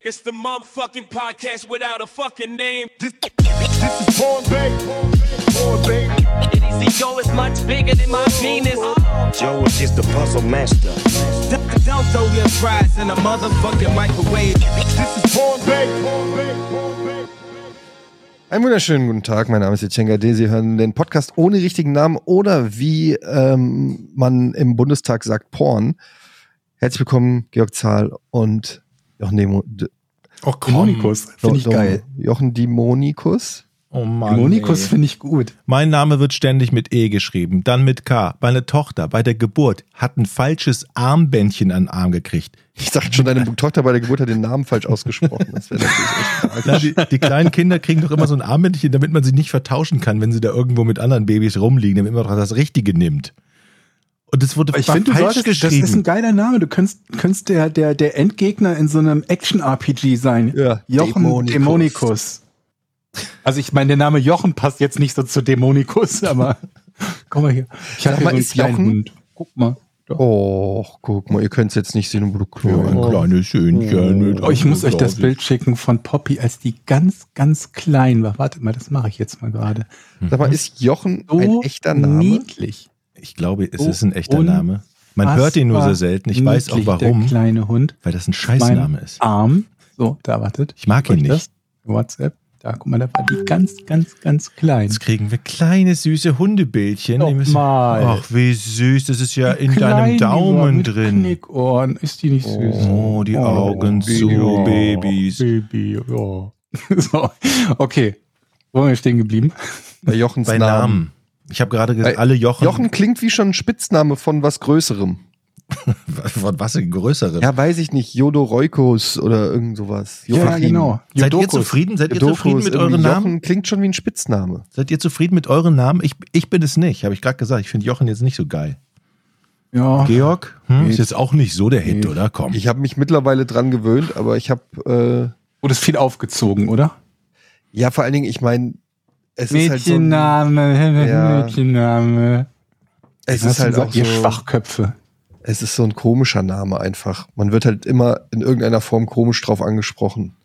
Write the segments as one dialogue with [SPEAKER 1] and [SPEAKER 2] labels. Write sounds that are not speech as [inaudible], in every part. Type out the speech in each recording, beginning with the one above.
[SPEAKER 1] It's the motherfucking podcast without a fucking name.
[SPEAKER 2] This is Bombay. Bombay.
[SPEAKER 3] Diddy's ego is much bigger than my penis.
[SPEAKER 2] Joe is just a puzzle master.
[SPEAKER 4] Don't throw your fries in a motherfucking microwave.
[SPEAKER 2] This is Bombay. Bombay.
[SPEAKER 5] Einen wunderschönen guten Tag, mein Name ist Etienne Gade. Sie hören den Podcast ohne richtigen Namen oder wie ähm, man im Bundestag sagt, Porn. Herzlich willkommen, Georg Zahl und Jochen Demo D-
[SPEAKER 6] Oh, Kommunikus. Finde ich
[SPEAKER 5] Dom-
[SPEAKER 6] geil.
[SPEAKER 5] Jochen Dimonikus.
[SPEAKER 6] Oh Mann.
[SPEAKER 7] Monikus
[SPEAKER 6] ey.
[SPEAKER 7] finde ich gut.
[SPEAKER 8] Mein Name wird ständig mit E geschrieben, dann mit K. Meine Tochter bei der Geburt hat ein falsches Armbändchen an den Arm gekriegt.
[SPEAKER 5] Ich dachte schon, deine Tochter bei der Geburt hat den Namen falsch ausgesprochen. Das wäre natürlich echt
[SPEAKER 8] Na,
[SPEAKER 5] tragisch.
[SPEAKER 8] die, die kleinen Kinder kriegen doch immer so ein Armbändchen, damit man sie nicht vertauschen kann, wenn sie da irgendwo mit anderen Babys rumliegen, damit man doch das Richtige nimmt. Und es wurde
[SPEAKER 7] Aber ich
[SPEAKER 8] war
[SPEAKER 7] finde, du
[SPEAKER 8] falsch
[SPEAKER 7] solltest, das
[SPEAKER 8] geschrieben.
[SPEAKER 7] ist ein geiler Name. Du könntest, könntest der, der, der Endgegner in so einem Action-RPG sein.
[SPEAKER 5] Ja,
[SPEAKER 7] Jochen
[SPEAKER 5] Dämonikus.
[SPEAKER 7] Dämonikus. Also ich meine, der Name Jochen passt jetzt nicht so zu Dämonikus, [laughs] aber guck mal hier. Ich
[SPEAKER 5] Sag
[SPEAKER 7] habe hier so
[SPEAKER 5] mal,
[SPEAKER 7] einen
[SPEAKER 5] ist
[SPEAKER 7] kleinen
[SPEAKER 5] Jochen-
[SPEAKER 7] Hund. Guck mal.
[SPEAKER 5] Oh, guck mal, ihr könnt es jetzt nicht sehen, um
[SPEAKER 8] ja, Oh, genau. ein kleines Hühnchen. mit
[SPEAKER 7] Oh, ich muss euch das
[SPEAKER 8] Augen.
[SPEAKER 7] Bild schicken von Poppy, als die ganz, ganz klein war. Warte mal, das mache ich jetzt mal gerade.
[SPEAKER 5] Sag mal, ist Jochen ein echter Name?
[SPEAKER 7] niedlich.
[SPEAKER 8] Ich glaube, es
[SPEAKER 7] Oh,
[SPEAKER 8] ist ein echter
[SPEAKER 7] unfassbar
[SPEAKER 8] Name. Man hört ihn nur sehr selten. Ich weiß auch
[SPEAKER 7] Niedlich, Der
[SPEAKER 8] warum,
[SPEAKER 7] kleine Hund.
[SPEAKER 8] weil das ein
[SPEAKER 7] Mein
[SPEAKER 8] Scheißname ist.
[SPEAKER 7] Arm. So, da wartet.
[SPEAKER 8] Ich mag ihn
[SPEAKER 7] Euch
[SPEAKER 8] nicht.
[SPEAKER 7] das? WhatsApp. Da, guck mal, da war die ganz, ganz, ganz klein.
[SPEAKER 8] Jetzt kriegen wir kleine süße Hundebildchen. Die
[SPEAKER 7] Doch
[SPEAKER 8] müssen-
[SPEAKER 7] mal.
[SPEAKER 8] Ach, wie süß. Das ist ja in
[SPEAKER 7] Klein,
[SPEAKER 8] deinem
[SPEAKER 7] die war
[SPEAKER 8] Daumen
[SPEAKER 7] mit
[SPEAKER 8] drin.
[SPEAKER 7] Knickohren. Ist die nicht süß? oh,
[SPEAKER 8] Oh, die Augen zu, Babys.
[SPEAKER 7] Baby, ja. [laughs] so, okay. Wo waren wir stehen geblieben?
[SPEAKER 5] Bei Jochens
[SPEAKER 8] Bei Namen. Ich habe gerade gesagt,
[SPEAKER 5] Bei
[SPEAKER 8] alle Jochen,
[SPEAKER 5] Jochen klingt wie schon ein Spitzname von was Größerem.
[SPEAKER 8] von was denn größere.
[SPEAKER 5] Ja, weiß ich nicht. Jodoroikos oder irgend sowas. Joachim.
[SPEAKER 7] genau.
[SPEAKER 8] Seid ihr
[SPEAKER 7] Jodokus.
[SPEAKER 8] zufrieden? genau. Seid ihr
[SPEAKER 5] Jodokus,
[SPEAKER 8] zufrieden mit
[SPEAKER 5] irgendwie
[SPEAKER 8] euren Namen?
[SPEAKER 5] Jochen klingt schon wie ein Spitzname.
[SPEAKER 8] Seid ihr zufrieden mit euren Namen? Ich, ich bin es nicht, habe ich gerade gesagt. Ich finde Jochen jetzt nicht so geil.
[SPEAKER 7] Ja.
[SPEAKER 8] Georg hm, ist jetzt auch nicht so der Hit,
[SPEAKER 7] Geht.
[SPEAKER 8] oder? Komm.
[SPEAKER 5] Ich habe mich mittlerweile dran gewöhnt, aber ich habe
[SPEAKER 7] Wurde es viel aufgezogen, oder?
[SPEAKER 5] äh, ja vor allen Dingen, ich meine, es ist halt
[SPEAKER 7] Mädchenname,
[SPEAKER 5] Ja.
[SPEAKER 7] Mädchenname.
[SPEAKER 5] so, ein, es
[SPEAKER 7] Was
[SPEAKER 5] ist halt
[SPEAKER 7] sagt
[SPEAKER 5] auch
[SPEAKER 7] ihr
[SPEAKER 5] so,
[SPEAKER 7] Schwachköpfe.
[SPEAKER 5] es ist so ein komischer Name einfach. Man wird halt immer in irgendeiner Form komisch drauf angesprochen.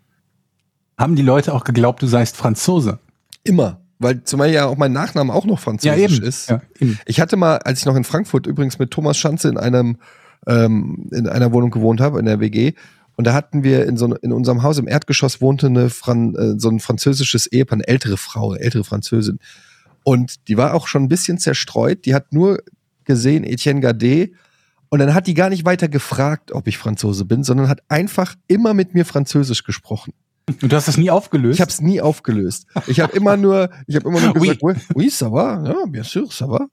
[SPEAKER 7] Haben die Leute auch geglaubt, du seist Franzose?
[SPEAKER 5] Immer, weil zumal ja auch mein Nachname auch noch französisch ist.
[SPEAKER 7] Ja, eben.
[SPEAKER 5] Ich hatte mal, als ich noch in Frankfurt übrigens mit Thomas Schanze in einem ähm, in einer Wohnung gewohnt habe, in der WG, und da hatten wir in, so, in unserem Haus im Erdgeschoss wohnte eine Fran, äh, so ein französisches Ehepaar, eine ältere Frau, eine ältere Französin. Und die war auch schon ein bisschen zerstreut. Die hat nur gesehen, Etienne Gade. Und dann hat die gar nicht weiter gefragt, ob ich Franzose bin, sondern hat einfach immer mit mir Französisch gesprochen.
[SPEAKER 7] Und du hast es nie aufgelöst?
[SPEAKER 5] Ich habe es nie aufgelöst. Ich habe immer nur, ich habe immer nur
[SPEAKER 7] [laughs] Oui.
[SPEAKER 5] gesagt, oui, oui ça va, ja, bien sûr, ça va.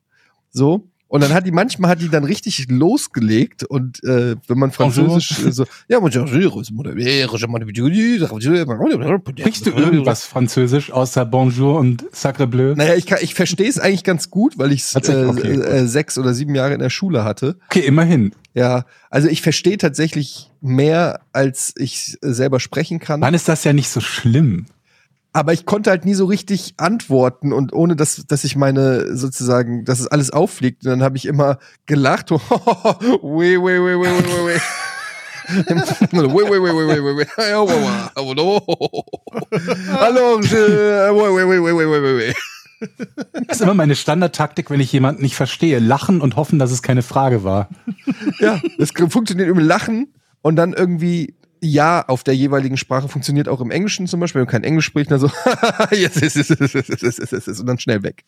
[SPEAKER 5] So. Und dann hat die, manchmal hat die dann richtig losgelegt und äh, wenn man Französisch äh, so, ja, bonjour,
[SPEAKER 7] Sprichst
[SPEAKER 5] sprichst
[SPEAKER 7] du irgendwas Französisch außer Bonjour und Sacre Bleu?
[SPEAKER 5] Naja, ich, kann- ich verstehe es eigentlich ganz gut, weil ich es äh,
[SPEAKER 7] Tatsächlich, okay, gut.
[SPEAKER 5] äh, sechs oder sieben Jahre in der Schule hatte.
[SPEAKER 7] Okay, immerhin.
[SPEAKER 5] Ja, also ich verstehe tatsächlich mehr, als ich äh, selber sprechen kann.
[SPEAKER 7] Dann ist das ja nicht so schlimm.
[SPEAKER 5] aber ich konnte halt nie so richtig antworten und ohne dass dass ich meine sozusagen dass es alles auffliegt und dann habe ich immer gelacht [laughs] weh weh weh weh weh weh [laughs] Hallo, je- weh, weh, weh, weh, weh, weh, weh.
[SPEAKER 7] Das ist immer meine Standardtaktik, wenn ich jemanden nicht verstehe. Lachen und hoffen, dass es keine Frage war.
[SPEAKER 5] Ja, das funktioniert über Lachen und dann irgendwie ja auf der jeweiligen Sprache funktioniert auch im Englischen zum Beispiel, wenn man kein Englisch spricht, dann so [laughs] yes, yes, yes, yes, yes, yes, yes, yes, yes, und dann schnell weg.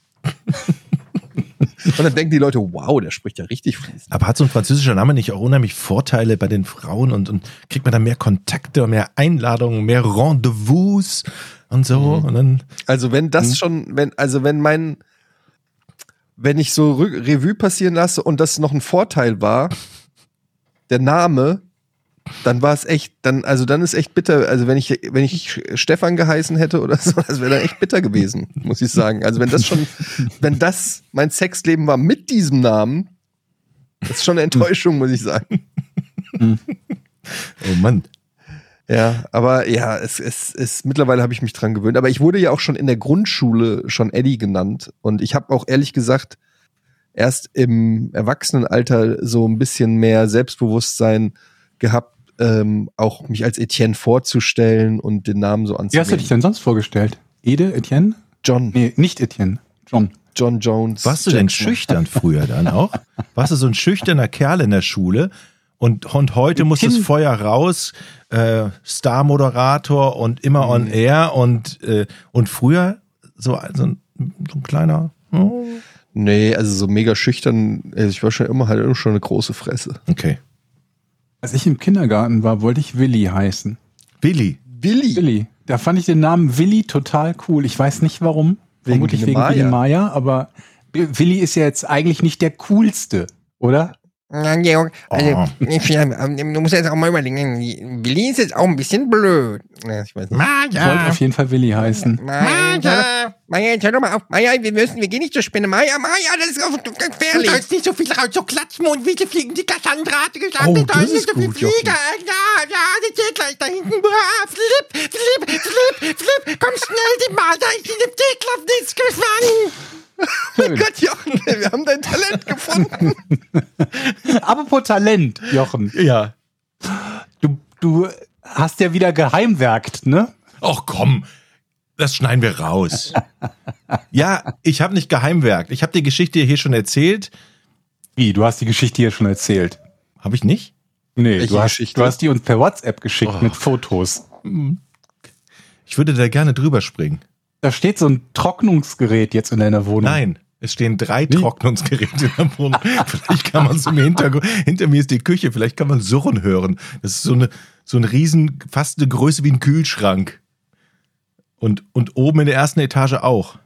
[SPEAKER 5] und dann denken die Leute, wow, der spricht ja richtig fließend.
[SPEAKER 8] Aber hat so ein französischer Name nicht auch unheimlich Vorteile bei den Frauen und, und kriegt man da mehr Kontakte, mehr Einladungen, mehr Rendezvous und so? Und dann
[SPEAKER 5] Also wenn das schon, wenn also wenn mein wenn ich so Rü- Revue passieren lasse und das noch ein Vorteil war, der Name, dann war es echt, dann also dann ist echt bitter. Also wenn ich wenn ich Stefan geheißen hätte oder so, das wäre dann echt bitter gewesen, muss ich sagen. Also wenn das schon, wenn das mein Sexleben war mit diesem Namen, das ist schon eine Enttäuschung, muss ich sagen.
[SPEAKER 8] Oh Mann.
[SPEAKER 5] Ja, aber ja, es es, es mittlerweile habe ich mich dran gewöhnt. Aber ich wurde ja auch schon in der Grundschule schon Eddie genannt und ich habe auch ehrlich gesagt erst im Erwachsenenalter so ein bisschen mehr Selbstbewusstsein gehabt, ähm, auch mich als Etienne vorzustellen und den Namen so
[SPEAKER 7] Wie hast du dich
[SPEAKER 5] anzunehmen.
[SPEAKER 7] denn sonst vorgestellt? Ede, Etienne?
[SPEAKER 5] John,
[SPEAKER 7] Nee, nicht Etienne. John.
[SPEAKER 5] John Jones.
[SPEAKER 8] Warst du denn
[SPEAKER 5] Jackson.
[SPEAKER 8] schüchtern früher dann auch? Warst du so ein schüchterner Kerl in der Schule? Und, und heute muss das
[SPEAKER 7] Kind.
[SPEAKER 8] Feuer raus, äh, Star-Moderator und immer on air und, äh, und früher so, so, ein, so ein kleiner. hm,
[SPEAKER 5] Nee, also so mega schüchtern. Also ich war schon immer halt immer schon eine große Fresse.
[SPEAKER 8] Okay.
[SPEAKER 7] Als ich im Kindergarten war, wollte ich Willi heißen.
[SPEAKER 8] Billy.
[SPEAKER 5] Willi.
[SPEAKER 7] Willi. Da fand ich den Namen Willi total cool. Ich weiß nicht warum.
[SPEAKER 5] Wegen
[SPEAKER 7] Vermutlich
[SPEAKER 5] Biene
[SPEAKER 7] wegen
[SPEAKER 5] Maya.
[SPEAKER 7] Willi Maya, aber B- Willi ist ja jetzt eigentlich nicht der coolste, oder?
[SPEAKER 9] Nein, Georg, also,
[SPEAKER 8] Oh.
[SPEAKER 9] ich, ähm, du musst jetzt auch mal überlegen, die- Willi ist jetzt auch ein bisschen blöd. Ja, Ich weiß nicht.
[SPEAKER 7] Ich wollte auf jeden Fall Willi heißen.
[SPEAKER 9] Maja, Maja, Maja, jetzt hör doch mal auf. Maja, wir müssen, wir gehen nicht zur Spinne. Maja, Maja, das ist auch gefährlich.
[SPEAKER 8] nicht so viel raus, so klatschen und wie fliegen die Cassandra hat gesagt,
[SPEAKER 6] Oh, das ist gut, Jochen.
[SPEAKER 9] Ja, ja, die geht gleich da hinten. Ah, Flip, flip, flip, flip. Komm schnell, die Maja ist in dem Teeklapp nichts gefangen.
[SPEAKER 7] Schön.
[SPEAKER 5] Gott, Jochen, wir haben dein Talent gefunden.
[SPEAKER 7] Apropos Talent, Jochen.
[SPEAKER 8] Ja.
[SPEAKER 7] Du, du hast ja wieder geheimwerkt, ne?
[SPEAKER 8] Ach komm, das schneiden wir raus. ja, ich habe nicht geheimwerkt. Ich habe die Geschichte hier schon erzählt.
[SPEAKER 7] Wie, du hast die Geschichte hier schon erzählt.
[SPEAKER 8] Habe ich nicht?
[SPEAKER 7] Nee,
[SPEAKER 5] Welche
[SPEAKER 7] du hast,
[SPEAKER 5] Geschichte?
[SPEAKER 7] du hast die uns per WhatsApp geschickt mit Fotos.
[SPEAKER 8] Ich würde da gerne drüber springen.
[SPEAKER 7] Da steht so ein Trocknungsgerät jetzt in deiner Wohnung.
[SPEAKER 8] Nein, es stehen drei Trocknungsgeräte in der Wohnung. vielleicht kann man es im Hintergrund, hinter mir ist die Küche, vielleicht kann man Surren hören. Das ist so eine, so ein riesen, fast eine Größe wie ein Kühlschrank. Und, und oben in der ersten Etage auch.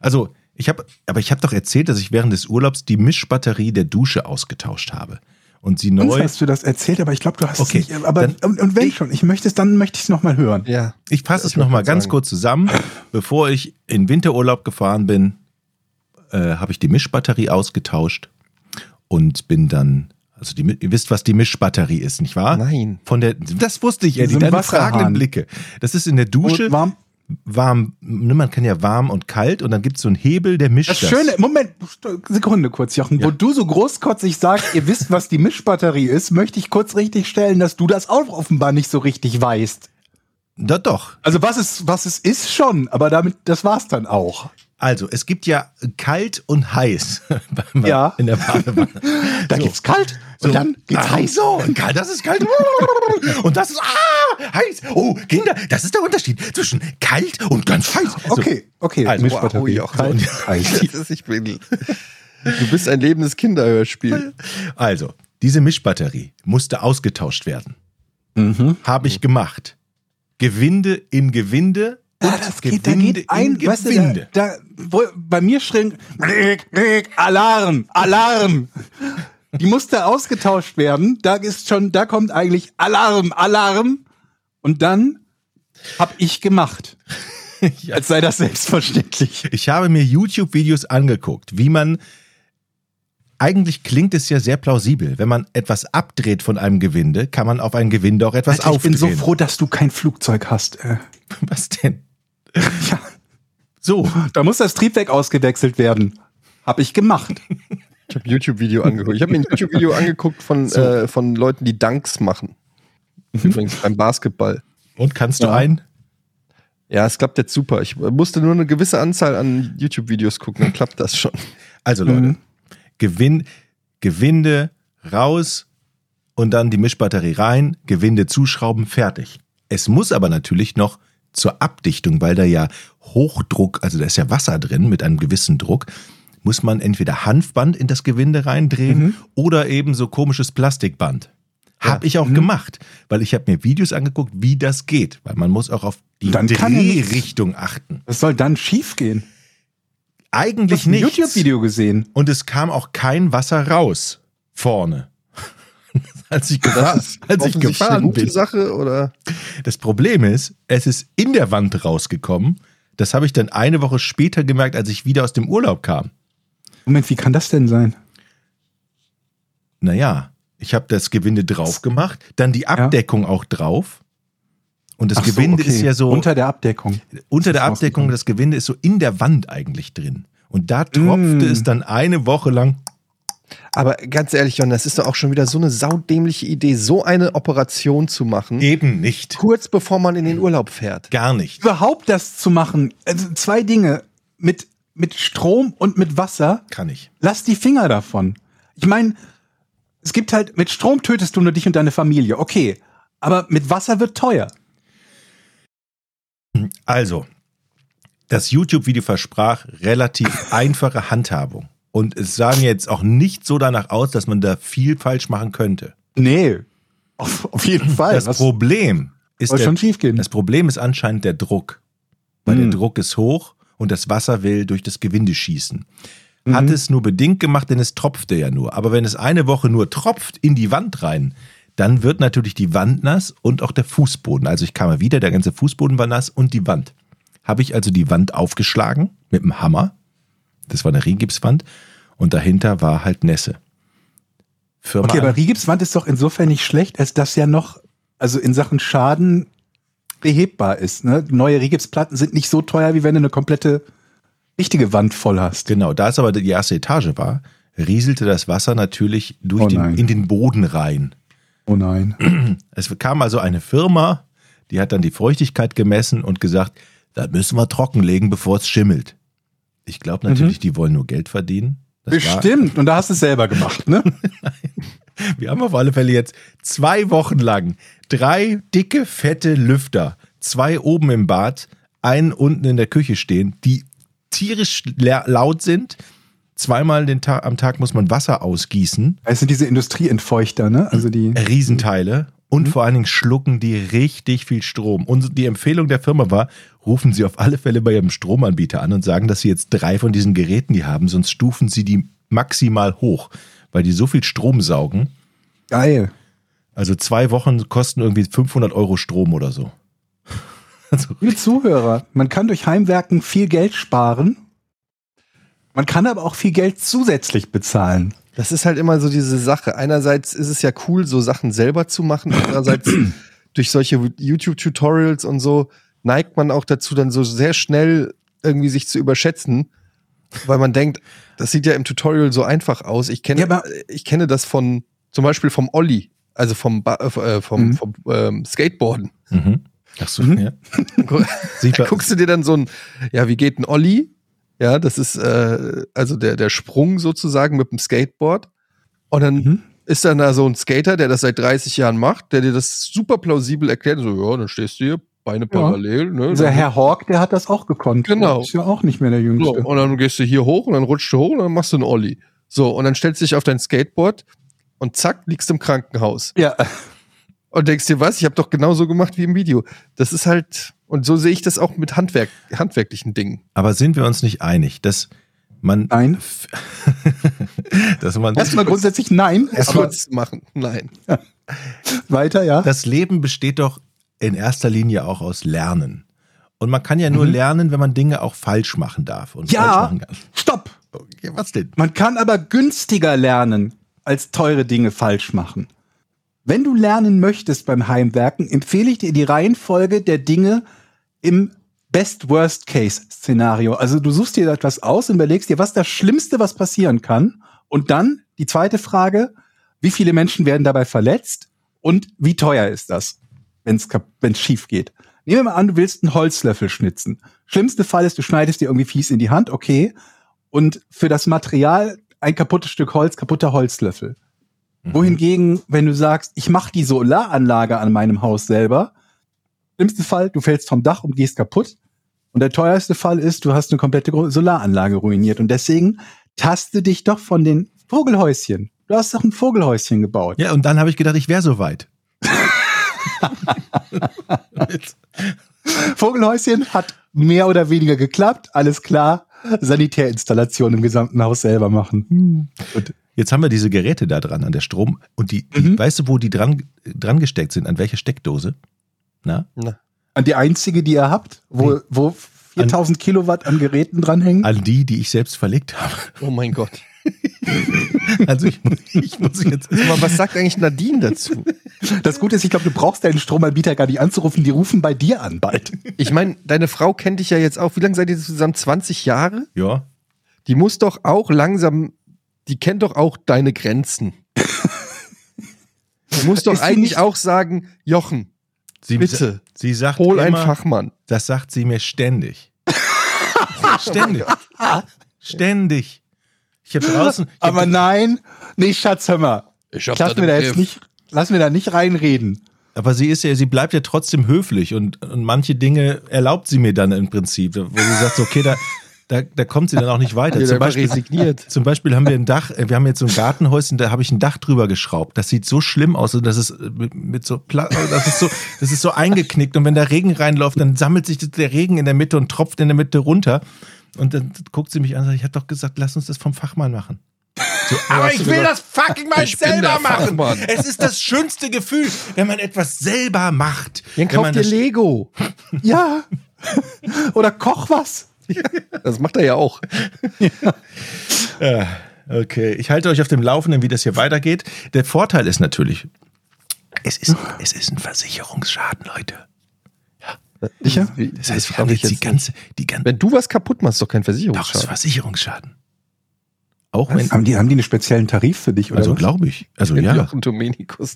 [SPEAKER 8] Also, ich habe, aber ich habe doch erzählt, dass ich während des Urlaubs die Mischbatterie der Dusche ausgetauscht habe. Und sie
[SPEAKER 7] Uns
[SPEAKER 8] neu.
[SPEAKER 7] hast du das erzählt, aber ich glaube, du hast
[SPEAKER 8] Okay,
[SPEAKER 7] es nicht. Aber,
[SPEAKER 8] dann-
[SPEAKER 7] und, und wenn schon, ich möchte es, dann möchte ich es nochmal hören.
[SPEAKER 5] ja.
[SPEAKER 8] Ich fasse es nochmal ganz kurz zusammen. Bevor ich in Winterurlaub gefahren bin, äh, habe ich die Mischbatterie ausgetauscht und bin dann, also die, Mi- ihr wisst, was die Mischbatterie ist, nicht wahr?
[SPEAKER 5] Nein.
[SPEAKER 8] Von der, das wusste ich, Eddie,
[SPEAKER 7] So ein
[SPEAKER 8] deine
[SPEAKER 7] Wasserhahn.
[SPEAKER 8] fragenden Blicke. Das ist in der Dusche,
[SPEAKER 7] Und warm.
[SPEAKER 8] warm, ne, man kann ja warm und kalt und dann gibt es so einen Hebel, der mischt
[SPEAKER 7] Das Schöne, Moment, Sekunde kurz, Jochen. Wo du so großkotzig sagst, ihr wisst, was die Mischbatterie ist, möchte ich kurz richtig stellen, dass du das auch offenbar nicht so richtig weißt.
[SPEAKER 8] Da doch,
[SPEAKER 7] Also was es, was es ist schon, aber damit, das war's dann auch.
[SPEAKER 8] Also, es gibt ja kalt und heiß [laughs] beim-
[SPEAKER 7] Ja.
[SPEAKER 8] in der Badewanne.
[SPEAKER 7] [laughs] Da gibt's kalt und dann geht's heiß.
[SPEAKER 8] So, [laughs] kalt, das ist kalt. [laughs] Und das ist ah, heiß. Oh, Kinder, das ist der Unterschied zwischen kalt und ganz heiß. So.
[SPEAKER 7] Okay, okay,
[SPEAKER 8] Also,
[SPEAKER 7] Mischbatterie.
[SPEAKER 5] wow, Jochen.
[SPEAKER 7] kalt, heiß.
[SPEAKER 5] Das ist, ich bin, du bist ein lebendes [laughs] Kinderhörspiel.
[SPEAKER 8] Also, diese Mischbatterie musste ausgetauscht werden. Habe ich gemacht. Gewinde in Gewinde.
[SPEAKER 7] Ja, Ah, das geht, da geht ein,
[SPEAKER 8] in
[SPEAKER 7] weißt du,
[SPEAKER 8] Gewinde.
[SPEAKER 7] da, da, wo, bei mir schrillen, Rick, Rick, Alarm, Alarm. Die musste ausgetauscht werden. Da ist schon, da kommt eigentlich Alarm, Alarm. Und dann hab ich gemacht. [laughs]
[SPEAKER 8] Ja.
[SPEAKER 7] Als sei das selbstverständlich.
[SPEAKER 8] Ich habe mir YouTube-Videos angeguckt, wie man. Eigentlich klingt es ja sehr plausibel. Wenn man etwas abdreht von einem Gewinde, kann man auf ein Gewinde auch etwas
[SPEAKER 7] Alter, ich
[SPEAKER 8] aufdrehen.
[SPEAKER 7] bin so froh, dass du kein Flugzeug hast. Äh,
[SPEAKER 8] Was denn?
[SPEAKER 7] ja,
[SPEAKER 8] So,
[SPEAKER 7] da muss das Triebwerk ausgewechselt werden. Hab ich gemacht.
[SPEAKER 5] Ich habe YouTube-Video angeguckt. Ich habe mir ein [laughs] YouTube-Video angeguckt von, äh, von Leuten, die Dunks machen. Übrigens beim Basketball.
[SPEAKER 8] und kannst du
[SPEAKER 7] Ja.
[SPEAKER 8] ein?
[SPEAKER 5] Ja, es klappt jetzt super. Ich musste nur eine gewisse Anzahl an YouTube-Videos gucken, dann klappt das [laughs] schon.
[SPEAKER 8] Also Leute,
[SPEAKER 7] Mhm.
[SPEAKER 8] Gewin Gewinde raus und dann die Mischbatterie rein, Gewinde zuschrauben, fertig. Es muss aber natürlich noch zur Abdichtung, weil da ja Hochdruck, also da ist ja Wasser drin mit einem gewissen Druck, muss man entweder Hanfband in das Gewinde reindrehen
[SPEAKER 7] Mhm.
[SPEAKER 8] oder eben so komisches Plastikband. Hab ich auch
[SPEAKER 7] Mhm.
[SPEAKER 8] gemacht, weil ich habe mir Videos angeguckt, wie das geht, weil man muss auch auf die
[SPEAKER 7] Dann kann ja nichts.
[SPEAKER 8] Drehrichtung achten.
[SPEAKER 7] Was soll dann schiefgehen? Du
[SPEAKER 8] Eigentlich
[SPEAKER 7] hast ein
[SPEAKER 8] nicht.
[SPEAKER 7] YouTube-Video gesehen.
[SPEAKER 8] und es kam auch kein Wasser raus vorne. [laughs] als ich, gefahr, als ich
[SPEAKER 5] Offensichtlich
[SPEAKER 8] gefahren
[SPEAKER 5] eine gute
[SPEAKER 8] bin.
[SPEAKER 5] Sache oder?
[SPEAKER 8] Das Problem ist, es ist in der Wand rausgekommen. Das habe ich dann eine Woche später gemerkt, als ich wieder aus dem Urlaub kam.
[SPEAKER 7] Moment, wie kann das denn sein?
[SPEAKER 8] Naja, ich habe das Gewinde drauf gemacht, dann die Abdeckung auch drauf. Und das
[SPEAKER 7] Ach so,
[SPEAKER 8] Gewinde
[SPEAKER 7] okay.
[SPEAKER 8] ist ja so
[SPEAKER 7] Unter der Abdeckung.
[SPEAKER 8] unter der
[SPEAKER 7] ist
[SPEAKER 8] Abdeckung,
[SPEAKER 7] rausgekommen.
[SPEAKER 8] das Gewinde ist so in der Wand eigentlich drin. Und da tropfte
[SPEAKER 7] Mm.
[SPEAKER 8] es dann eine Woche lang
[SPEAKER 5] Aber ganz ehrlich, Jon, das ist doch auch schon wieder so eine saudämliche Idee, so eine Operation zu machen,
[SPEAKER 8] Eben nicht.
[SPEAKER 5] kurz bevor man in den Urlaub fährt.
[SPEAKER 8] Gar nicht.
[SPEAKER 7] Überhaupt das zu machen, also zwei Dinge, mit, mit Strom und mit Wasser,
[SPEAKER 8] Kann ich.
[SPEAKER 7] lass die Finger davon. Ich meine, es gibt halt, mit Strom tötest du nur dich und deine Familie, okay. Aber mit Wasser wird teuer.
[SPEAKER 8] Also, das YouTube-Video versprach relativ einfache Handhabung. Und es sah mir jetzt auch nicht so danach aus, dass man da viel falsch machen könnte.
[SPEAKER 7] Nee. Auf, auf jeden Fall.
[SPEAKER 8] Das
[SPEAKER 7] Was-
[SPEAKER 8] Problem ist
[SPEAKER 7] soll
[SPEAKER 8] der,
[SPEAKER 7] schon Hm. schiefgehen?
[SPEAKER 8] Das Problem ist anscheinend der Druck. Weil der Druck ist hoch und das Wasser will durch das Gewinde schießen.
[SPEAKER 7] Mhm.
[SPEAKER 8] Hat es nur bedingt gemacht, denn es tropfte ja nur. Aber wenn es eine Woche nur tropft in die Wand rein, dann wird natürlich die Wand nass und auch der Fußboden. Also ich kam ja wieder, der ganze Fußboden war nass und die Wand. Habe ich also die Wand aufgeschlagen mit dem Hammer. Das war eine Rigipswand. Und dahinter war halt Nässe. Firma
[SPEAKER 7] Okay, aber Rigipswand ist doch insofern nicht schlecht, als dass ja noch, also in Sachen Schaden behebbar ist. Ne? Neue Rigipsplatten sind nicht so teuer, wie wenn du eine komplette richtige Wand voll hast.
[SPEAKER 8] Genau, da es aber die erste Etage war, rieselte das Wasser natürlich durch
[SPEAKER 7] Oh
[SPEAKER 8] den,
[SPEAKER 7] nein.
[SPEAKER 8] in den Boden rein.
[SPEAKER 7] Oh nein.
[SPEAKER 8] Es kam also eine Firma, die hat dann die Feuchtigkeit gemessen und gesagt, das müssen wir trockenlegen, bevor es schimmelt. Ich glaube natürlich, die wollen nur Geld verdienen. Das
[SPEAKER 7] Mhm. Bestimmt. Und da hast du es selber gemacht, ne?
[SPEAKER 8] War, wir haben auf alle Fälle jetzt zwei Wochen lang drei dicke, fette Lüfter, zwei oben im Bad, einen unten in der Küche stehen, die tierisch la- laut sind. Zweimal den Ta am Tag muss man Wasser ausgießen.
[SPEAKER 7] [laughs] Es sind diese Industrieentfeuchter, ne? Also die.
[SPEAKER 8] Riesenteile und
[SPEAKER 7] Mhm.
[SPEAKER 8] vor allen Dingen schlucken die richtig viel Strom. Und die Empfehlung der Firma war, rufen Sie auf alle Fälle bei Ihrem Stromanbieter an und sagen, dass Sie jetzt drei von diesen Geräten die haben, sonst stufen Sie die maximal hoch, weil die so viel Strom saugen.
[SPEAKER 7] Geil.
[SPEAKER 8] Also zwei Wochen kosten irgendwie 500 Euro Strom oder so. Also,
[SPEAKER 7] Liebe Zuhörer, man kann durch Heimwerken viel Geld sparen. Man kann aber auch viel Geld zusätzlich bezahlen.
[SPEAKER 5] Das ist halt immer so diese Sache. Einerseits ist es ja cool, so Sachen selber zu machen.
[SPEAKER 7] [clears throat]
[SPEAKER 5] Andererseits durch solche YouTube-Tutorials und so neigt man auch dazu, dann so sehr schnell irgendwie sich zu überschätzen, weil man denkt, das sieht ja im Tutorial so einfach aus. Ich kenne,
[SPEAKER 7] Ja, aber-
[SPEAKER 5] ich kenne das von zum Beispiel vom Olli, also vom, Ba- äh, vom,
[SPEAKER 7] Mhm.
[SPEAKER 5] vom ähm, Skateboarden.
[SPEAKER 8] mhm. Ach so, ja.
[SPEAKER 7] [laughs]
[SPEAKER 8] Sieht
[SPEAKER 5] Da
[SPEAKER 8] man-
[SPEAKER 5] guckst du dir dann so ein, ja, wie geht ein Olli? Ja, das ist äh, also der, der Sprung sozusagen mit dem Skateboard. Und dann ist dann da so ein Skater, der das seit 30 Jahren macht, der dir das super plausibel erklärt. So, ja, dann stehst du hier, Beine parallel. Ne?
[SPEAKER 7] Unser
[SPEAKER 5] Dann-
[SPEAKER 7] Herr Hawk, der hat das auch gekonnt.
[SPEAKER 5] Genau.
[SPEAKER 7] Ist ja auch nicht mehr der
[SPEAKER 5] so,
[SPEAKER 7] Jüngste.
[SPEAKER 5] und dann gehst du hier hoch und dann rutscht du hoch und dann machst du einen Olli. So, und dann stellst du dich auf dein Skateboard und zack, liegst im Krankenhaus.
[SPEAKER 7] Ja. [laughs]
[SPEAKER 5] Und denkst dir, was? Ich habe doch genauso gemacht wie im Video. Das ist halt, und so sehe ich das auch mit Handwerk, handwerklichen Dingen.
[SPEAKER 8] Aber sind wir uns nicht einig, dass man,
[SPEAKER 7] Nein.
[SPEAKER 8] [laughs] dass man
[SPEAKER 7] [laughs] Erstmal grundsätzlich nein.
[SPEAKER 5] Erst
[SPEAKER 7] aber
[SPEAKER 5] kurz machen. Nein.
[SPEAKER 7] weiter, ja.
[SPEAKER 8] das Leben besteht doch in erster Linie auch aus Lernen. Und man kann ja nur lernen, wenn man Dinge auch falsch machen darf. Und falsch
[SPEAKER 7] Mhm. Ja,
[SPEAKER 8] machen kann.
[SPEAKER 7] stopp.
[SPEAKER 8] Okay, was denn?
[SPEAKER 7] Man kann aber günstiger lernen, als teure Dinge falsch machen. Wenn du lernen möchtest beim Heimwerken, empfehle ich dir die Reihenfolge der Dinge im Best-Worst-Case-Szenario. Also du suchst dir da etwas aus und überlegst dir, was das Schlimmste, was passieren kann. Und dann die zweite Frage, wie viele Menschen werden dabei verletzt und wie teuer ist das, wenn es schief geht. Nehmen wir mal an, du willst einen Holzlöffel schnitzen. Schlimmste Fall ist, du schneidest dir irgendwie fies in die Hand, okay. Und für das Material ein kaputtes Stück Holz, kaputter Holzlöffel. Wohingegen, wenn du sagst, ich mache die Solaranlage an meinem Haus selber, schlimmste Fall, du fällst vom Dach und gehst kaputt. Und der teuerste Fall ist, du hast eine komplette Gru- Solaranlage ruiniert. Und deswegen taste dich doch von den Vogelhäuschen. Du hast doch ein Vogelhäuschen gebaut.
[SPEAKER 8] Ja, und dann habe ich gedacht, ich wäre so weit.
[SPEAKER 7] Vogelhäuschen hat mehr oder weniger geklappt. Alles klar. Sanitärinstallation im gesamten Haus selber machen.
[SPEAKER 8] Jetzt haben wir diese Geräte da dran an der Strom. Und die, die
[SPEAKER 7] Mhm.
[SPEAKER 8] weißt du, wo die dran, dran gesteckt sind? An welche Steckdose? Na?
[SPEAKER 7] An die einzige, die ihr habt, wo, wo 4000 Kilowatt Hm. an Geräten dranhängen.
[SPEAKER 8] An die, die ich selbst verlegt habe. [laughs]
[SPEAKER 5] Oh mein Gott.
[SPEAKER 8] Also ich muss, ich muss jetzt.
[SPEAKER 5] Aber was sagt eigentlich Nadine dazu?
[SPEAKER 7] Das Gute ist, ich glaube, du brauchst deinen Stromanbieter gar nicht anzurufen. Die rufen bei dir an bald. [laughs]
[SPEAKER 5] Ich meine, deine Frau kennt dich ja jetzt auch. Wie lange seid ihr zusammen? 20 Jahre?
[SPEAKER 8] Ja.
[SPEAKER 5] Die muss doch auch langsam die kennt doch auch deine Grenzen. du musst doch
[SPEAKER 7] Ist die
[SPEAKER 5] eigentlich
[SPEAKER 7] nicht-
[SPEAKER 5] auch sagen, Jochen,
[SPEAKER 8] Sie,
[SPEAKER 5] Bitte.
[SPEAKER 8] Sie sagt
[SPEAKER 5] hol einen
[SPEAKER 8] immer,
[SPEAKER 5] Fachmann.
[SPEAKER 8] das sagt sie
[SPEAKER 7] [laughs]
[SPEAKER 8] mir ständig. ständig.
[SPEAKER 7] Oh
[SPEAKER 8] ständig. Ich habe draußen, ich
[SPEAKER 7] [laughs]
[SPEAKER 8] hab
[SPEAKER 7] Aber nein, nee, Schatz, hör mal. Ich lass mir da jetzt nicht, lass mir da nicht [laughs] reinreden.
[SPEAKER 8] Aber sie ist ja, sie bleibt ja trotzdem höflich und, und manche Dinge erlaubt sie mir dann im Prinzip, wo sie sagt, so, okay, da, da, da kommt sie dann auch nicht weiter.
[SPEAKER 5] Die hat
[SPEAKER 8] Zum
[SPEAKER 5] einfach
[SPEAKER 8] Beispiel,
[SPEAKER 5] resigniert.
[SPEAKER 8] [laughs] zum Beispiel haben wir ein Dach, äh, wir haben jetzt so ein Gartenhäuschen, da habe ich ein Dach drüber geschraubt. Das sieht so schlimm aus und das ist äh, mit, mit so, Pla also das ist so, das ist so eingeknickt und wenn da Regen reinläuft, dann sammelt sich das- der Regen in der Mitte und tropft in der Mitte runter. Und dann guckt sie mich an und sagt, ich habe doch gesagt, lass uns das vom Fachmann machen. So, aber ich will das fucking mal
[SPEAKER 5] Ich bin der Fachmann.
[SPEAKER 8] Es ist das schönste Gefühl, wenn man etwas selber macht.
[SPEAKER 5] Dann
[SPEAKER 8] wenn man
[SPEAKER 5] kauft dir
[SPEAKER 8] das-
[SPEAKER 5] Lego.
[SPEAKER 7] Ja. Oder koch was.
[SPEAKER 5] Das macht er ja auch.
[SPEAKER 8] Ah, okay, ich halte euch auf dem Laufenden, wie das hier weitergeht. Der Vorteil ist natürlich, es ist, es ist ein Versicherungsschaden, Leute.
[SPEAKER 7] Sicher?
[SPEAKER 8] Das heißt, wir
[SPEAKER 5] kann
[SPEAKER 8] haben
[SPEAKER 5] ich
[SPEAKER 8] jetzt die
[SPEAKER 5] jetzt
[SPEAKER 8] ganze, die ganze,
[SPEAKER 5] Wenn du was kaputt machst, ist doch kein
[SPEAKER 8] doch, es ist
[SPEAKER 5] Versicherungsschaden.
[SPEAKER 8] Versicherungsschaden. Auch wenn,
[SPEAKER 7] Haben die, haben die einen speziellen Tarif für dich oder
[SPEAKER 8] also
[SPEAKER 7] was?
[SPEAKER 8] glaube ich, also
[SPEAKER 5] Wenn
[SPEAKER 8] ja, [laughs]
[SPEAKER 5] Jochen Dominikus.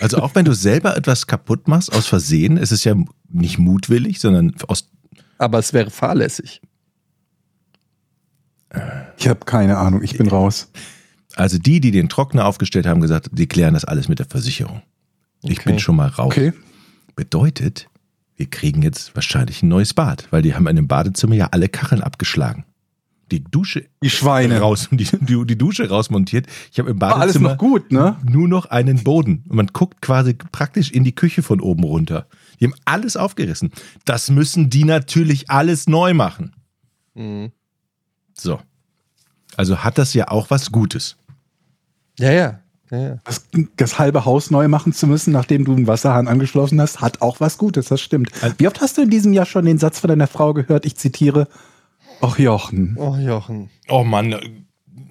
[SPEAKER 8] also auch wenn du selber etwas kaputt machst aus Versehen, es ist ja nicht mutwillig, sondern aus,
[SPEAKER 5] Aber es wäre fahrlässig.
[SPEAKER 7] Ich habe keine Ahnung, ich bin raus.
[SPEAKER 8] also die, die den Trockner aufgestellt haben, gesagt, die klären das alles mit der Versicherung. Ich
[SPEAKER 5] Okay.
[SPEAKER 8] bin schon mal raus.
[SPEAKER 7] Okay.
[SPEAKER 8] Bedeutet, wir kriegen jetzt wahrscheinlich ein neues Bad, weil die haben in dem Badezimmer ja alle Kacheln abgeschlagen. Die Dusche
[SPEAKER 7] Die Schweine.
[SPEAKER 8] raus [laughs] die, die, die Dusche rausmontiert. Ich habe im
[SPEAKER 7] War alles
[SPEAKER 8] Badezimmer
[SPEAKER 7] noch gut, ne?
[SPEAKER 8] nur noch einen Boden. Und man guckt quasi praktisch in die Küche von oben runter. Die haben alles aufgerissen. Das müssen die natürlich alles neu machen. Mhm. So. Also hat das ja auch was Gutes.
[SPEAKER 5] Ja, ja. ja, ja.
[SPEAKER 7] Das, das halbe Haus neu machen zu müssen, nachdem du einen Wasserhahn angeschlossen hast, hat auch was Gutes, das stimmt. Wie oft hast du in diesem Jahr schon den Satz von deiner Frau gehört, ich zitiere, Och Jochen.
[SPEAKER 5] Oh, Jochen.
[SPEAKER 8] Oh Mann,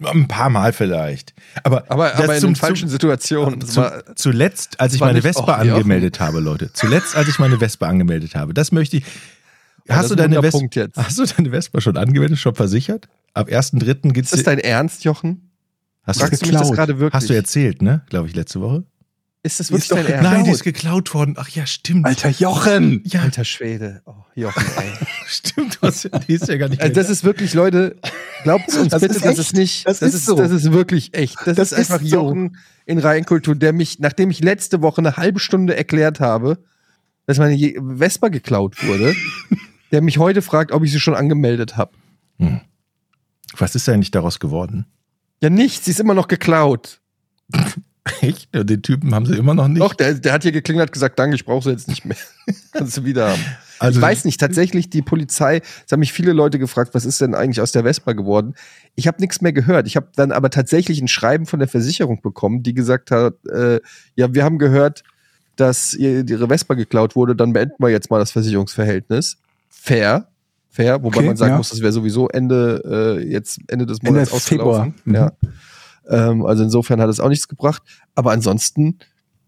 [SPEAKER 8] ein paar Mal vielleicht. Aber,
[SPEAKER 5] Aber,
[SPEAKER 8] das
[SPEAKER 5] aber in
[SPEAKER 8] zum-
[SPEAKER 5] den falschen Situationen. Das
[SPEAKER 8] Zu,
[SPEAKER 5] war-
[SPEAKER 8] zuletzt, als ich
[SPEAKER 5] war
[SPEAKER 8] meine
[SPEAKER 5] nicht- oh,
[SPEAKER 8] Vespa
[SPEAKER 5] Och, Jochen.
[SPEAKER 8] angemeldet habe, Leute. Zuletzt, als ich meine Vespa angemeldet habe. Das möchte ich.
[SPEAKER 5] das
[SPEAKER 8] Hast,
[SPEAKER 5] ist
[SPEAKER 8] du
[SPEAKER 5] ein
[SPEAKER 8] deine
[SPEAKER 5] guter
[SPEAKER 8] Vespa,
[SPEAKER 5] Punkt jetzt.
[SPEAKER 8] hast du deine Vespa schon angemeldet, schon versichert? Ab 1.3. gibt
[SPEAKER 5] Ist das
[SPEAKER 8] es.
[SPEAKER 5] dein Ernst, Jochen?
[SPEAKER 8] Hast,
[SPEAKER 5] Fragst du mich das
[SPEAKER 7] geklaut?
[SPEAKER 5] gerade wirklich?
[SPEAKER 8] hast du erzählt, ne? Glaube ich, letzte Woche.
[SPEAKER 5] Ist das
[SPEAKER 7] Die ist
[SPEAKER 5] wirklich
[SPEAKER 7] doch
[SPEAKER 5] dein
[SPEAKER 7] Ja.
[SPEAKER 5] Ernst?
[SPEAKER 8] Nein, die ist geklaut worden. Ach ja, stimmt.
[SPEAKER 7] Alter Jochen!
[SPEAKER 8] Ja, [laughs]
[SPEAKER 5] Alter Schwede. Oh, Jochen, [laughs] ey.
[SPEAKER 8] stimmt. du hast ja- Die ist ja gar nicht.
[SPEAKER 5] Also das ist wirklich, Leute, glaubt uns
[SPEAKER 7] Das
[SPEAKER 5] bitte,
[SPEAKER 7] ist
[SPEAKER 5] das
[SPEAKER 7] echt.
[SPEAKER 5] ist nicht,
[SPEAKER 7] Das ist so.
[SPEAKER 5] das ist wirklich echt. Das,
[SPEAKER 7] Das
[SPEAKER 5] ist einfach
[SPEAKER 7] ist so.
[SPEAKER 5] Jochen in Reinkultur, der mich, nachdem ich letzte Woche eine halbe Stunde erklärt habe, dass meine Je- Vespa geklaut [laughs] wurde, der mich heute fragt, ob ich sie schon angemeldet habe.
[SPEAKER 8] was ist eigentlich daraus geworden? [laughs]
[SPEAKER 5] Ja, nichts, sie ist immer noch geklaut.
[SPEAKER 8] Echt? Und Den Typen haben sie immer noch nicht.
[SPEAKER 5] Doch, der, der hat hier geklingelt hat gesagt, danke, ich brauche sie jetzt nicht mehr. [laughs] Kannst du wieder haben.
[SPEAKER 8] also,
[SPEAKER 5] ich weiß nicht, tatsächlich die Polizei, es haben mich viele Leute gefragt, was ist denn eigentlich aus der Vespa geworden? Ich habe nichts mehr gehört. Ich habe dann aber tatsächlich ein Schreiben von der Versicherung bekommen, die gesagt hat, äh, ja, wir haben gehört, dass ihr- ihre Vespa geklaut wurde, dann beenden wir jetzt mal das Versicherungsverhältnis. Fair, fair, wobei
[SPEAKER 7] Okay,
[SPEAKER 5] man sagen
[SPEAKER 7] ja.
[SPEAKER 5] muss, das wäre sowieso Ende äh, jetzt Ende des
[SPEAKER 7] Ende
[SPEAKER 5] Monats
[SPEAKER 7] Februar. mhm.
[SPEAKER 5] ausgelaufen. Ja. Ähm, also insofern hat es auch nichts gebracht. Aber ansonsten,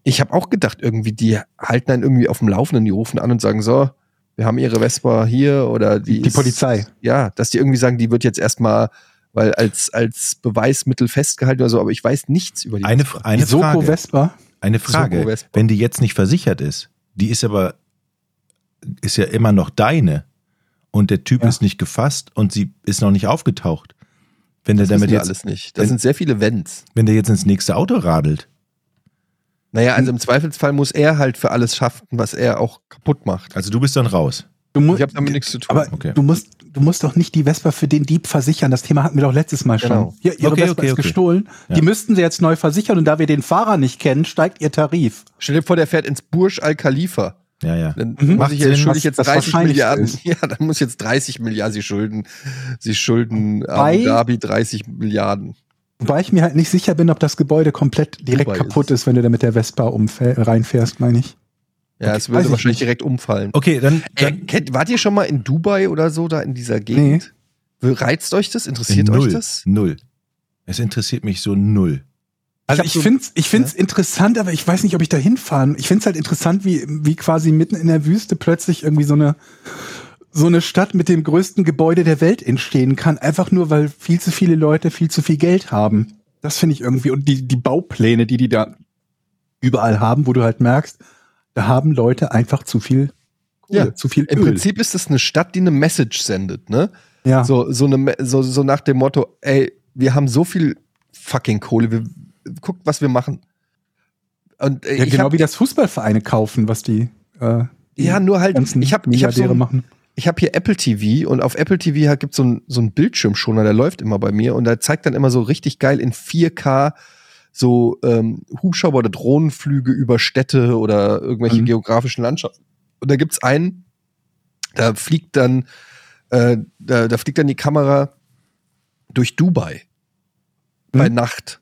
[SPEAKER 5] ich habe auch gedacht, irgendwie, die halten einen irgendwie auf dem Laufenden, die rufen an und sagen, so, wir haben ihre Vespa hier oder die.
[SPEAKER 7] Die
[SPEAKER 5] ist-
[SPEAKER 7] Polizei.
[SPEAKER 5] Ja, dass die irgendwie sagen, die wird jetzt erstmal, weil als, als Beweismittel festgehalten oder so, aber ich weiß nichts über die.
[SPEAKER 8] eine, eine
[SPEAKER 7] die Soko
[SPEAKER 8] Frage.
[SPEAKER 7] Vespa?
[SPEAKER 8] Eine Frage,
[SPEAKER 5] Soko Vespa.
[SPEAKER 8] wenn die jetzt nicht versichert ist, die ist aber ist ja immer noch deine und der Typ
[SPEAKER 7] Ja.
[SPEAKER 8] ist nicht gefasst und sie ist noch nicht aufgetaucht. Wenn der
[SPEAKER 5] das wissen
[SPEAKER 8] damit
[SPEAKER 5] wir
[SPEAKER 8] jetzt,
[SPEAKER 5] alles nicht. Das
[SPEAKER 8] wenn-
[SPEAKER 5] sind sehr viele Wenns.
[SPEAKER 8] wenn der jetzt ins nächste Auto radelt,
[SPEAKER 5] Naja, also im Zweifelsfall muss er halt für alles schaffen, was er auch kaputt macht.
[SPEAKER 8] also du bist dann raus.
[SPEAKER 7] Du mu-
[SPEAKER 5] Ich habe damit nichts zu tun.
[SPEAKER 7] aber
[SPEAKER 8] Okay.
[SPEAKER 7] du, musst, du musst doch nicht die Vespa für den Dieb versichern. Das Thema hatten wir doch letztes Mal schon.
[SPEAKER 5] Genau.
[SPEAKER 7] Hier, ihre
[SPEAKER 8] Okay,
[SPEAKER 7] Vespa
[SPEAKER 8] okay,
[SPEAKER 7] ist
[SPEAKER 8] okay.
[SPEAKER 7] gestohlen.
[SPEAKER 8] Ja.
[SPEAKER 7] Die müssten sie jetzt neu versichern und da wir den Fahrer nicht kennen, steigt ihr Tarif.
[SPEAKER 5] Stell dir vor, der fährt ins Burj Al-Khalifa.
[SPEAKER 8] Ja, ja.
[SPEAKER 5] Dann
[SPEAKER 7] Mhm.
[SPEAKER 5] muss
[SPEAKER 7] Macht
[SPEAKER 5] ich jetzt,
[SPEAKER 7] Sinn,
[SPEAKER 5] schulde
[SPEAKER 7] was
[SPEAKER 5] ich jetzt
[SPEAKER 7] das
[SPEAKER 5] 30
[SPEAKER 7] Wahrscheinlichste
[SPEAKER 5] Milliarden.
[SPEAKER 7] ist.
[SPEAKER 5] Ja, dann muss ich jetzt 30 Milliarden. Sie schulden, sie schulden Abu
[SPEAKER 7] Bei-
[SPEAKER 5] Dhabi 30 Milliarden.
[SPEAKER 7] Wobei ich mir halt nicht sicher bin, ob das Gebäude komplett direkt
[SPEAKER 5] Dubai
[SPEAKER 7] kaputt
[SPEAKER 5] ist
[SPEAKER 7] ist, wenn du da mit der Vespa umfäll- reinfährst, meine ich.
[SPEAKER 5] Ja,
[SPEAKER 7] weiß
[SPEAKER 5] es würde
[SPEAKER 7] ich
[SPEAKER 5] wahrscheinlich
[SPEAKER 7] nicht.
[SPEAKER 5] direkt umfallen.
[SPEAKER 8] Okay, dann,
[SPEAKER 5] Äh,
[SPEAKER 8] dann
[SPEAKER 5] kennt, wart ihr schon mal in Dubai oder so, da in dieser Gegend? Reizt euch das? Interessiert
[SPEAKER 8] null,
[SPEAKER 5] euch das?
[SPEAKER 8] null. Es interessiert mich so null.
[SPEAKER 7] Also
[SPEAKER 5] hab
[SPEAKER 7] ich,
[SPEAKER 5] so-
[SPEAKER 7] finde es ich find's interessant, aber ich weiß nicht, ob ich da hinfahren. Ich finde es halt interessant, wie, wie quasi mitten in der Wüste plötzlich irgendwie so eine so eine Stadt mit dem größten Gebäude der Welt entstehen kann, einfach nur weil viel zu viele Leute viel zu viel Geld haben. Das finde ich irgendwie und die die Baupläne, die die da überall haben, wo du halt merkst, da haben Leute einfach zu viel Kohle,
[SPEAKER 5] Ja,
[SPEAKER 7] zu viel
[SPEAKER 5] Im
[SPEAKER 7] Öl.
[SPEAKER 5] Prinzip ist es eine Stadt, die eine Message sendet, ne?
[SPEAKER 7] ja.
[SPEAKER 5] So, so, eine, Me- so, so nach dem Motto, ey, wir haben so viel fucking Kohle, wir, guckt, was wir machen. Und äh,
[SPEAKER 7] ja,
[SPEAKER 5] ich
[SPEAKER 7] genau
[SPEAKER 5] hab,
[SPEAKER 7] wie das Fußballvereine kaufen, was die äh, die
[SPEAKER 5] ja, nur halt,
[SPEAKER 7] ganzen
[SPEAKER 5] ich habe ich hab so
[SPEAKER 7] Milliardäre
[SPEAKER 5] ein-
[SPEAKER 7] machen.
[SPEAKER 5] ich habe hier Apple TV und auf Apple TV gibt so es so einen Bildschirmschoner, der läuft immer bei mir und der zeigt dann immer so richtig geil in 4K so ähm, Hubschrauber oder Drohnenflüge über Städte oder irgendwelche
[SPEAKER 7] Mhm.
[SPEAKER 5] geografischen Landschaften. Und da gibt's einen, da fliegt dann, äh, da, da fliegt dann die Kamera durch Dubai bei Nacht.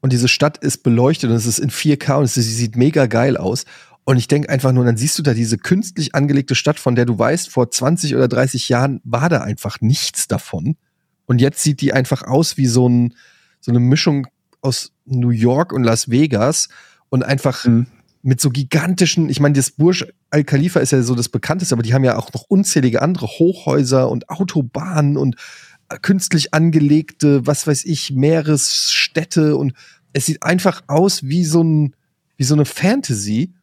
[SPEAKER 5] Und diese Stadt ist beleuchtet und es ist in 4K und es sie sieht mega geil aus. Und ich denke einfach nur, dann siehst du da diese künstlich angelegte Stadt, von der du weißt, vor 20 oder 30 Jahren war da einfach nichts davon. Und jetzt sieht die einfach aus wie so, ein, so eine Mischung aus New York und Las Vegas und einfach
[SPEAKER 7] Mhm.
[SPEAKER 5] mit so gigantischen, ich meine, das Burj Al Khalifa ist ja so das bekannteste, aber die haben ja auch noch unzählige andere Hochhäuser und Autobahnen und äh, künstlich angelegte, was weiß ich, Meeresstädte und es sieht einfach aus wie so ein wie so eine Fantasy.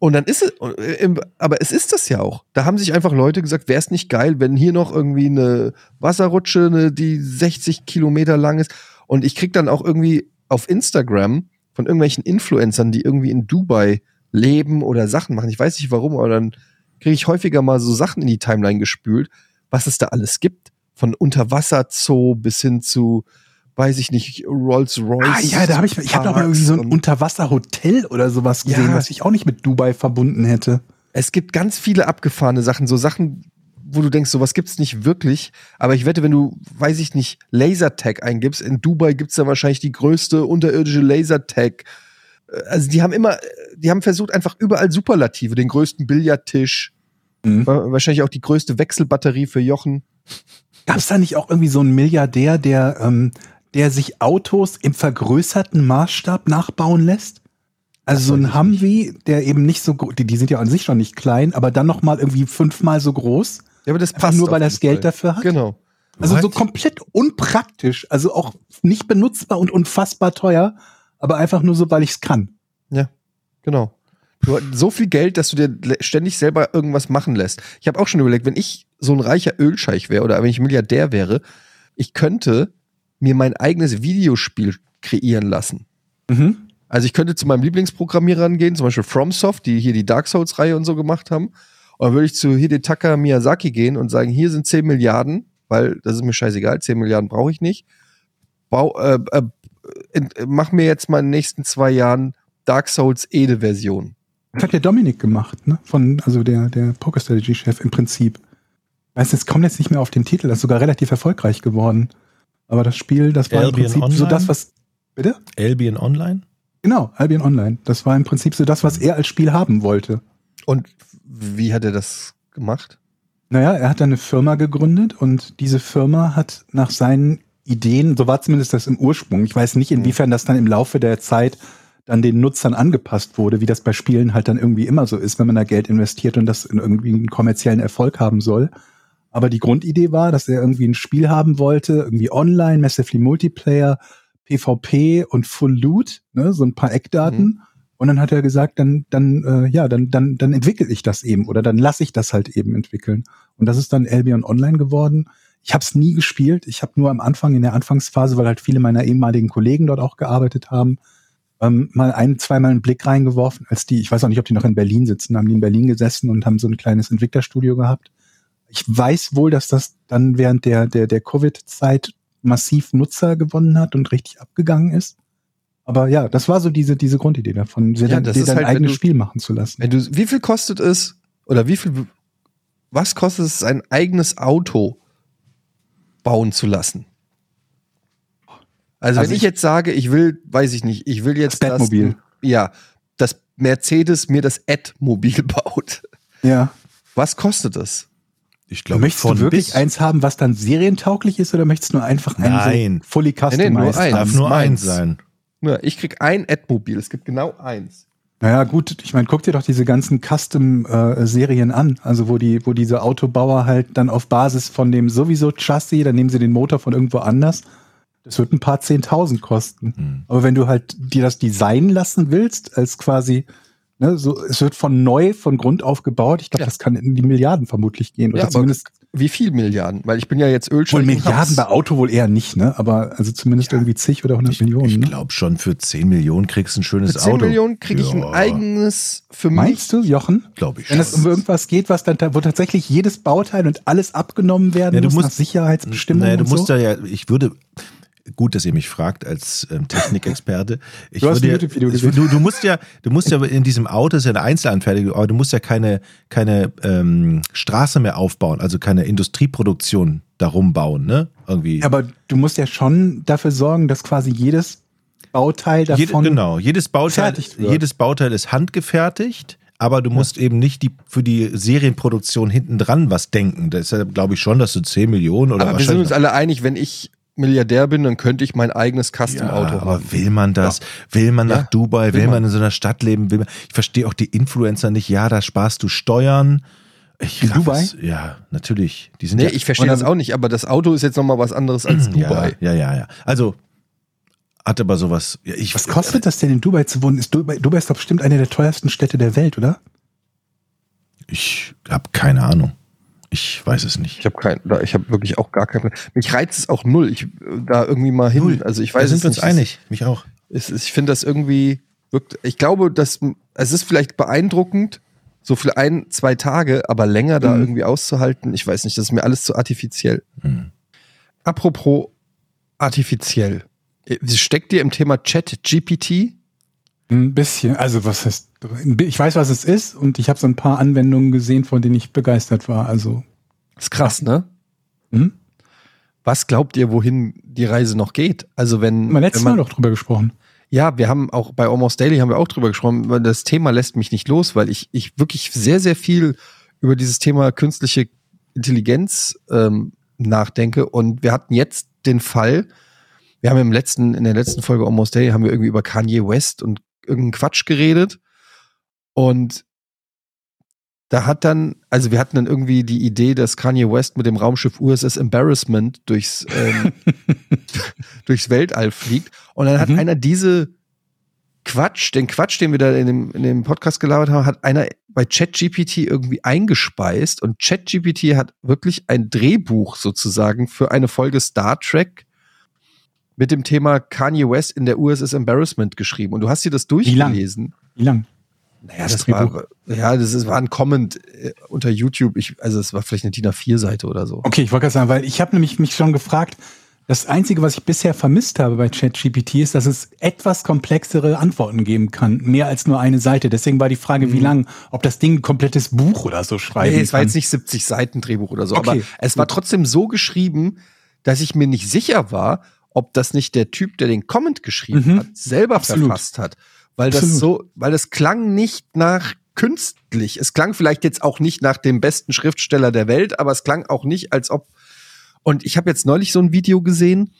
[SPEAKER 5] Und dann ist es, äh, im- aber es ist das ja auch. Da haben sich einfach Leute gesagt, wäre es nicht geil, wenn hier noch irgendwie eine Wasserrutsche, eine, die 60 Kilometer lang ist. Und ich krieg dann auch irgendwie auf Instagram von irgendwelchen Influencern, die irgendwie in Dubai leben oder Sachen machen. Ich weiß nicht warum, aber dann kriege ich häufiger mal so Sachen in die Timeline gespült, was es da alles gibt. Von Unterwasserzoo bis hin zu, weiß ich nicht, Rolls Royce.
[SPEAKER 7] Ah ja, da habe ich, ich habe auch mal irgendwie so ein Unterwasserhotel oder sowas gesehen,
[SPEAKER 5] Ja.
[SPEAKER 7] was ich auch nicht mit Dubai verbunden hätte.
[SPEAKER 5] Es gibt ganz viele abgefahrene Sachen, so Sachen, wo du denkst, sowas gibt's nicht wirklich. Aber ich wette, wenn du, weiß ich nicht, Lasertag eingibst, in Dubai gibt's da wahrscheinlich die größte unterirdische Lasertag. Äh, Also die haben immer, äh, die haben versucht einfach überall Superlative, den größten Billardtisch,
[SPEAKER 7] Mhm.
[SPEAKER 5] wa- wahrscheinlich auch die größte Wechselbatterie für Jochen.
[SPEAKER 7] Gab es da nicht auch irgendwie so einen Milliardär, der, ähm, der sich Autos im vergrößerten Maßstab nachbauen lässt? Also so ein Humvee, der eben nicht so gro- die, die sind ja an sich schon nicht klein, aber dann noch mal irgendwie fünfmal so groß,
[SPEAKER 5] Ja, aber das
[SPEAKER 7] einfach nur
[SPEAKER 5] auf
[SPEAKER 7] weil er das
[SPEAKER 5] jeden
[SPEAKER 7] Geld
[SPEAKER 5] Fall.
[SPEAKER 7] dafür hat.
[SPEAKER 5] Genau.
[SPEAKER 7] Also so
[SPEAKER 8] What?
[SPEAKER 7] komplett unpraktisch, also auch nicht benutzbar und unfassbar teuer, aber einfach nur so, weil ich es kann.
[SPEAKER 5] Genau. Du hast so viel Geld, dass du dir le- ständig selber irgendwas machen lässt. Ich habe auch schon überlegt, wenn ich so ein reicher Ölscheich wäre oder wenn ich Milliardär wäre, ich könnte mir mein eigenes Videospiel kreieren lassen.
[SPEAKER 7] Mhm.
[SPEAKER 5] Also ich könnte zu meinem Lieblingsprogrammierer gehen, zum Beispiel FromSoft, die hier die Dark Souls-Reihe und so gemacht haben. Und dann würde ich zu Hidetaka Miyazaki gehen und sagen, hier sind 10 Milliarden, weil das ist mir scheißegal, 10 Milliarden brauche ich nicht. Bau, äh, äh, ent- äh, mach mir jetzt mal in den nächsten zwei Jahren Dark Souls Ede-Version.
[SPEAKER 7] Das hat der Dominik gemacht, ne? Von, also der, der Poker Strategy Chef im Prinzip. Weiß jetzt kommt jetzt nicht mehr auf den Titel, das ist sogar relativ erfolgreich geworden. Aber das Spiel, das war
[SPEAKER 8] Albion
[SPEAKER 7] im Prinzip so
[SPEAKER 8] Online?
[SPEAKER 7] das, was. Bitte?
[SPEAKER 8] Albion Online?
[SPEAKER 7] Genau, Albion Online. Das war im Prinzip so das, was
[SPEAKER 8] Mhm.
[SPEAKER 7] er als Spiel haben wollte.
[SPEAKER 5] Und wie hat er das gemacht?
[SPEAKER 7] Naja, er hat dann eine Firma gegründet und diese Firma hat nach seinen Ideen, so war zumindest das im Ursprung, ich weiß nicht, inwiefern das dann im Laufe der Zeit dann den Nutzern angepasst wurde, wie das bei Spielen halt dann irgendwie immer so ist, wenn man da Geld investiert und das in irgendwie einen kommerziellen Erfolg haben soll. Aber die Grundidee war, dass er irgendwie ein Spiel haben wollte, irgendwie online, massively Multiplayer, PvP und Full Loot, ne, so ein paar Eckdaten. Und dann hat er gesagt, dann, dann, äh, ja, dann, dann, dann entwickle ich das eben oder dann lasse ich das halt eben entwickeln. Und das ist dann Albion Online geworden. Ich habe es nie gespielt. Ich habe nur am Anfang, in der Anfangsphase, weil halt viele meiner ehemaligen Kollegen dort auch gearbeitet haben, ähm, mal ein, zweimal einen Blick reingeworfen, als die, ich weiß auch nicht, ob die noch in Berlin sitzen, haben die in Berlin gesessen und haben so ein kleines Entwicklerstudio gehabt. Ich weiß wohl, dass das dann während der, der, der Covid-Zeit massiv Nutzer gewonnen hat und richtig abgegangen ist. Aber ja, das war so diese, diese Grundidee davon, dir
[SPEAKER 5] Ja,
[SPEAKER 7] dann,
[SPEAKER 5] das
[SPEAKER 7] dir
[SPEAKER 5] ist
[SPEAKER 7] dein
[SPEAKER 5] halt, wenn
[SPEAKER 7] eigenes
[SPEAKER 5] du-
[SPEAKER 7] Spiel machen zu lassen.
[SPEAKER 5] Wenn du, wie viel kostet es, oder wie viel, was kostet es, ein eigenes Auto bauen zu lassen? Also,
[SPEAKER 7] Also
[SPEAKER 5] wenn ich
[SPEAKER 7] ich-
[SPEAKER 5] jetzt sage, ich will, weiß ich nicht, ich will jetzt
[SPEAKER 7] Das Batmobil.
[SPEAKER 5] ja, dass Mercedes mir das Ad-Mobil [laughs] baut.
[SPEAKER 7] Ja.
[SPEAKER 5] Was kostet es?
[SPEAKER 8] Ich glaube,
[SPEAKER 7] möchtest
[SPEAKER 8] von
[SPEAKER 7] du wirklich
[SPEAKER 8] bis.
[SPEAKER 7] eins haben, was dann serientauglich ist, oder möchtest du nur einfach einen
[SPEAKER 8] Nein.
[SPEAKER 7] so fully
[SPEAKER 5] nee, nur
[SPEAKER 7] customized
[SPEAKER 5] eins.
[SPEAKER 8] Darf
[SPEAKER 7] haben?
[SPEAKER 8] nur
[SPEAKER 5] Meins.
[SPEAKER 8] eins sein.
[SPEAKER 5] Ja, ich krieg ein Ad-Mobil, es gibt genau eins.
[SPEAKER 7] Naja, gut, ich meine, guck dir doch diese ganzen Custom-Serien an, also wo die, wo diese Autobauer halt dann auf Basis von dem sowieso Chassis, dann nehmen sie den Motor von irgendwo anders. Das wird ein paar 10.000 kosten. Aber wenn du halt dir das Design lassen willst, als quasi, ne, so, es wird von neu, von Grund auf gebaut, ich glaube,
[SPEAKER 5] Ja.
[SPEAKER 7] das kann in die Milliarden vermutlich gehen. Oder
[SPEAKER 5] Ja, aber
[SPEAKER 7] zumindest
[SPEAKER 5] Wie viel Milliarden? Weil ich bin ja jetzt
[SPEAKER 7] wohl
[SPEAKER 5] Ölschein.
[SPEAKER 7] Milliarden bei Auto wohl eher nicht, ne? Aber also zumindest irgendwie zig oder 100 Millionen.
[SPEAKER 8] Ich
[SPEAKER 7] ne?
[SPEAKER 8] glaube schon, für 10 Millionen kriegst du ein schönes
[SPEAKER 5] Für 10
[SPEAKER 8] Auto.
[SPEAKER 5] Millionen kriege ich ein eigenes für mich.
[SPEAKER 7] Meinst du, Jochen?
[SPEAKER 8] Glaube ich
[SPEAKER 7] Wenn es um
[SPEAKER 8] schon.
[SPEAKER 7] irgendwas geht, was dann, ta- wo tatsächlich jedes Bauteil und alles abgenommen werden
[SPEAKER 8] Ja, du
[SPEAKER 7] muss
[SPEAKER 8] musst-
[SPEAKER 7] nach Sicherheitsbestimmungen.
[SPEAKER 8] Naja, du
[SPEAKER 7] und
[SPEAKER 8] musst
[SPEAKER 7] so.
[SPEAKER 8] da ja, ich würde, gut, dass ihr mich fragt als
[SPEAKER 7] [laughs]
[SPEAKER 8] ähm, Technikexperte. Ich
[SPEAKER 7] Du hast
[SPEAKER 8] würde
[SPEAKER 7] ein
[SPEAKER 8] ja-
[SPEAKER 7] YouTube-Video
[SPEAKER 8] ich-
[SPEAKER 7] gesehen.
[SPEAKER 8] Du, du musst ja, du musst ja in diesem Auto ist ja eine Einzelanfertigung, aber du musst ja keine, keine ähm, Straße mehr aufbauen, also keine Industrieproduktion darum bauen, ne? Irgendwie.
[SPEAKER 7] Aber du musst ja schon dafür sorgen, dass quasi jedes Bauteil davon.
[SPEAKER 8] Jed- genau, jedes Bauteil,
[SPEAKER 7] gefertigt wird.
[SPEAKER 8] jedes Bauteil ist handgefertigt, aber du musst eben nicht die, für die Serienproduktion hinten dran was denken. Deshalb glaube ich schon, dass du 10 Millionen oder
[SPEAKER 5] aber wir sind
[SPEAKER 8] wahrscheinlich
[SPEAKER 5] uns alle einig, wenn ich Milliardär bin, dann könnte ich mein eigenes Custom-Auto
[SPEAKER 8] Ja,
[SPEAKER 5] haben.
[SPEAKER 8] aber will man das? Will man nach
[SPEAKER 5] Ja,
[SPEAKER 8] Dubai? Will,
[SPEAKER 5] will
[SPEAKER 8] man.
[SPEAKER 5] man.
[SPEAKER 8] in so einer Stadt leben? Will man, ich verstehe auch die Influencer nicht. Ja, da sparst du Steuern. Ich
[SPEAKER 7] In
[SPEAKER 8] raff
[SPEAKER 7] Dubai?
[SPEAKER 8] Es, ja, natürlich. Die sind
[SPEAKER 5] Nee,
[SPEAKER 8] ja,
[SPEAKER 5] ich verstehe das auch nicht, aber das Auto ist jetzt nochmal was anderes als Dubai.
[SPEAKER 8] [clears throat] Ja, ja, ja, ja. Also hat aber sowas. Ja, ich,
[SPEAKER 7] Was kostet das denn, in Dubai zu wohnen? Ist Dubai, Dubai ist doch bestimmt eine der teuersten Städte der Welt, oder?
[SPEAKER 8] Ich habe keine Ahnung. Ich weiß es nicht.
[SPEAKER 5] Ich habe kein, da- ich habe wirklich auch gar keinen. Mich reizt es auch null. Ich äh, da irgendwie mal hin. Also ich weiß
[SPEAKER 8] da sind
[SPEAKER 5] es
[SPEAKER 8] wir uns
[SPEAKER 5] nicht.
[SPEAKER 8] einig. Mich auch.
[SPEAKER 5] Es, es, ich finde das irgendwie wirkt. Ich glaube, dass es ist vielleicht beeindruckend, so für ein, zwei Tage, aber länger
[SPEAKER 8] Mhm.
[SPEAKER 5] da irgendwie auszuhalten. Ich weiß nicht, das ist mir alles zu artifiziell.
[SPEAKER 8] Mhm.
[SPEAKER 5] Apropos artifiziell. Äh, Steckt dir im Thema Chat GPT?
[SPEAKER 7] Ein bisschen. Also, was heißt. Ich weiß, was es ist und ich habe so ein paar Anwendungen gesehen, von denen ich begeistert war. Also,
[SPEAKER 5] Ist krass, ne?
[SPEAKER 7] hm?
[SPEAKER 5] Was glaubt ihr, wohin die Reise noch geht? Also wenn,
[SPEAKER 7] Haben wir letztes
[SPEAKER 5] wenn man,
[SPEAKER 7] Mal doch drüber gesprochen.
[SPEAKER 5] Ja, wir haben auch bei Almost Daily haben wir auch drüber gesprochen, weil das Thema lässt mich nicht los, weil ich, ich wirklich sehr, sehr viel über dieses Thema künstliche Intelligenz ähm, nachdenke. Und wir hatten jetzt den Fall, wir haben im letzten, in der letzten Folge Almost Daily haben wir irgendwie über Kanye West und irgendeinen Quatsch geredet. Und da hat dann, also wir hatten dann irgendwie die Idee, dass Kanye West mit dem Raumschiff USS Embarrassment durchs, ähm, durchs Weltall fliegt. Und dann hat
[SPEAKER 7] Mhm.
[SPEAKER 5] einer diese Quatsch, den Quatsch, den wir da in dem, in dem Podcast gelabert haben, hat einer bei ChatGPT irgendwie eingespeist. Und ChatGPT hat wirklich ein Drehbuch sozusagen für eine Folge Star Trek mit dem Thema Kanye West in der USS Embarrassment geschrieben. Und du hast dir das
[SPEAKER 7] lang?
[SPEAKER 5] durchgelesen.
[SPEAKER 7] Wie lang?
[SPEAKER 5] Naja,
[SPEAKER 7] Das
[SPEAKER 5] das war, ja, das ist, war ein Comment äh, unter YouTube. Ich, also es war vielleicht eine DIN A4-Seite oder so.
[SPEAKER 7] Okay, ich wollte gerade sagen, weil ich habe nämlich mich schon gefragt, das Einzige, was ich bisher vermisst habe bei ChatGPT, ist, dass es etwas komplexere Antworten geben kann, mehr als nur eine Seite. Deswegen war die Frage, wie lang, ob das Ding ein komplettes Buch oder so schreiben
[SPEAKER 5] Mhm. Nee, es war
[SPEAKER 7] kann.
[SPEAKER 5] jetzt nicht 70 Seiten Drehbuch oder so,
[SPEAKER 7] Okay,
[SPEAKER 5] aber es war trotzdem so geschrieben, dass ich mir nicht sicher war, ob das nicht der Typ, der den Comment geschrieben
[SPEAKER 7] Mhm.
[SPEAKER 5] hat, selber
[SPEAKER 7] Absolut.
[SPEAKER 5] verfasst hat, weil das
[SPEAKER 7] Absolut.
[SPEAKER 5] so, weil das klang nicht nach künstlich. Es klang vielleicht jetzt auch nicht nach dem besten Schriftsteller der Welt, aber es klang auch nicht, als ob. Und ich habe jetzt neulich so ein Video gesehen.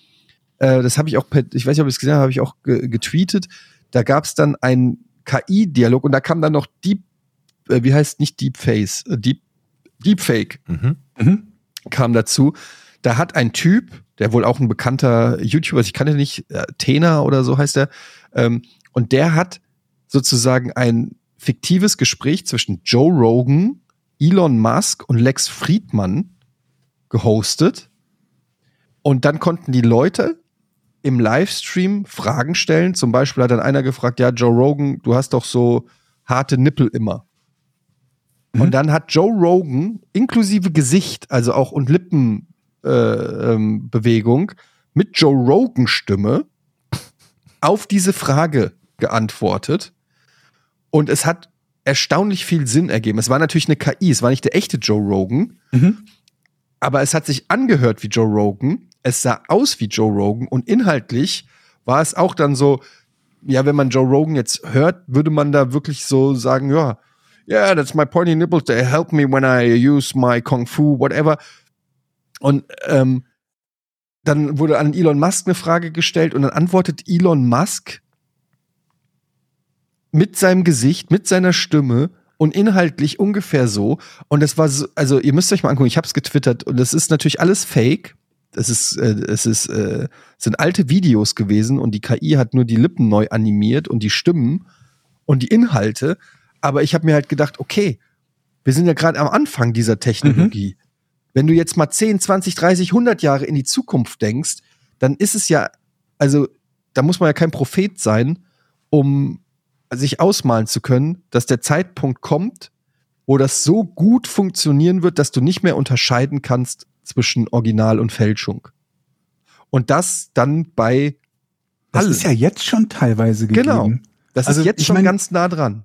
[SPEAKER 5] äh, das habe ich auch, per, ich weiß nicht, ob ich es gesehen habe, habe ich auch ge getweetet. Da gab es dann einen KI-Dialog und da kam dann noch Deep, äh, wie heißt nicht Deepface, äh, Deep, Deepfake
[SPEAKER 8] Mhm.
[SPEAKER 5] kam dazu. Da hat ein Typ, der wohl auch ein bekannter YouTuber ist, ich kannte nicht, äh, Tena oder so heißt er, ähm, und der hat sozusagen ein fiktives Gespräch zwischen Joe Rogan, Elon Musk und Lex Friedman gehostet. Und dann konnten die Leute im Livestream Fragen stellen. Zum Beispiel hat dann einer gefragt, ja, Joe Rogan, du hast doch so harte Nippel immer. Und dann hat Joe Rogan inklusive Gesicht, also auch und Lippenbewegung, äh, ähm, Bewegung, mit Joe Rogan Stimme auf diese Frage geantwortet. Und es hat erstaunlich viel Sinn ergeben. Es war natürlich eine KI, es war nicht der echte Joe Rogan, aber es hat sich angehört wie Joe Rogan, es sah aus wie Joe Rogan und inhaltlich war es auch dann so, ja, wenn man Joe Rogan jetzt hört, würde man da wirklich so sagen, ja, yeah, that's my pointy nipples, they help me when I use my Kung Fu, whatever. Und ähm, dann wurde an Elon Musk eine Frage gestellt und dann antwortet Elon Musk mit seinem Gesicht, mit seiner Stimme und inhaltlich ungefähr so. Und das war so, also ihr müsst euch mal angucken, ich habe es getwittert und das ist natürlich alles Fake. Es ist, äh, es ist, äh, sind alte Videos gewesen und die KI hat nur die Lippen neu animiert und die Stimmen und die Inhalte. Aber ich habe mir halt gedacht, okay, wir sind ja gerade am Anfang dieser Technologie. Wenn du jetzt mal 10, 20, 30, 100 Jahre in die Zukunft denkst, dann ist es ja, also da muss man ja kein Prophet sein, um sich ausmalen zu können, dass der Zeitpunkt kommt, wo das so gut funktionieren wird, dass du nicht mehr unterscheiden kannst zwischen Original und Fälschung. Und das dann bei
[SPEAKER 7] Das
[SPEAKER 5] allem.
[SPEAKER 7] ist ja jetzt schon teilweise gegeben.
[SPEAKER 5] Genau. das
[SPEAKER 7] also,
[SPEAKER 5] ist jetzt
[SPEAKER 7] ich
[SPEAKER 5] schon
[SPEAKER 7] mein-
[SPEAKER 5] ganz nah dran.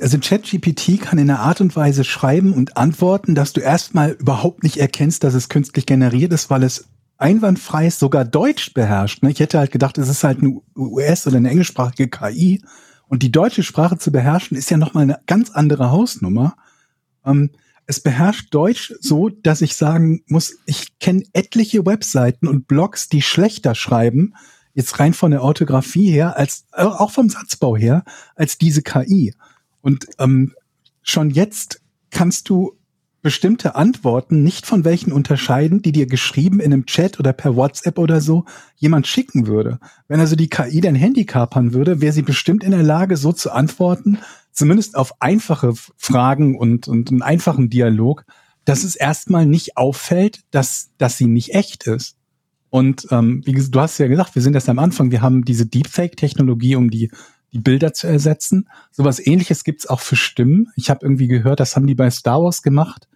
[SPEAKER 7] Also ChatGPT kann in einer Art und Weise schreiben und antworten, dass du erstmal überhaupt nicht erkennst, dass es künstlich generiert ist, weil es einwandfrei ist, sogar Deutsch beherrscht. ne? Ich hätte halt gedacht, es ist halt eine US- oder eine englischsprachige KI. Und die deutsche Sprache zu beherrschen, ist ja nochmal eine ganz andere Hausnummer. Ähm, es beherrscht Deutsch so, dass ich sagen muss, ich kenne etliche Webseiten und Blogs, die schlechter schreiben, jetzt rein von der Orthographie her, als äh, auch vom Satzbau her, als diese KI. Und ähm, schon jetzt kannst du bestimmte Antworten nicht von welchen unterscheiden, die dir geschrieben in einem Chat oder per WhatsApp oder so jemand schicken würde. Wenn also die KI dein Handy kapern würde, wäre sie bestimmt in der Lage, so zu antworten, zumindest auf einfache F- Fragen und, und einen einfachen Dialog, dass es erstmal nicht auffällt, dass, dass sie nicht echt ist. Und ähm, wie ges- du hast ja gesagt, wir sind erst am Anfang, wir haben diese Deepfake-Technologie, um die, die Bilder zu ersetzen. Sowas ähnliches gibt's auch für Stimmen. Ich habe irgendwie gehört, das haben die bei Star Wars gemacht,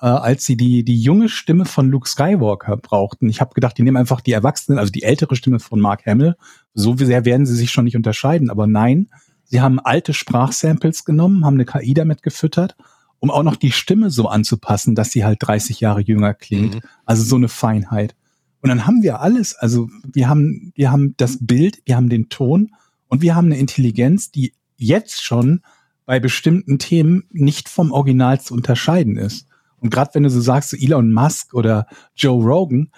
[SPEAKER 7] äh, als sie die, die junge Stimme von Luke Skywalker brauchten. Ich habe gedacht, die nehmen einfach die Erwachsenen, also die ältere Stimme von Mark Hamill. So wie sehr werden sie sich schon nicht unterscheiden. Aber nein, sie haben alte Sprachsamples genommen, haben eine KI damit gefüttert, um auch noch die Stimme so anzupassen, dass sie halt 30 Jahre jünger klingt. Also so eine Feinheit. Und dann haben wir alles. Also wir haben, wir haben das Bild, wir haben den Ton und wir haben eine Intelligenz, die jetzt schon bei bestimmten Themen nicht vom Original zu unterscheiden ist. Und gerade wenn du so sagst, so Elon Musk oder Joe Rogan,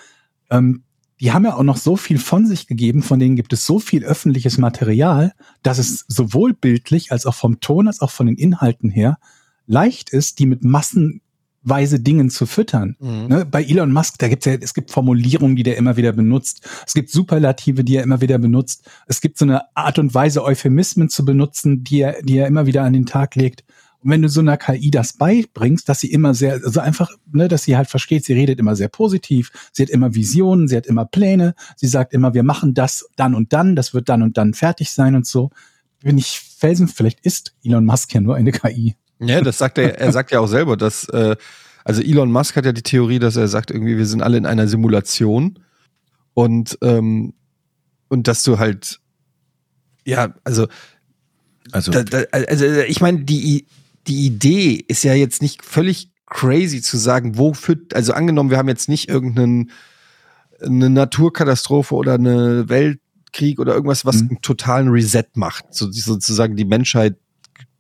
[SPEAKER 7] ähm, die haben ja auch noch so viel von sich gegeben, von denen gibt es so viel öffentliches Material, dass es sowohl bildlich als auch vom Ton als auch von den Inhalten her leicht ist, die mit massenweise Dingen zu füttern. Ne, bei Elon Musk, da gibt's ja, es gibt Formulierungen, die der immer wieder benutzt. Es gibt Superlative, die er immer wieder benutzt. Es gibt so eine Art und Weise, Euphemismen zu benutzen, die er, die er immer wieder an den Tag legt. Und wenn du so einer KI das beibringst, dass sie immer sehr, also einfach, ne, dass sie halt versteht, sie redet immer sehr positiv, sie hat immer Visionen, sie hat immer Pläne, sie sagt immer, wir machen das dann und dann, das wird dann und dann fertig sein und so. Bin ich felsen, vielleicht ist Elon Musk ja nur eine KI.
[SPEAKER 5] Ja, das sagt er, er sagt ja auch selber, dass, äh, also Elon Musk hat ja die Theorie, dass er sagt, irgendwie, wir sind alle in einer Simulation und, ähm, und dass du halt, ja, also,
[SPEAKER 8] Also,
[SPEAKER 5] da, da, also ich meine, die, I- die Idee ist ja jetzt nicht völlig crazy zu sagen, wo führt, also angenommen, wir haben jetzt nicht irgendeinen eine Naturkatastrophe oder eine Weltkrieg oder irgendwas, was einen totalen Reset macht, so, sozusagen die Menschheit,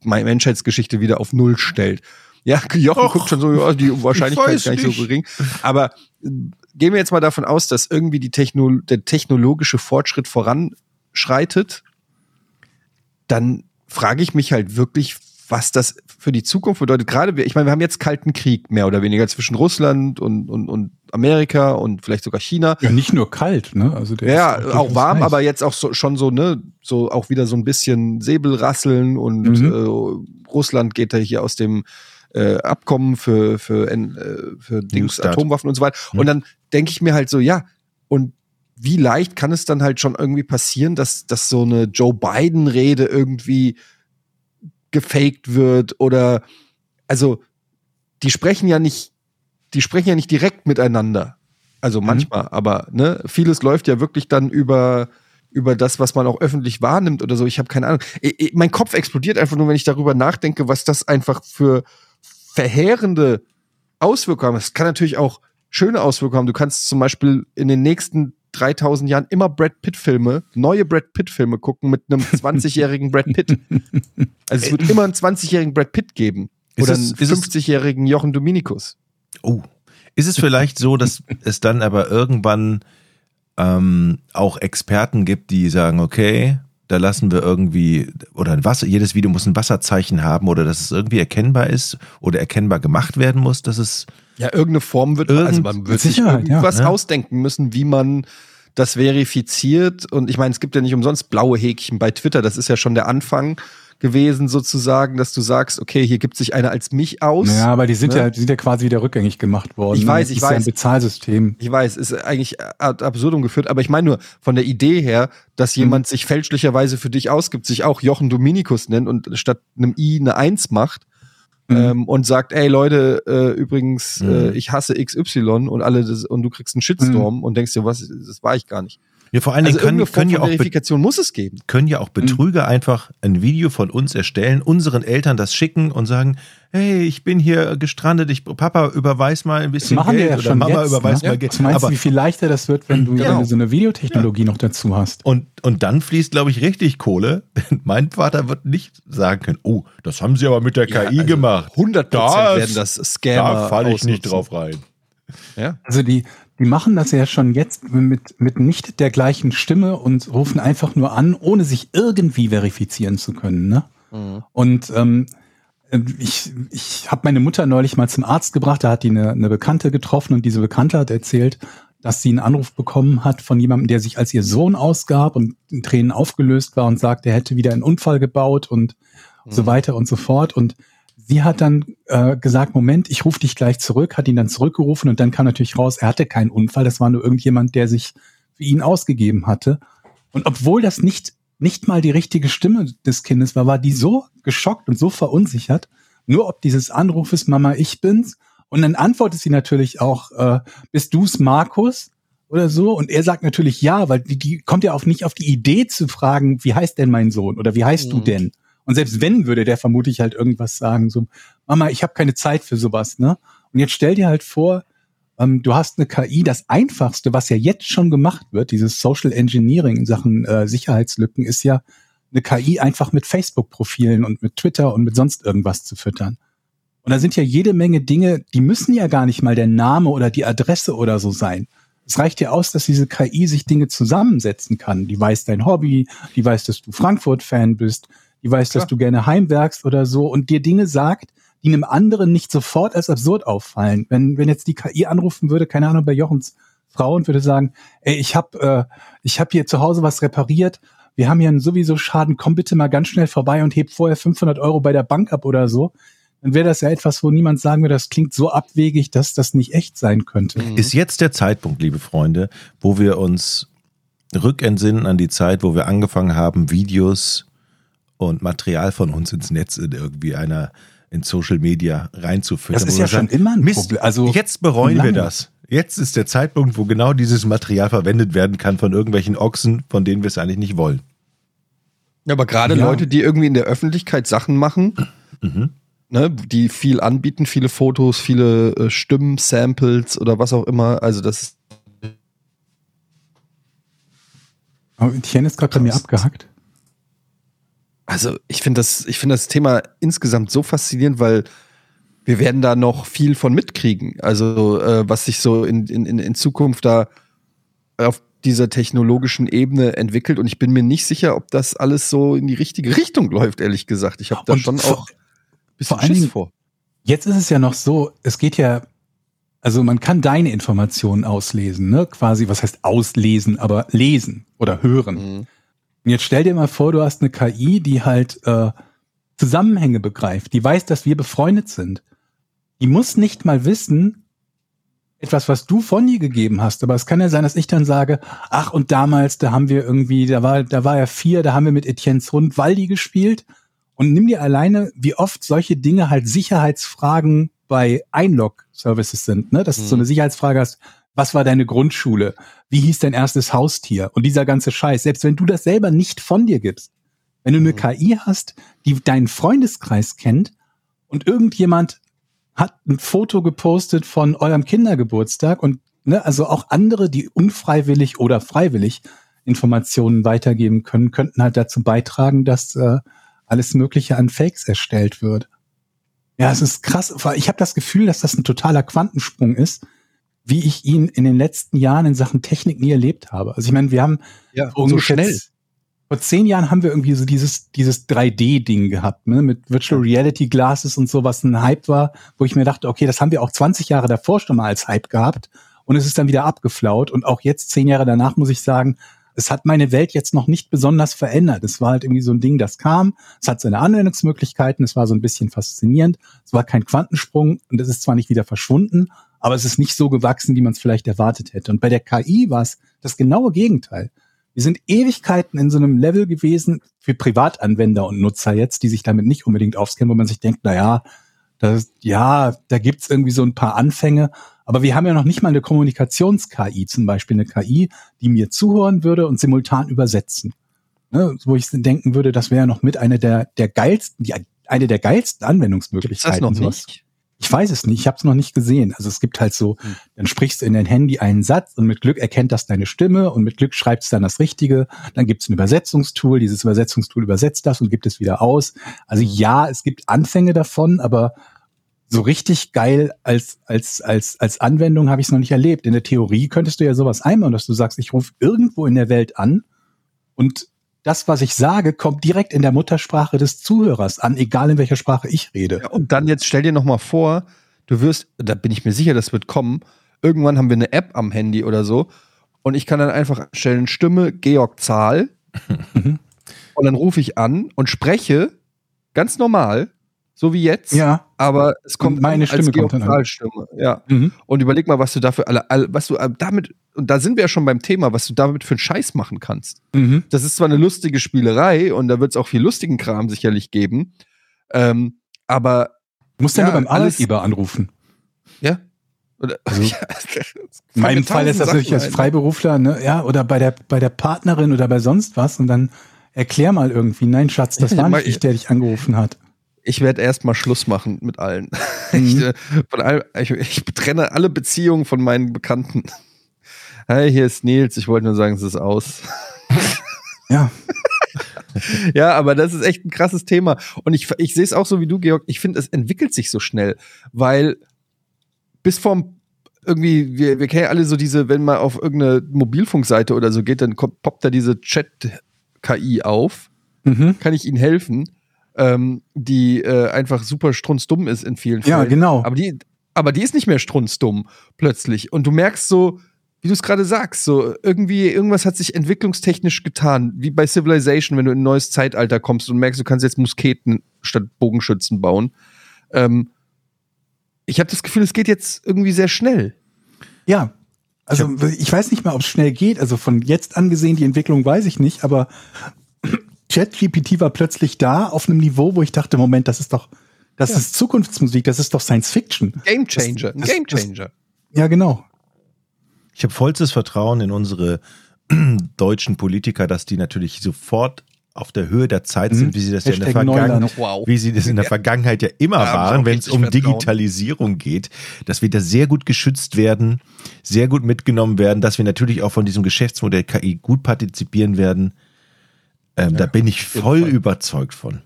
[SPEAKER 5] meine Menschheitsgeschichte wieder auf Null stellt. Ja, [laughs] Jochen guckt schon so, ja, die Wahrscheinlichkeit ist gar nicht, so gering. Aber äh, gehen wir jetzt mal davon aus, dass irgendwie die Techno der technologische Fortschritt voranschreitet, dann frage ich mich halt wirklich, was das für die Zukunft bedeutet. Gerade, wir, ich meine, wir haben jetzt Kalten Krieg mehr oder weniger zwischen Russland und, und, und Amerika und vielleicht sogar China.
[SPEAKER 7] Ja, nicht nur kalt, ne? Also der
[SPEAKER 5] Ja,
[SPEAKER 7] ist
[SPEAKER 5] auch
[SPEAKER 7] durchaus
[SPEAKER 5] warm,
[SPEAKER 7] heiß.
[SPEAKER 5] aber jetzt auch so, schon so, ne, so auch wieder so ein bisschen Säbelrasseln und
[SPEAKER 7] Mhm.
[SPEAKER 5] äh, Russland geht da hier aus dem äh, Abkommen für, für, en- äh, für Dings,
[SPEAKER 8] Start.
[SPEAKER 5] Atomwaffen und so weiter.
[SPEAKER 7] Mhm.
[SPEAKER 5] Und dann denke ich mir halt so, ja, und wie leicht kann es dann halt schon irgendwie passieren, dass, dass so eine Joe Biden-Rede irgendwie gefaked wird oder also die sprechen ja nicht, die sprechen ja nicht direkt miteinander. Also
[SPEAKER 8] Mhm.
[SPEAKER 5] manchmal, aber ne, vieles läuft ja wirklich dann über über das, was man auch öffentlich wahrnimmt oder so. Ich habe keine Ahnung. Ich, ich, mein Kopf explodiert einfach nur, wenn ich darüber nachdenke, was das einfach für verheerende Auswirkungen hat. Es kann natürlich auch schöne Auswirkungen haben. Du kannst zum Beispiel in den nächsten 3000 Jahren immer Brad Pitt-Filme, neue Brad Pitt-Filme gucken mit
[SPEAKER 8] [laughs]
[SPEAKER 5] einem 20-jährigen Brad Pitt. Also es wird immer einen 20-jährigen Brad Pitt geben.
[SPEAKER 8] Ist
[SPEAKER 5] Oder
[SPEAKER 8] es-
[SPEAKER 5] einen
[SPEAKER 8] ist es-
[SPEAKER 5] 50-jährigen Jochen Dominikus.
[SPEAKER 8] oh. Ist es vielleicht so, [laughs] dass es dann aber irgendwann ähm, auch Experten gibt, die sagen, okay, da lassen wir irgendwie, oder ein Wasser, jedes Video muss ein Wasserzeichen haben oder dass es irgendwie erkennbar ist oder erkennbar gemacht werden muss, dass es
[SPEAKER 5] Ja, irgendeine Form wird,
[SPEAKER 8] Irgend-
[SPEAKER 5] also man
[SPEAKER 7] mit
[SPEAKER 5] wird sich
[SPEAKER 7] Sicherheit, ja,
[SPEAKER 5] irgendwas
[SPEAKER 8] ne?
[SPEAKER 5] ausdenken müssen, wie man das verifiziert. Und ich meine, es gibt ja nicht umsonst blaue Häkchen bei Twitter. Das ist ja schon der Anfang gewesen sozusagen, dass du sagst, okay, hier gibt sich einer als mich aus.
[SPEAKER 7] Ja, aber die sind
[SPEAKER 5] Ne?
[SPEAKER 7] ja, die sind ja quasi wieder rückgängig gemacht worden. ne?
[SPEAKER 5] Ich weiß,
[SPEAKER 7] Das
[SPEAKER 5] ich
[SPEAKER 7] ist Ja ein
[SPEAKER 5] weiß.
[SPEAKER 7] Bezahlsystem.
[SPEAKER 5] Ich weiß, ist eigentlich ad absurdum geführt, aber ich meine nur von der Idee her, dass jemand sich fälschlicherweise für dich ausgibt, sich auch Jochen Dominikus nennt und statt einem I eine Eins macht ähm, und sagt, ey Leute, äh, übrigens, äh, ich hasse XY und alle das, und du kriegst einen Shitstorm und denkst dir, was, das war ich gar nicht.
[SPEAKER 8] ja vor allen Dingen
[SPEAKER 5] Also
[SPEAKER 8] können,
[SPEAKER 5] irgendeine Form
[SPEAKER 8] können, ja
[SPEAKER 5] von
[SPEAKER 8] auch Be-
[SPEAKER 5] Verifikation muss es geben.
[SPEAKER 8] können ja auch Betrüger einfach ein Video von uns erstellen, unseren Eltern das schicken und sagen, hey, ich bin hier gestrandet, ich, Papa überweis mal ein
[SPEAKER 7] Das
[SPEAKER 8] bisschen
[SPEAKER 7] machen
[SPEAKER 8] Geld
[SPEAKER 7] wir ja
[SPEAKER 8] oder
[SPEAKER 7] schon
[SPEAKER 8] Mama
[SPEAKER 7] jetzt.
[SPEAKER 8] überweis
[SPEAKER 7] ne?
[SPEAKER 8] mal Geld.
[SPEAKER 7] Was meinst
[SPEAKER 8] Aber
[SPEAKER 7] du, wie viel leichter das wird, wenn du, wenn
[SPEAKER 5] Genau.
[SPEAKER 7] du so eine Videotechnologie noch dazu hast?
[SPEAKER 8] Und, und dann fließt, glaube ich, richtig Kohle. [laughs] Denn mein Vater wird nicht sagen können, oh, das haben sie aber mit der KI gemacht.
[SPEAKER 5] 100%
[SPEAKER 8] Das-
[SPEAKER 5] werden das Scammer
[SPEAKER 8] Da falle ich nicht
[SPEAKER 5] ausnutzen.
[SPEAKER 8] drauf rein.
[SPEAKER 7] Also die, die machen das ja schon jetzt mit, mit nicht der gleichen Stimme und rufen einfach nur an, ohne sich irgendwie verifizieren zu können. Ne? Und ähm, ich, ich habe meine Mutter neulich mal zum Arzt gebracht, da hat die eine, eine Bekannte getroffen und diese Bekannte hat erzählt, dass sie einen Anruf bekommen hat von jemandem, der sich als ihr Sohn ausgab und in Tränen aufgelöst war und sagt, er hätte wieder einen Unfall gebaut und so weiter und so fort. Und sie hat dann äh, gesagt, Moment, ich rufe dich gleich zurück, hat ihn dann zurückgerufen und dann kam natürlich raus, er hatte keinen Unfall, das war nur irgendjemand, der sich für ihn ausgegeben hatte. Und obwohl das nicht, nicht mal die richtige Stimme des Kindes war, war die so geschockt und so verunsichert, nur ob dieses Anrufes Mama, ich bin's. Und dann antwortet sie natürlich auch, äh, bist du's Markus? Oder so. Und er sagt natürlich ja, weil die, die kommt ja auch nicht auf die Idee zu fragen, wie heißt denn mein Sohn oder wie heißt du denn? Und selbst wenn, würde der vermutlich halt irgendwas sagen, so, Mama, ich habe keine Zeit für sowas, ne? Und jetzt stell dir halt vor, ähm, du hast eine KI, das Einfachste, was ja jetzt schon gemacht wird, dieses Social Engineering in Sachen äh, Sicherheitslücken, ist ja eine KI einfach mit Facebook-Profilen und mit Twitter und mit sonst irgendwas zu füttern. Und da sind ja jede Menge Dinge, die müssen ja gar nicht mal der Name oder die Adresse oder so sein. Es reicht ja aus, dass diese KI sich Dinge zusammensetzen kann. Die weiß dein Hobby, die weiß, dass du Frankfurt-Fan bist, die weiß, dass du gerne heimwerkst oder so und dir Dinge sagt, die einem anderen nicht sofort als absurd auffallen. Wenn, wenn jetzt die KI anrufen würde, keine Ahnung, bei Jochens Frau und würde sagen, ey, ich habe äh, ich hab hier zu Hause was repariert, wir haben hier einen sowieso Schaden, komm bitte mal ganz schnell vorbei und heb vorher 500 Euro bei der Bank ab oder so, dann wäre das ja etwas, wo niemand sagen würde, das klingt so abwegig, dass das nicht echt sein könnte.
[SPEAKER 8] Ist jetzt der Zeitpunkt, liebe Freunde, wo wir uns rückentsinnen an die Zeit, wo wir angefangen haben, Videos und Material von uns ins Netz in irgendwie einer in Social Media reinzuführen.
[SPEAKER 7] Das ist ja schon immer ein Problem. Also
[SPEAKER 8] Also jetzt bereuen wir
[SPEAKER 7] lange.
[SPEAKER 8] das. Jetzt ist der Zeitpunkt, wo genau dieses Material verwendet werden kann von irgendwelchen Ochsen, von denen wir es eigentlich nicht wollen.
[SPEAKER 5] Ja, aber gerade
[SPEAKER 7] Ja.
[SPEAKER 5] Leute, die irgendwie in der Öffentlichkeit Sachen machen, ne, die viel anbieten, viele Fotos, viele äh, Stimmen, Samples oder was auch immer. Also das ist
[SPEAKER 7] Aber Tien ist gerade bei mir abgehackt.
[SPEAKER 5] Also ich finde das, ich finde das Thema insgesamt so faszinierend, weil wir werden da noch viel von mitkriegen. Also äh, was sich so in, in, in- in Zukunft da auf dieser technologischen Ebene entwickelt. Und ich bin mir nicht sicher, ob das alles so in die richtige Richtung läuft, ehrlich gesagt. Ich habe da
[SPEAKER 7] Und
[SPEAKER 5] schon
[SPEAKER 7] vor-
[SPEAKER 5] auch ein bisschen
[SPEAKER 7] vor allen
[SPEAKER 5] Schiss
[SPEAKER 7] Dingen-
[SPEAKER 5] vor.
[SPEAKER 7] Jetzt ist es ja noch so, es geht ja, also man kann deine Informationen auslesen, ne? Quasi, was heißt auslesen, aber lesen oder hören. Und jetzt stell dir mal vor, du hast eine KI, die halt äh, Zusammenhänge begreift, die weiß, dass wir befreundet sind. Die muss nicht mal wissen, etwas, was du von dir gegeben hast. Aber es kann ja sein, dass ich dann sage, ach, und damals, da haben wir irgendwie, da war, da war er vier, da haben wir mit Etienne's Hund Waldi gespielt. Und nimm dir alleine, wie oft solche Dinge halt Sicherheitsfragen bei Einlog-Services sind, ne? Dass du so eine Sicherheitsfrage hast, was war deine Grundschule? Wie hieß dein erstes Haustier? Und dieser ganze Scheiß, selbst wenn du das selber nicht von dir gibst, wenn du eine KI hast, die deinen Freundeskreis kennt und irgendjemand hat ein Foto gepostet von eurem Kindergeburtstag und ne, also auch andere, die unfreiwillig oder freiwillig Informationen weitergeben können, könnten halt dazu beitragen, dass äh, alles Mögliche an Fakes erstellt wird. Ja, es ist krass. weil Ich habe das Gefühl, dass das ein totaler Quantensprung ist, wie ich ihn in den letzten Jahren in Sachen Technik nie erlebt habe. Also ich meine, wir haben
[SPEAKER 5] Ja,
[SPEAKER 7] ungefähr z- vor zehn Jahren haben wir irgendwie so dieses, dieses 3D-Ding gehabt, ne? mit Virtual Reality Glasses und so, was ein Hype war, wo ich mir dachte, okay, das haben wir auch 20 Jahre davor schon mal als Hype gehabt und es ist dann wieder abgeflaut. Und auch jetzt, zehn Jahre danach, muss ich sagen, es hat meine Welt jetzt noch nicht besonders verändert. Es war halt irgendwie so ein Ding, das kam, es hat seine Anwendungsmöglichkeiten, es war so ein bisschen faszinierend, es war kein Quantensprung und es ist zwar nicht wieder verschwunden, aber es ist nicht so gewachsen, wie man es vielleicht erwartet hätte. Und bei der KI war es das genaue Gegenteil. Wir sind Ewigkeiten in so einem Level gewesen für Privatanwender und Nutzer jetzt, die sich damit nicht unbedingt auskennen, wo man sich denkt, na ja, das, ja, da gibt's irgendwie so ein paar Anfänge, aber wir haben ja noch nicht mal eine Kommunikations-KI, zum Beispiel eine KI, die mir zuhören würde und simultan übersetzen. Ne, wo ich denken würde, das wäre noch mit eine der, der geilsten, die, eine der geilsten Anwendungsmöglichkeiten.
[SPEAKER 5] das noch
[SPEAKER 7] sowas.
[SPEAKER 5] nicht?
[SPEAKER 7] Ich weiß es nicht, ich habe es noch nicht gesehen. Also es gibt halt so,
[SPEAKER 5] Hm.
[SPEAKER 7] dann sprichst du in dein Handy einen Satz und mit Glück erkennt das deine Stimme und mit Glück schreibst du dann das Richtige. Dann gibt es ein Übersetzungstool, dieses Übersetzungstool übersetzt das und gibt es wieder aus. Also
[SPEAKER 5] Hm.
[SPEAKER 7] ja, es gibt Anfänge davon, aber so richtig geil als, als, als, als Anwendung habe ich es noch nicht erlebt. In der Theorie könntest du ja sowas einbauen, dass du sagst, ich rufe irgendwo in der Welt an und das, was ich sage, kommt direkt in der Muttersprache des Zuhörers an, egal in welcher Sprache ich rede.
[SPEAKER 5] Ja, und dann jetzt stell dir noch mal vor, du wirst, da bin ich mir sicher, das wird kommen. Irgendwann haben wir eine App am Handy oder so und ich kann dann einfach stellen Stimme
[SPEAKER 7] [laughs]
[SPEAKER 5] Georg Zahl und dann rufe ich an und spreche ganz normal, so wie jetzt.
[SPEAKER 7] Ja.
[SPEAKER 5] Aber es kommt
[SPEAKER 7] meine
[SPEAKER 5] an
[SPEAKER 7] Stimme
[SPEAKER 5] als Georg
[SPEAKER 7] kommt dann an.
[SPEAKER 5] Zahl Stimme. Ja.
[SPEAKER 7] Mhm.
[SPEAKER 5] Und überleg mal, was du dafür alle, alle, was du äh, damit und da sind wir ja schon beim Thema, was du damit für einen Scheiß machen kannst.
[SPEAKER 7] Mhm.
[SPEAKER 5] Das ist zwar eine lustige Spielerei und da wird es auch viel lustigen Kram sicherlich geben. Ähm, aber
[SPEAKER 7] Du musst ja,
[SPEAKER 5] Ja,
[SPEAKER 7] nur beim
[SPEAKER 5] alles-
[SPEAKER 7] Arbeitgeber anrufen.
[SPEAKER 5] Ja. Oder, [laughs] ja,
[SPEAKER 7] In meinem Also Fall ist das natürlich
[SPEAKER 5] natürlich
[SPEAKER 7] als Freiberufler, ne? Ja, oder bei der, bei der Partnerin oder bei sonst was und dann erklär mal irgendwie, nein, Schatz, das
[SPEAKER 5] [laughs] Ja,
[SPEAKER 7] war
[SPEAKER 5] mach
[SPEAKER 7] nicht ich,
[SPEAKER 5] ich.
[SPEAKER 7] der dich angerufen hat.
[SPEAKER 5] Ich werde erstmal Schluss machen mit allen. [laughs]
[SPEAKER 7] Mhm.
[SPEAKER 5] Ich, äh, von allem, ich, ich trenne alle Beziehungen von meinen Bekannten. Hi, hier ist Nils. Ich wollte nur sagen, es ist aus. [laughs]
[SPEAKER 7] Ja.
[SPEAKER 5] Ja, aber das ist echt ein krasses Thema. Und ich, ich sehe es auch so wie du, Georg. Ich finde, es entwickelt sich so schnell, weil bis vorm irgendwie, wir, wir kennen ja alle so diese, wenn man auf irgendeine Mobilfunkseite oder so geht, dann kommt, poppt da diese Chat-KI auf. Kann ich Ihnen helfen? Ähm, die äh, einfach super strunzdumm ist in vielen
[SPEAKER 7] Ja,
[SPEAKER 5] Fällen.
[SPEAKER 7] genau.
[SPEAKER 5] Aber die, aber die ist nicht mehr strunzdumm plötzlich. Und du merkst so, wie du es gerade sagst, so irgendwie, irgendwas hat sich entwicklungstechnisch getan. Wie bei Civilization, wenn du in ein neues Zeitalter kommst und merkst, du kannst jetzt Musketen statt Bogenschützen bauen. Ähm, ich habe das Gefühl, es geht jetzt irgendwie sehr schnell.
[SPEAKER 7] Ja. Also ich weiß nicht mal, ob es schnell geht. Also von jetzt an gesehen, die Entwicklung weiß ich nicht, aber [clears throat] ChatGPT war plötzlich da auf einem Niveau, wo ich dachte, Moment, das ist doch, das ist Zukunftsmusik, das ist doch Science Fiction.
[SPEAKER 5] Game Changer. Ein
[SPEAKER 7] das-
[SPEAKER 5] Game
[SPEAKER 7] das-
[SPEAKER 5] Changer.
[SPEAKER 7] Ja, genau.
[SPEAKER 8] Ich habe vollstes Vertrauen in unsere [clears throat] deutschen Politiker, dass die natürlich sofort auf der Höhe der Zeit sind, wie sie das ja in der
[SPEAKER 7] Mhm. Hashtag
[SPEAKER 8] Vergangenheit,
[SPEAKER 7] Neuland.
[SPEAKER 5] Wow.
[SPEAKER 8] wie sie das in der Vergangenheit ja immer
[SPEAKER 5] hab ich
[SPEAKER 8] waren,
[SPEAKER 5] auch
[SPEAKER 8] wenn es
[SPEAKER 5] richtig
[SPEAKER 8] um
[SPEAKER 5] Vertrauen.
[SPEAKER 8] Digitalisierung geht, dass wir da sehr gut geschützt werden, sehr gut mitgenommen werden, dass wir natürlich auch von diesem Geschäftsmodell KI gut partizipieren werden. Ähm, da bin ich voll überzeugt von.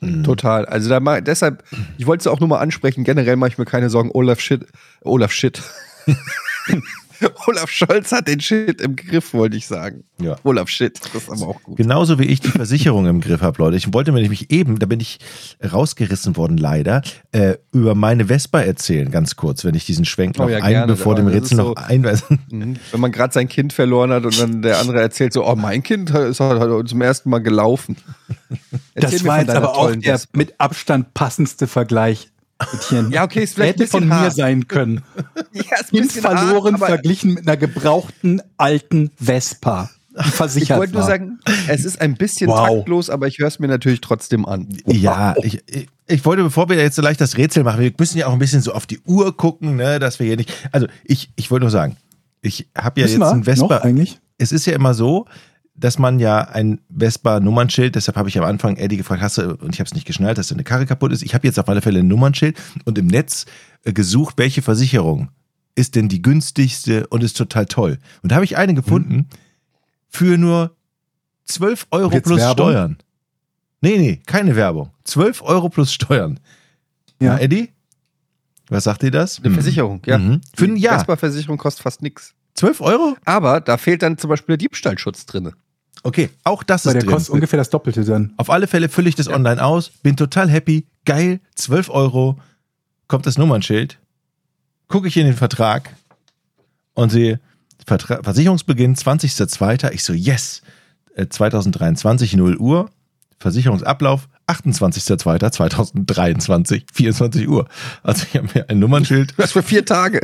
[SPEAKER 7] Mhm.
[SPEAKER 5] Total. Also da mal, deshalb, ich wollte es auch nur mal ansprechen, generell mache ich mir keine Sorgen, Olaf Shit,
[SPEAKER 7] [laughs]
[SPEAKER 5] Olaf Shit. Olaf Scholz hat den Shit im Griff, wollte ich sagen.
[SPEAKER 8] Ja.
[SPEAKER 5] Olaf Shit, das ist aber auch gut.
[SPEAKER 8] Genauso wie ich die Versicherung im Griff habe, Leute. Ich wollte mir nämlich eben, da bin ich rausgerissen worden leider, äh, über meine Vespa erzählen, ganz kurz, wenn ich diesen Schwenk
[SPEAKER 5] Oh
[SPEAKER 8] noch
[SPEAKER 5] ja,
[SPEAKER 8] ein,
[SPEAKER 5] gerne.
[SPEAKER 8] bevor dem
[SPEAKER 5] Das ist
[SPEAKER 8] Rätsel
[SPEAKER 5] so-
[SPEAKER 8] noch [laughs] also, einweisen.
[SPEAKER 5] Mhm. Wenn man gerade sein Kind verloren hat und dann der andere erzählt so, oh, mein Kind ist halt heute zum ersten Mal gelaufen. Erzähl
[SPEAKER 7] das
[SPEAKER 5] mir
[SPEAKER 7] war
[SPEAKER 5] von
[SPEAKER 7] jetzt
[SPEAKER 5] deiner
[SPEAKER 7] aber auch
[SPEAKER 5] tollen
[SPEAKER 7] der
[SPEAKER 5] Vespa.
[SPEAKER 7] mit Abstand passendste Vergleich.
[SPEAKER 5] [laughs]
[SPEAKER 7] Mädchen.
[SPEAKER 5] Ja, okay, ist vielleicht ein
[SPEAKER 7] hätte von
[SPEAKER 5] bisschen
[SPEAKER 7] mir
[SPEAKER 5] hart.
[SPEAKER 7] sein können.
[SPEAKER 5] [laughs] Ja, ist ein
[SPEAKER 7] Kind
[SPEAKER 5] bisschen hart,
[SPEAKER 7] verloren
[SPEAKER 5] aber-
[SPEAKER 7] verglichen mit einer gebrauchten alten Vespa. die
[SPEAKER 5] Ich
[SPEAKER 7] Versichert
[SPEAKER 5] wollte nur
[SPEAKER 7] war.
[SPEAKER 5] sagen, es ist ein bisschen
[SPEAKER 7] Wow.
[SPEAKER 5] taktlos, aber ich höre es mir natürlich trotzdem an.
[SPEAKER 8] Ja, ich, ich, ich wollte, bevor wir jetzt so leicht das Rätsel machen, wir müssen ja auch ein bisschen so auf die Uhr gucken, ne, dass wir hier nicht. Also ich, ich wollte nur sagen, ich habe ja
[SPEAKER 7] Müssen
[SPEAKER 8] jetzt
[SPEAKER 7] wir
[SPEAKER 8] ein Vespa.
[SPEAKER 7] noch eigentlich?
[SPEAKER 8] es ist ja immer so, dass man ja ein Vespa-Nummernschild, deshalb habe ich am Anfang Eddie gefragt, hast du, und ich habe es nicht geschnallt, dass deine Karre kaputt ist. Ich habe jetzt auf alle Fälle ein Nummernschild und im Netz äh, gesucht, welche Versicherung ist denn die günstigste und ist total toll. Und da habe ich eine
[SPEAKER 7] Mhm.
[SPEAKER 8] gefunden für nur 12 Euro
[SPEAKER 7] Jetzt
[SPEAKER 8] plus
[SPEAKER 7] Werbung?
[SPEAKER 8] Steuern. Nee, nee, keine Werbung. 12 Euro plus Steuern. Ja,
[SPEAKER 7] Ja.
[SPEAKER 8] Eddie? Was sagt dir das?
[SPEAKER 5] Eine Versicherung, ja.
[SPEAKER 8] Mhm. Für ein Jahr.
[SPEAKER 5] Vespa-Versicherung kostet fast nichts.
[SPEAKER 8] 12 Euro?
[SPEAKER 5] Aber da fehlt dann zum Beispiel der Diebstahlschutz drin.
[SPEAKER 8] Okay, auch das
[SPEAKER 7] Weil
[SPEAKER 8] ist
[SPEAKER 7] der
[SPEAKER 8] drin.
[SPEAKER 7] kostet ungefähr das Doppelte dann.
[SPEAKER 8] Auf alle Fälle fülle ich das online aus, bin total happy, geil, 12 Euro, kommt das Nummernschild, gucke ich in den Vertrag und sehe Vertra Versicherungsbeginn 20.02. Ich so, yes, äh, 2023, 0 Uhr, Versicherungsablauf 28.02.2023, 24 Uhr. Also ich habe mir ein Nummernschild
[SPEAKER 5] Du hast für vier Tage.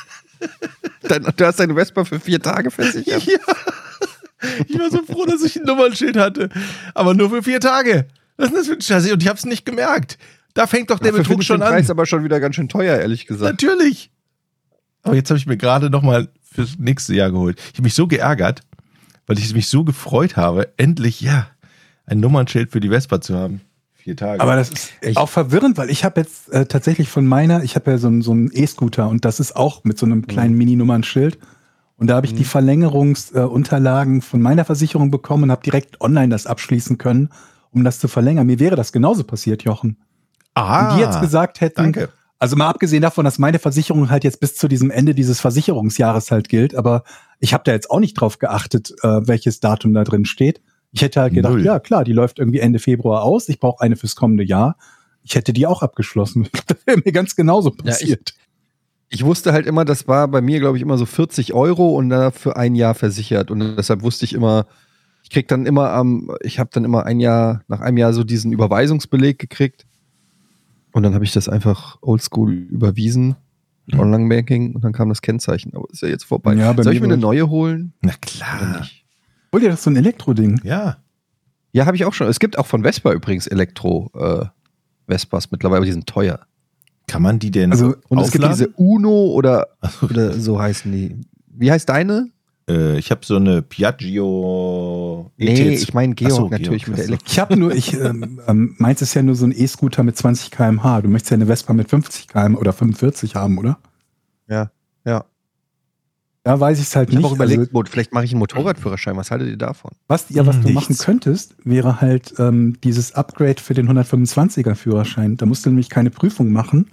[SPEAKER 5] [laughs] Dein, du hast deine Vespa für vier Tage
[SPEAKER 8] [laughs]
[SPEAKER 5] versichert.
[SPEAKER 8] Ich war so froh, dass ich ein Nummernschild hatte. Aber nur für vier Tage. Was ist denn das für ein Scheiße? Und ich hab's nicht gemerkt. Da fängt doch der
[SPEAKER 5] Dafür finde
[SPEAKER 8] Betrug
[SPEAKER 5] ich den
[SPEAKER 8] schon an.
[SPEAKER 5] Preis aber schon wieder ganz schön teuer, ehrlich gesagt.
[SPEAKER 8] Natürlich. Aber jetzt habe ich mir gerade nochmal fürs nächste Jahr geholt. Ich habe mich so geärgert, weil ich mich so gefreut habe, endlich, ja, ein Nummernschild für die Vespa zu haben. Vier Tage.
[SPEAKER 7] Aber das ist auch verwirrend, weil ich habe jetzt äh, tatsächlich von meiner, ich habe ja so, einen- so einen E-Scooter und das ist auch mit so
[SPEAKER 8] Mhm.
[SPEAKER 7] einem kleinen Mini-Nummernschild. Und da habe ich die Verlängerungsunterlagen äh, Unterlagen von meiner Versicherung bekommen und habe direkt online das abschließen können, um das zu verlängern. Mir wäre das genauso passiert, Jochen. Wenn
[SPEAKER 8] ah,
[SPEAKER 7] die jetzt gesagt hätten,
[SPEAKER 8] danke.
[SPEAKER 7] also mal abgesehen davon, dass meine Versicherung halt jetzt bis zu diesem Ende dieses Versicherungsjahres halt gilt, aber ich habe da jetzt auch nicht drauf geachtet, äh, welches Datum da drin steht. Ich hätte halt gedacht,
[SPEAKER 8] Null.
[SPEAKER 7] ja klar, die läuft irgendwie Ende Februar aus, ich brauche eine fürs kommende Jahr. Ich hätte die auch abgeschlossen. [laughs] das wäre mir ganz genauso
[SPEAKER 5] Ja, ich-
[SPEAKER 7] passiert.
[SPEAKER 5] Ich wusste halt immer, das war bei mir, glaube ich, immer so 40 Euro und dann für ein Jahr versichert. Und deshalb wusste ich immer, ich krieg dann immer am, ich habe dann immer ein Jahr, nach einem Jahr so diesen Überweisungsbeleg gekriegt. Und dann habe ich das einfach oldschool überwiesen,
[SPEAKER 8] Mhm.
[SPEAKER 5] Online-Banking, und dann kam das Kennzeichen. Aber ist ja jetzt vorbei.
[SPEAKER 7] Ja, bei
[SPEAKER 5] Soll
[SPEAKER 7] mir
[SPEAKER 5] ich mir eine
[SPEAKER 7] nicht.
[SPEAKER 5] neue holen?
[SPEAKER 8] Na
[SPEAKER 5] Oder
[SPEAKER 8] klar.
[SPEAKER 5] nicht?
[SPEAKER 7] Hol dir das so ein Elektroding.
[SPEAKER 8] Ja.
[SPEAKER 5] Ja, habe ich auch schon. Es gibt auch von Vespa übrigens Elektro-Vespas mittlerweile, aber die sind teuer.
[SPEAKER 8] Kann man die denn
[SPEAKER 7] Also,
[SPEAKER 5] Und es gibt
[SPEAKER 8] aufladen?
[SPEAKER 5] diese Uno oder, oder so heißen die. Wie heißt deine?
[SPEAKER 8] äh, ich habe so eine Piaggio
[SPEAKER 5] Nee,
[SPEAKER 8] ETS.
[SPEAKER 5] ich meine Georg
[SPEAKER 8] Ach so,
[SPEAKER 5] natürlich
[SPEAKER 8] Georg,
[SPEAKER 5] mit der
[SPEAKER 8] ach so.
[SPEAKER 5] Elektro.
[SPEAKER 7] Ich habe nur,
[SPEAKER 8] [laughs]
[SPEAKER 7] ich, ähm, ähm, meins ist ja nur so ein E-Scooter mit 20 km/h. Du möchtest ja eine Vespa mit 50 km oder 45 haben, oder?
[SPEAKER 5] Ja, ja.
[SPEAKER 7] Da weiß ich es halt
[SPEAKER 5] Ich
[SPEAKER 7] nicht.
[SPEAKER 5] habe auch
[SPEAKER 7] Also-
[SPEAKER 5] überlegt, Mut, vielleicht mache ich einen Motorradführerschein. Was haltet ihr davon?
[SPEAKER 7] Was, ja, was du
[SPEAKER 8] Nichts.
[SPEAKER 7] machen könntest, wäre halt ähm, dieses Upgrade für den 125er Führerschein. Da musst du nämlich keine Prüfung machen,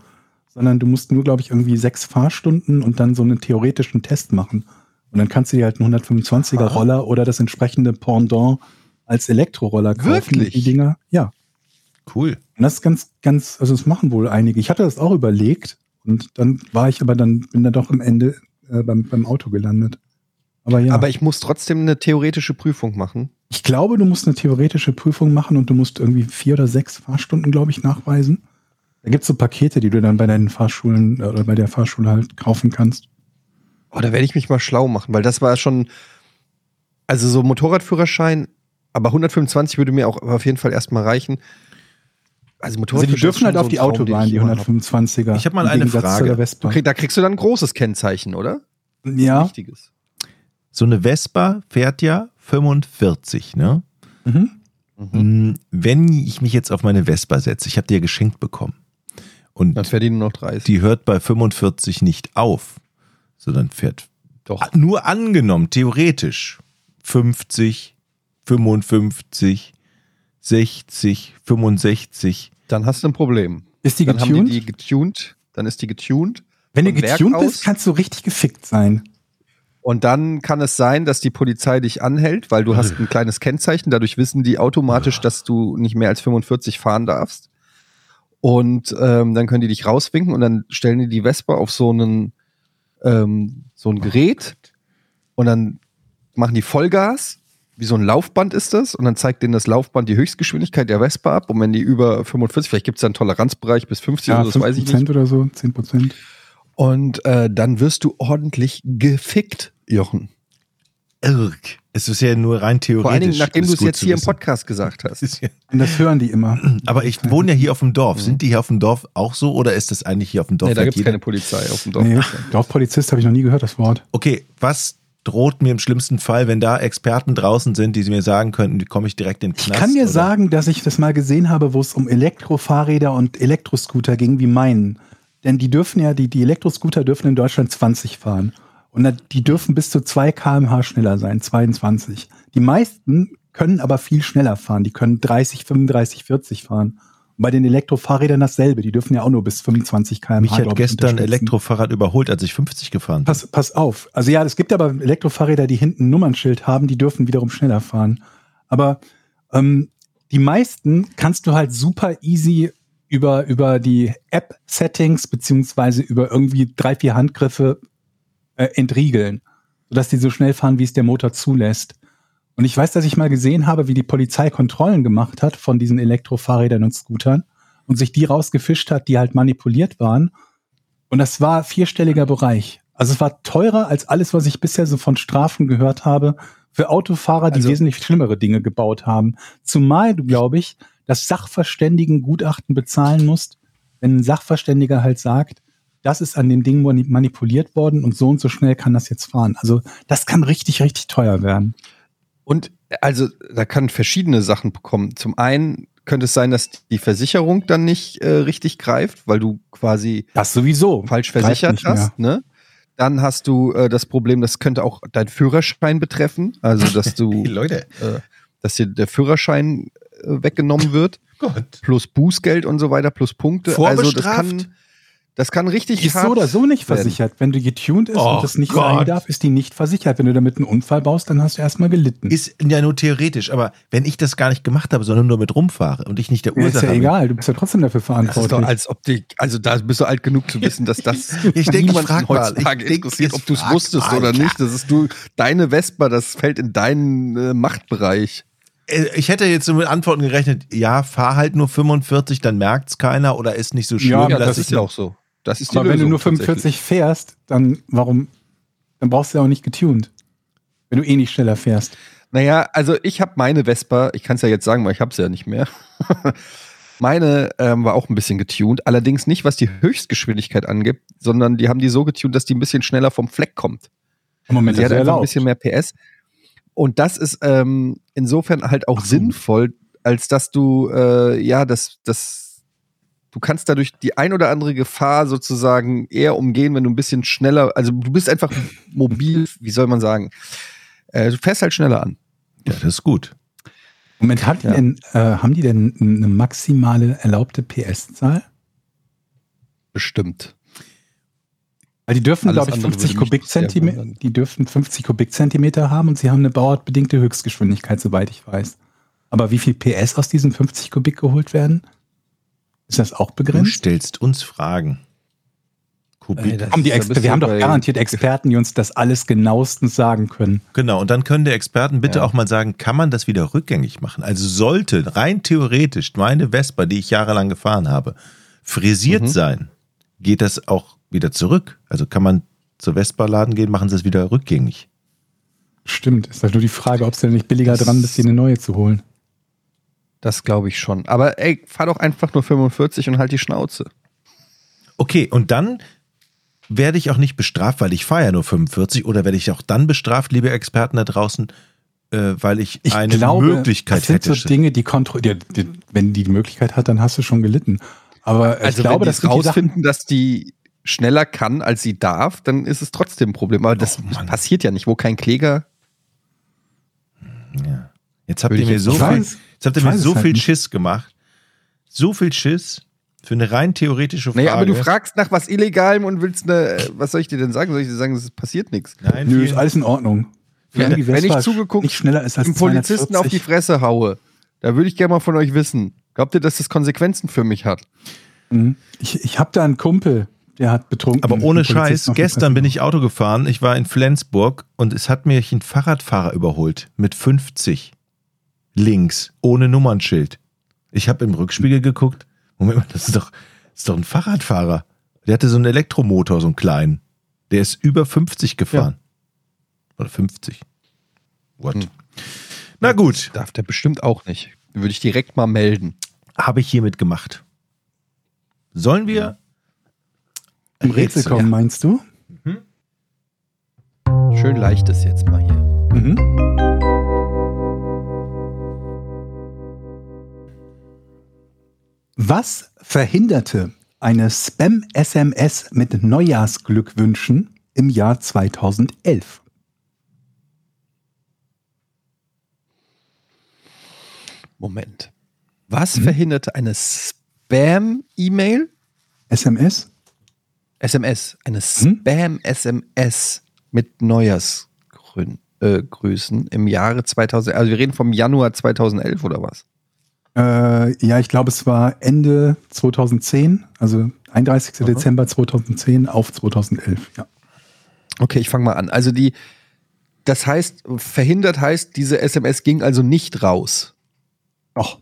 [SPEAKER 7] sondern du musst nur, glaube ich, irgendwie sechs Fahrstunden und dann so einen theoretischen Test machen. Und dann kannst du dir halt einen 125er Roller oder das entsprechende Pendant als Elektroroller kaufen.
[SPEAKER 5] Wirklich?
[SPEAKER 7] Die Dinger, ja.
[SPEAKER 8] Cool.
[SPEAKER 7] Und das ist ganz, ganz, also das machen wohl einige. Ich hatte das auch überlegt und dann war ich aber dann, bin da doch am Ende äh, beim, beim Auto gelandet. Aber ja.
[SPEAKER 5] Aber ich muss trotzdem eine theoretische Prüfung machen.
[SPEAKER 7] Ich glaube, du musst eine theoretische Prüfung machen und du musst irgendwie vier oder sechs Fahrstunden, glaube ich, nachweisen. Da gibt's so Pakete, die du dann bei deinen Fahrschulen äh, oder bei der Fahrschule halt kaufen kannst.
[SPEAKER 5] Oh, da werde ich mich mal schlau machen, weil das war schon, also so Motorradführerschein, aber 125 würde mir auch auf jeden Fall erstmal reichen. Also
[SPEAKER 7] Also die
[SPEAKER 5] Motorradführerschein ist
[SPEAKER 7] dürfen halt
[SPEAKER 5] schon
[SPEAKER 7] auf
[SPEAKER 5] so
[SPEAKER 7] die
[SPEAKER 5] ein Traum,
[SPEAKER 7] Autobahn,
[SPEAKER 5] den
[SPEAKER 7] die
[SPEAKER 5] immer hab.
[SPEAKER 7] 125er.
[SPEAKER 8] Ich hab mal
[SPEAKER 7] Im
[SPEAKER 8] eine
[SPEAKER 7] Gegensatz
[SPEAKER 8] Frage.
[SPEAKER 7] zu der
[SPEAKER 5] Du
[SPEAKER 7] Vespa.
[SPEAKER 5] krieg, da kriegst du dann ein großes Kennzeichen, oder?
[SPEAKER 7] Ja,
[SPEAKER 5] Richtiges.
[SPEAKER 8] So eine Vespa fährt ja 45, ne?
[SPEAKER 7] mhm.
[SPEAKER 5] Hm?
[SPEAKER 8] Mm, Wenn ich mich jetzt auf meine Vespa setze, ich habe die ja geschenkt bekommen. Und
[SPEAKER 5] Dann fährt die nur noch 30.
[SPEAKER 8] die hört bei 45 nicht auf, sondern fährt
[SPEAKER 5] Doch.
[SPEAKER 8] Ah, nur angenommen, theoretisch 50, 55, 60, 65.
[SPEAKER 5] Dann hast du ein Problem.
[SPEAKER 7] ist die
[SPEAKER 5] dann haben
[SPEAKER 7] getuned?
[SPEAKER 5] die die getuned, dann ist die getuned.
[SPEAKER 7] Wenn du
[SPEAKER 5] von Werk
[SPEAKER 7] getuned
[SPEAKER 5] aus.
[SPEAKER 7] bist, kannst du richtig gefickt sein.
[SPEAKER 5] Und dann kann es sein, dass die Polizei dich anhält, weil du hast ein kleines Kennzeichen. Dadurch wissen die automatisch, dass du nicht mehr als 45 fahren darfst. Und ähm, dann können die dich rauswinken und dann stellen die die Vespa auf so einen ähm, so ein Gerät und dann machen die Vollgas. Wie so ein Laufband ist das und dann zeigt denen das Laufband die Höchstgeschwindigkeit der Vespa ab und wenn die über 45, vielleicht gibt es da einen Toleranzbereich bis 50 oder so, das weiß ich nicht.
[SPEAKER 7] oder so, 10 Prozent.
[SPEAKER 5] Und äh, dann wirst du ordentlich gefickt, Jochen.
[SPEAKER 8] Irk. Es ist ja nur rein theoretisch.
[SPEAKER 5] Vor allen Dingen, nachdem
[SPEAKER 8] ist
[SPEAKER 5] du es
[SPEAKER 8] gut
[SPEAKER 5] jetzt
[SPEAKER 8] zu
[SPEAKER 5] hier im
[SPEAKER 8] wissen.
[SPEAKER 5] Podcast gesagt
[SPEAKER 8] Es
[SPEAKER 5] hast.
[SPEAKER 8] ist ja-
[SPEAKER 7] Und das hören die immer.
[SPEAKER 8] [laughs] Aber ich wohne ja hier auf dem Dorf. Sind die hier auf dem Dorf auch so oder ist das eigentlich hier auf dem Dorf?
[SPEAKER 5] Nee, da
[SPEAKER 8] fährt
[SPEAKER 5] gibt es
[SPEAKER 8] jeder-
[SPEAKER 5] keine Polizei auf dem Dorf.
[SPEAKER 7] Nee, Dorfpolizist habe ich noch nie gehört, das Wort.
[SPEAKER 8] Okay, was droht mir im schlimmsten Fall, wenn da Experten draußen sind, die mir sagen könnten, wie komme ich direkt in den
[SPEAKER 7] Ich
[SPEAKER 8] Knast?
[SPEAKER 7] kann dir
[SPEAKER 8] oder-
[SPEAKER 7] sagen, dass ich das mal gesehen habe, wo es um Elektrofahrräder und Elektroscooter ging, wie meinen. Denn die dürfen ja, die, die Elektroscooter dürfen in Deutschland 20 fahren. Und da- die dürfen bis zu 2 km/h schneller sein, 22. Die meisten können aber viel schneller fahren. Die können 30, 35, 40 fahren. Bei den Elektrofahrrädern dasselbe. Die dürfen ja auch nur bis 25 km/h.
[SPEAKER 8] Mich hat
[SPEAKER 7] glaub ich,
[SPEAKER 8] gestern ein
[SPEAKER 7] unterstützen.
[SPEAKER 8] Elektrofahrrad überholt, als ich 50 gefahren bin.
[SPEAKER 7] Pass, pass auf. Also ja, es gibt aber Elektrofahrräder, die hinten ein Nummernschild haben, die dürfen wiederum schneller fahren. Aber ähm, die meisten kannst du halt super easy über, über die App-Settings beziehungsweise über irgendwie drei, vier Handgriffe äh, entriegeln, sodass die so schnell fahren, wie es der Motor zulässt. Und ich weiß, dass ich mal gesehen habe, wie die Polizei Kontrollen gemacht hat von diesen Elektrofahrrädern und Scootern und sich die rausgefischt hat, die halt manipuliert waren. Und das war vierstelliger Bereich. Also es war teurer als alles, was ich bisher so von Strafen gehört habe für Autofahrer, die
[SPEAKER 5] Also-
[SPEAKER 7] wesentlich schlimmere Dinge gebaut haben. Zumal du, glaube ich, das Sachverständigengutachten bezahlen musst, wenn ein Sachverständiger halt sagt, das ist an dem Ding mani- manipuliert worden und so und so schnell kann das jetzt fahren. Also das kann richtig, richtig teuer werden.
[SPEAKER 5] Und also da kann verschiedene Sachen bekommen. Zum einen könnte es sein, dass die Versicherung dann nicht äh, richtig greift, weil du quasi
[SPEAKER 7] Das sowieso.
[SPEAKER 5] falsch
[SPEAKER 7] Greift
[SPEAKER 5] versichert
[SPEAKER 7] nicht mehr.
[SPEAKER 5] hast, ne? Dann hast du äh, das Problem, das könnte auch deinen Führerschein betreffen, also dass du,
[SPEAKER 8] [laughs] Leute.
[SPEAKER 5] äh, dass dir der Führerschein äh, weggenommen wird,
[SPEAKER 8] Gott.
[SPEAKER 5] plus Bußgeld und so weiter, plus Punkte. Also das
[SPEAKER 8] Vorbestraft?
[SPEAKER 5] kann, das kann richtig
[SPEAKER 7] Die ist so oder so nicht versichert. Wenn du getuned ist
[SPEAKER 8] Och
[SPEAKER 7] und das nicht sein
[SPEAKER 8] Gott.
[SPEAKER 7] darf, ist die nicht versichert. Wenn du damit einen Unfall baust, dann hast du erstmal gelitten.
[SPEAKER 8] Ist ja nur theoretisch, aber wenn ich das gar nicht gemacht habe, sondern nur mit rumfahre und ich nicht der
[SPEAKER 7] Mir ist
[SPEAKER 8] Ursache
[SPEAKER 7] ja
[SPEAKER 8] bin.
[SPEAKER 7] egal, du bist ja trotzdem dafür
[SPEAKER 5] Das ist doch,
[SPEAKER 7] verantwortlich.
[SPEAKER 5] als ob die, also da bist du alt genug zu wissen, dass das
[SPEAKER 8] [laughs] Ich denke,
[SPEAKER 5] niemanden
[SPEAKER 8] frag mal.
[SPEAKER 5] heutzutage
[SPEAKER 8] Ich denke,
[SPEAKER 5] interessiert,
[SPEAKER 8] jetzt
[SPEAKER 5] ob du es
[SPEAKER 8] frag
[SPEAKER 5] wusstest
[SPEAKER 8] mal,
[SPEAKER 5] oder
[SPEAKER 8] ja.
[SPEAKER 5] nicht. Das ist du, deine Vespa, das fällt in deinen äh, Machtbereich.
[SPEAKER 8] Äh, Ich hätte jetzt so mit Antworten gerechnet, ja, fahr halt nur 45, dann merkt's keiner oder ist nicht so schlimm.
[SPEAKER 7] Ja,
[SPEAKER 8] lass ich
[SPEAKER 5] auch so. Das ist die
[SPEAKER 7] Aber wenn du
[SPEAKER 5] Lösung
[SPEAKER 7] nur
[SPEAKER 5] tatsächlich.
[SPEAKER 7] 45 fährst, dann warum? Dann brauchst du ja auch nicht getuned. Wenn du eh nicht schneller fährst.
[SPEAKER 5] Naja, also ich habe meine Vespa, ich kann es ja jetzt sagen, weil ich habe es ja nicht mehr. [laughs] meine ähm, war auch ein bisschen getuned, allerdings nicht, was die Höchstgeschwindigkeit angibt, sondern die haben die so getuned, dass die ein bisschen schneller vom Fleck kommt.
[SPEAKER 7] Moment,
[SPEAKER 5] Also Sie hat
[SPEAKER 7] ja
[SPEAKER 5] einfach ein
[SPEAKER 7] erlaubt.
[SPEAKER 5] bisschen mehr PS. Und das ist ähm, insofern halt auch sinnvoll, als dass du, äh, ja, das, das, du kannst dadurch die ein oder andere Gefahr sozusagen eher umgehen, wenn du ein bisschen schneller, also du bist [laughs] einfach mobil, wie soll man sagen, äh, du fährst halt schneller an.
[SPEAKER 8] Ja, das ist gut.
[SPEAKER 7] Moment, hat die
[SPEAKER 5] Ja.
[SPEAKER 7] denn, äh, haben die denn eine maximale erlaubte PS-Zahl?
[SPEAKER 5] Bestimmt.
[SPEAKER 7] Weil die dürfen,
[SPEAKER 5] Alles
[SPEAKER 7] glaube ich,
[SPEAKER 5] andere
[SPEAKER 7] 50
[SPEAKER 5] würde mich sehr
[SPEAKER 7] Kubikzentimeter,
[SPEAKER 5] wundern.
[SPEAKER 7] die dürfen 50 Kubikzentimeter haben und sie haben eine bauartbedingte Höchstgeschwindigkeit, soweit ich weiß. Aber wie viel PS aus diesen 50 Kubik geholt werden? Ist das auch
[SPEAKER 8] Du
[SPEAKER 7] begrenzt?
[SPEAKER 8] stellst uns Fragen. Kubik.
[SPEAKER 5] das-
[SPEAKER 7] Haben die
[SPEAKER 5] Da bist
[SPEAKER 7] Exper
[SPEAKER 5] du
[SPEAKER 7] wir haben doch
[SPEAKER 5] bei-
[SPEAKER 7] garantiert Experten, die uns das alles genauestens sagen können.
[SPEAKER 8] Genau, und dann können die Experten bitte auch mal sagen, kann man das wieder rückgängig machen? Also sollte rein theoretisch meine Vespa, die ich jahrelang gefahren habe,
[SPEAKER 7] Mhm.
[SPEAKER 8] frisiert sein, geht das auch wieder zurück? Also kann man zur Vespa-Laden gehen, machen sie es wieder rückgängig?
[SPEAKER 7] Stimmt, ist halt nur die Frage, ob es denn nicht billiger
[SPEAKER 5] Das-
[SPEAKER 7] dran ist, dir eine neue zu holen.
[SPEAKER 5] Das glaube ich schon. Aber ey, fahr doch einfach nur 45 und halt die Schnauze.
[SPEAKER 8] Okay, und dann werde ich auch nicht bestraft, weil ich fahre ja nur 45 oder werde ich auch dann bestraft, liebe Experten da draußen, äh, weil ich,
[SPEAKER 7] Ich
[SPEAKER 8] eine
[SPEAKER 7] glaube,
[SPEAKER 8] Möglichkeit
[SPEAKER 7] das sind
[SPEAKER 8] hätte.
[SPEAKER 7] so Dinge, die kontrollieren. Wenn die die Möglichkeit hat, dann hast du schon gelitten. Aber ich glaube,
[SPEAKER 5] Also, wenn
[SPEAKER 7] das
[SPEAKER 5] die rausfinden, dass die schneller kann, als sie darf, dann ist es trotzdem ein Problem. Aber das
[SPEAKER 8] Oh, Mann.
[SPEAKER 5] passiert ja nicht, wo kein Kläger.
[SPEAKER 8] Ja. Jetzt habt ihr
[SPEAKER 5] ich
[SPEAKER 8] mir
[SPEAKER 5] jetzt-
[SPEAKER 8] so
[SPEAKER 7] Ich
[SPEAKER 8] viel,
[SPEAKER 7] weiß.
[SPEAKER 8] jetzt habt ihr
[SPEAKER 7] Ich
[SPEAKER 8] mir
[SPEAKER 7] weiß
[SPEAKER 8] so
[SPEAKER 7] es halt
[SPEAKER 8] viel
[SPEAKER 7] nicht.
[SPEAKER 8] Schiss gemacht. So viel Schiss für eine rein theoretische Frage.
[SPEAKER 5] Naja, aber du fragst nach was Illegalem und willst eine. äh, Was soll ich dir denn sagen? Soll ich dir sagen, es passiert nichts?
[SPEAKER 8] Nein,
[SPEAKER 7] Nö,
[SPEAKER 8] viel,
[SPEAKER 7] ist alles in Ordnung.
[SPEAKER 5] Wenn-
[SPEAKER 7] die
[SPEAKER 5] wenn
[SPEAKER 7] Vespa
[SPEAKER 5] ich zugeguckt
[SPEAKER 7] nicht schneller ist als
[SPEAKER 5] Einen Polizisten auf die
[SPEAKER 7] 240.
[SPEAKER 5] Fresse haue. Da würde ich gerne mal von euch wissen. Glaubt ihr, dass das Konsequenzen für mich hat?
[SPEAKER 7] Mhm. Ich, ich habe da einen Kumpel, der hat betrunken.
[SPEAKER 8] aber ohne
[SPEAKER 7] den Polizisten
[SPEAKER 8] Scheiß,
[SPEAKER 7] auf die
[SPEAKER 8] gestern
[SPEAKER 7] Fresse
[SPEAKER 8] bin ich Auto gefahren, ich war in Flensburg und es hat mich ein Fahrradfahrer überholt mit 50 links ohne Nummernschild. Ich habe im Rückspiegel geguckt, Moment mal, das ist doch das ist doch ein Fahrradfahrer. Der hatte so einen Elektromotor, so einen kleinen. Der ist über 50 gefahren. Oder 50. What?
[SPEAKER 5] Hm.
[SPEAKER 8] Na gut,
[SPEAKER 5] Darf der bestimmt auch nicht. Würde ich direkt mal melden.
[SPEAKER 8] habe ich hiermit gemacht. Sollen wir Äh,
[SPEAKER 7] Im Rätsel kommen,
[SPEAKER 8] Ja.
[SPEAKER 7] meinst du?
[SPEAKER 5] Schön leichtes jetzt mal hier.
[SPEAKER 7] Mhm. Was verhinderte eine Spam-SMS mit Neujahrsglückwünschen im Jahr 2011?
[SPEAKER 5] Mhm. Moment. Was verhinderte eine Spam-E-Mail?
[SPEAKER 7] SMS?
[SPEAKER 5] SMS. Eine Spam-SMS mit Neujahrsgrüßen äh, Grüßen im Jahre 2000. Also wir reden vom Januar 2011 oder was?
[SPEAKER 7] Äh, ja, ich glaube, es war Ende 2010, also 31. Dezember 2010 auf 2011. Ja.
[SPEAKER 5] Okay, ich fange mal an. Also die, das heißt, verhindert heißt, diese SMS ging also nicht raus.
[SPEAKER 7] Doch.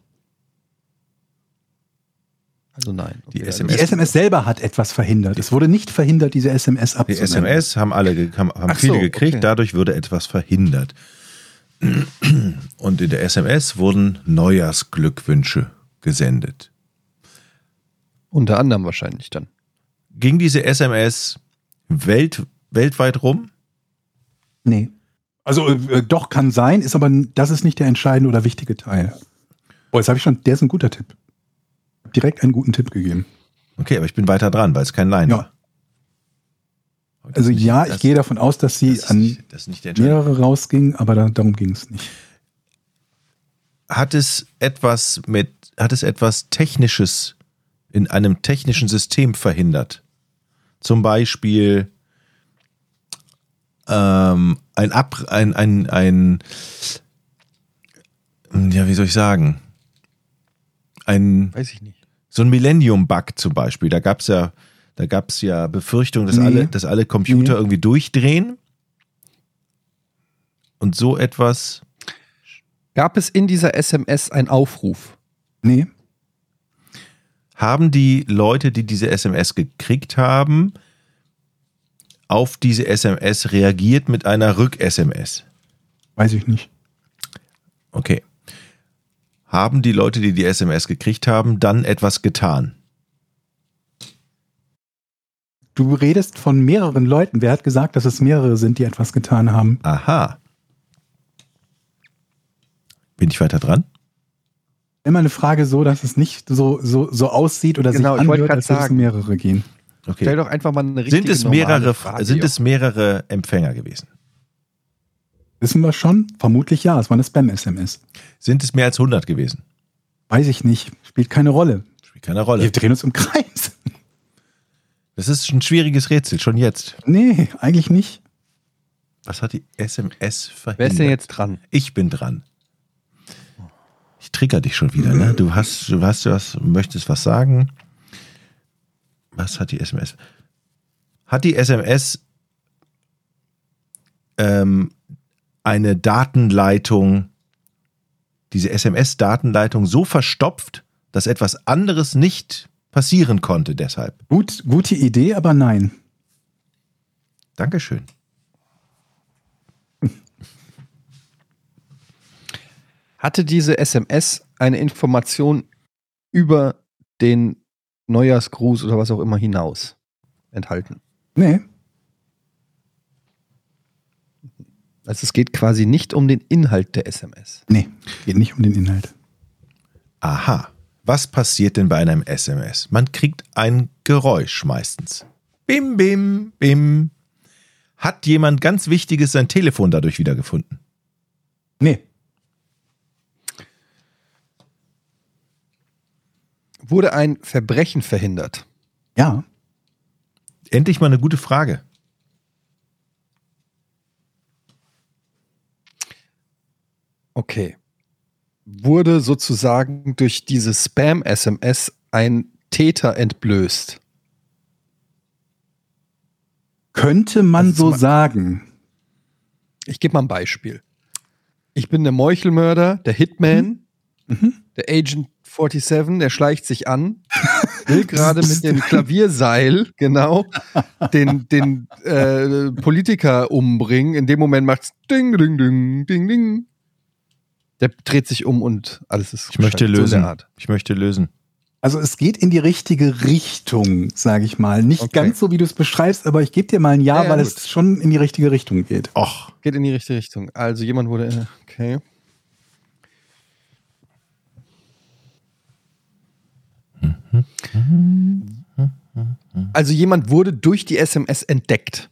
[SPEAKER 5] Also nein.
[SPEAKER 8] Die
[SPEAKER 5] Okay,
[SPEAKER 8] SMS
[SPEAKER 7] Die SMS selber hat etwas verhindert. Es wurde nicht verhindert, diese SMS
[SPEAKER 8] Die
[SPEAKER 7] abzunehmen.
[SPEAKER 8] SMS haben alle ge- haben, haben
[SPEAKER 5] Ach
[SPEAKER 8] viele
[SPEAKER 5] so,
[SPEAKER 8] gekriegt,
[SPEAKER 5] okay.
[SPEAKER 8] dadurch würde etwas verhindert. Und in der SMS wurden Neujahrsglückwünsche gesendet.
[SPEAKER 5] Unter anderem wahrscheinlich dann.
[SPEAKER 8] Ging diese SMS welt, weltweit rum?
[SPEAKER 7] Nee. Also äh, doch kann sein, ist aber n- das ist nicht der entscheidende oder wichtige Teil. Oh, jetzt habe ich schon, der ist ein guter Tipp. Hab Direkt einen guten Tipp gegeben.
[SPEAKER 8] Okay, aber ich bin weiter dran, weil es kein Nein
[SPEAKER 7] Ja.
[SPEAKER 8] war. Aber das
[SPEAKER 7] Also
[SPEAKER 8] ist nicht-
[SPEAKER 7] ja, ich
[SPEAKER 8] das-
[SPEAKER 7] gehe davon aus, dass sie
[SPEAKER 8] das ist
[SPEAKER 7] an
[SPEAKER 8] nicht- das ist nicht der entscheidende
[SPEAKER 7] mehrere rausging, aber da, darum ging es nicht.
[SPEAKER 8] hat es etwas mit, hat es etwas Technisches in einem technischen System verhindert? Zum Beispiel ähm, ein Ab, ein, ein, ein, ja, wie soll ich sagen? Ein,
[SPEAKER 5] Weiß ich nicht.
[SPEAKER 8] so ein Millennium-Bug zum Beispiel. Da gab es ja, da gab's ja Befürchtungen, dass,
[SPEAKER 7] Nee.
[SPEAKER 8] alle, dass alle Computer
[SPEAKER 7] Nee.
[SPEAKER 8] irgendwie durchdrehen. Und so etwas
[SPEAKER 5] Gab es in dieser SMS einen Aufruf?
[SPEAKER 7] Nee,
[SPEAKER 8] haben die Leute, die diese SMS gekriegt haben, auf diese SMS reagiert mit einer Rück-SMS.
[SPEAKER 7] weiß ich nicht.
[SPEAKER 8] Okay. Haben die Leute, die die SMS gekriegt haben, dann etwas getan?
[SPEAKER 7] Du redest von mehreren Leuten. Wer hat gesagt, dass es mehrere sind, die etwas getan haben?
[SPEAKER 8] Aha. Bin ich weiter dran?
[SPEAKER 7] Immer eine Frage so, dass es nicht so, so, so aussieht oder
[SPEAKER 5] Genau,
[SPEAKER 7] sich
[SPEAKER 5] ich wollte
[SPEAKER 7] anhört,
[SPEAKER 5] grad
[SPEAKER 7] als würden es
[SPEAKER 5] sagen.
[SPEAKER 7] mehrere gehen.
[SPEAKER 5] Stell
[SPEAKER 8] Okay.
[SPEAKER 5] doch einfach mal eine richtige
[SPEAKER 8] Sind es
[SPEAKER 5] normale
[SPEAKER 8] mehrere,
[SPEAKER 5] Frage,
[SPEAKER 8] sind
[SPEAKER 5] Jochen.
[SPEAKER 8] es mehrere Empfänger gewesen?
[SPEAKER 7] Wissen wir schon? Vermutlich ja, es war eine Spam-SMS.
[SPEAKER 8] Sind es mehr als 100 gewesen?
[SPEAKER 7] Weiß ich nicht, spielt keine Rolle.
[SPEAKER 8] Spielt keine Rolle.
[SPEAKER 7] Wir drehen uns im Kreis.
[SPEAKER 8] Das ist ein schwieriges Rätsel, schon jetzt.
[SPEAKER 7] Nee, eigentlich nicht.
[SPEAKER 8] Was hat die SMS verhindert?
[SPEAKER 5] Wer ist denn jetzt dran?
[SPEAKER 8] Ich bin dran. Ich trigger dich schon wieder, ne? Du hast, du hast, du hast, möchtest was sagen. Was hat die SMS? Hat die SMS ähm, eine Datenleitung, diese SMS-Datenleitung so verstopft, dass etwas anderes nicht passieren konnte deshalb?
[SPEAKER 7] Gut, gute Idee, aber nein.
[SPEAKER 8] Dankeschön.
[SPEAKER 5] Hatte diese SMS eine Information über den Neujahrsgruß oder was auch immer hinaus enthalten?
[SPEAKER 7] Nee,
[SPEAKER 5] Also es geht quasi nicht um den Inhalt der SMS.
[SPEAKER 7] nee, geht nicht um den Inhalt.
[SPEAKER 8] Aha. Was passiert denn bei einem SMS? Man kriegt ein Geräusch meistens. Bim, bim, bim. Hat jemand ganz Wichtiges sein Telefon dadurch wiedergefunden?
[SPEAKER 7] Nee,
[SPEAKER 5] Wurde ein Verbrechen verhindert?
[SPEAKER 7] ja,
[SPEAKER 8] Endlich mal eine gute Frage.
[SPEAKER 5] Okay. Wurde sozusagen durch diese Spam-SMS ein Täter entblößt?
[SPEAKER 7] könnte man
[SPEAKER 5] Das ist
[SPEAKER 7] so
[SPEAKER 5] mal-
[SPEAKER 7] sagen.
[SPEAKER 5] Ich gebe mal ein Beispiel. Ich bin der Meuchelmörder, der Hitman,
[SPEAKER 8] Mhm.
[SPEAKER 7] Hm?
[SPEAKER 5] der Agent 47, der schleicht
[SPEAKER 8] [laughs]
[SPEAKER 5] sich an, will gerade mit dem Klavierseil, genau, den, den äh, Politiker umbringen. In dem Moment macht's ding, ding, ding, ding, ding. Der dreht sich um und alles ist
[SPEAKER 8] Ich möchte
[SPEAKER 5] gescheitert. So in
[SPEAKER 8] lösen.
[SPEAKER 5] der Art.
[SPEAKER 8] Ich möchte lösen.
[SPEAKER 7] Also es geht in die richtige Richtung, sage ich mal. Nicht
[SPEAKER 5] Okay.
[SPEAKER 7] ganz so, wie du es beschreibst, aber ich gebe dir mal ein Ja,
[SPEAKER 5] Ja, ja,
[SPEAKER 7] weil
[SPEAKER 5] gut.
[SPEAKER 7] es schon in die richtige Richtung geht.
[SPEAKER 8] Och,
[SPEAKER 5] Geht in die richtige Richtung. Also jemand wurde. Okay. Also jemand wurde durch die SMS entdeckt.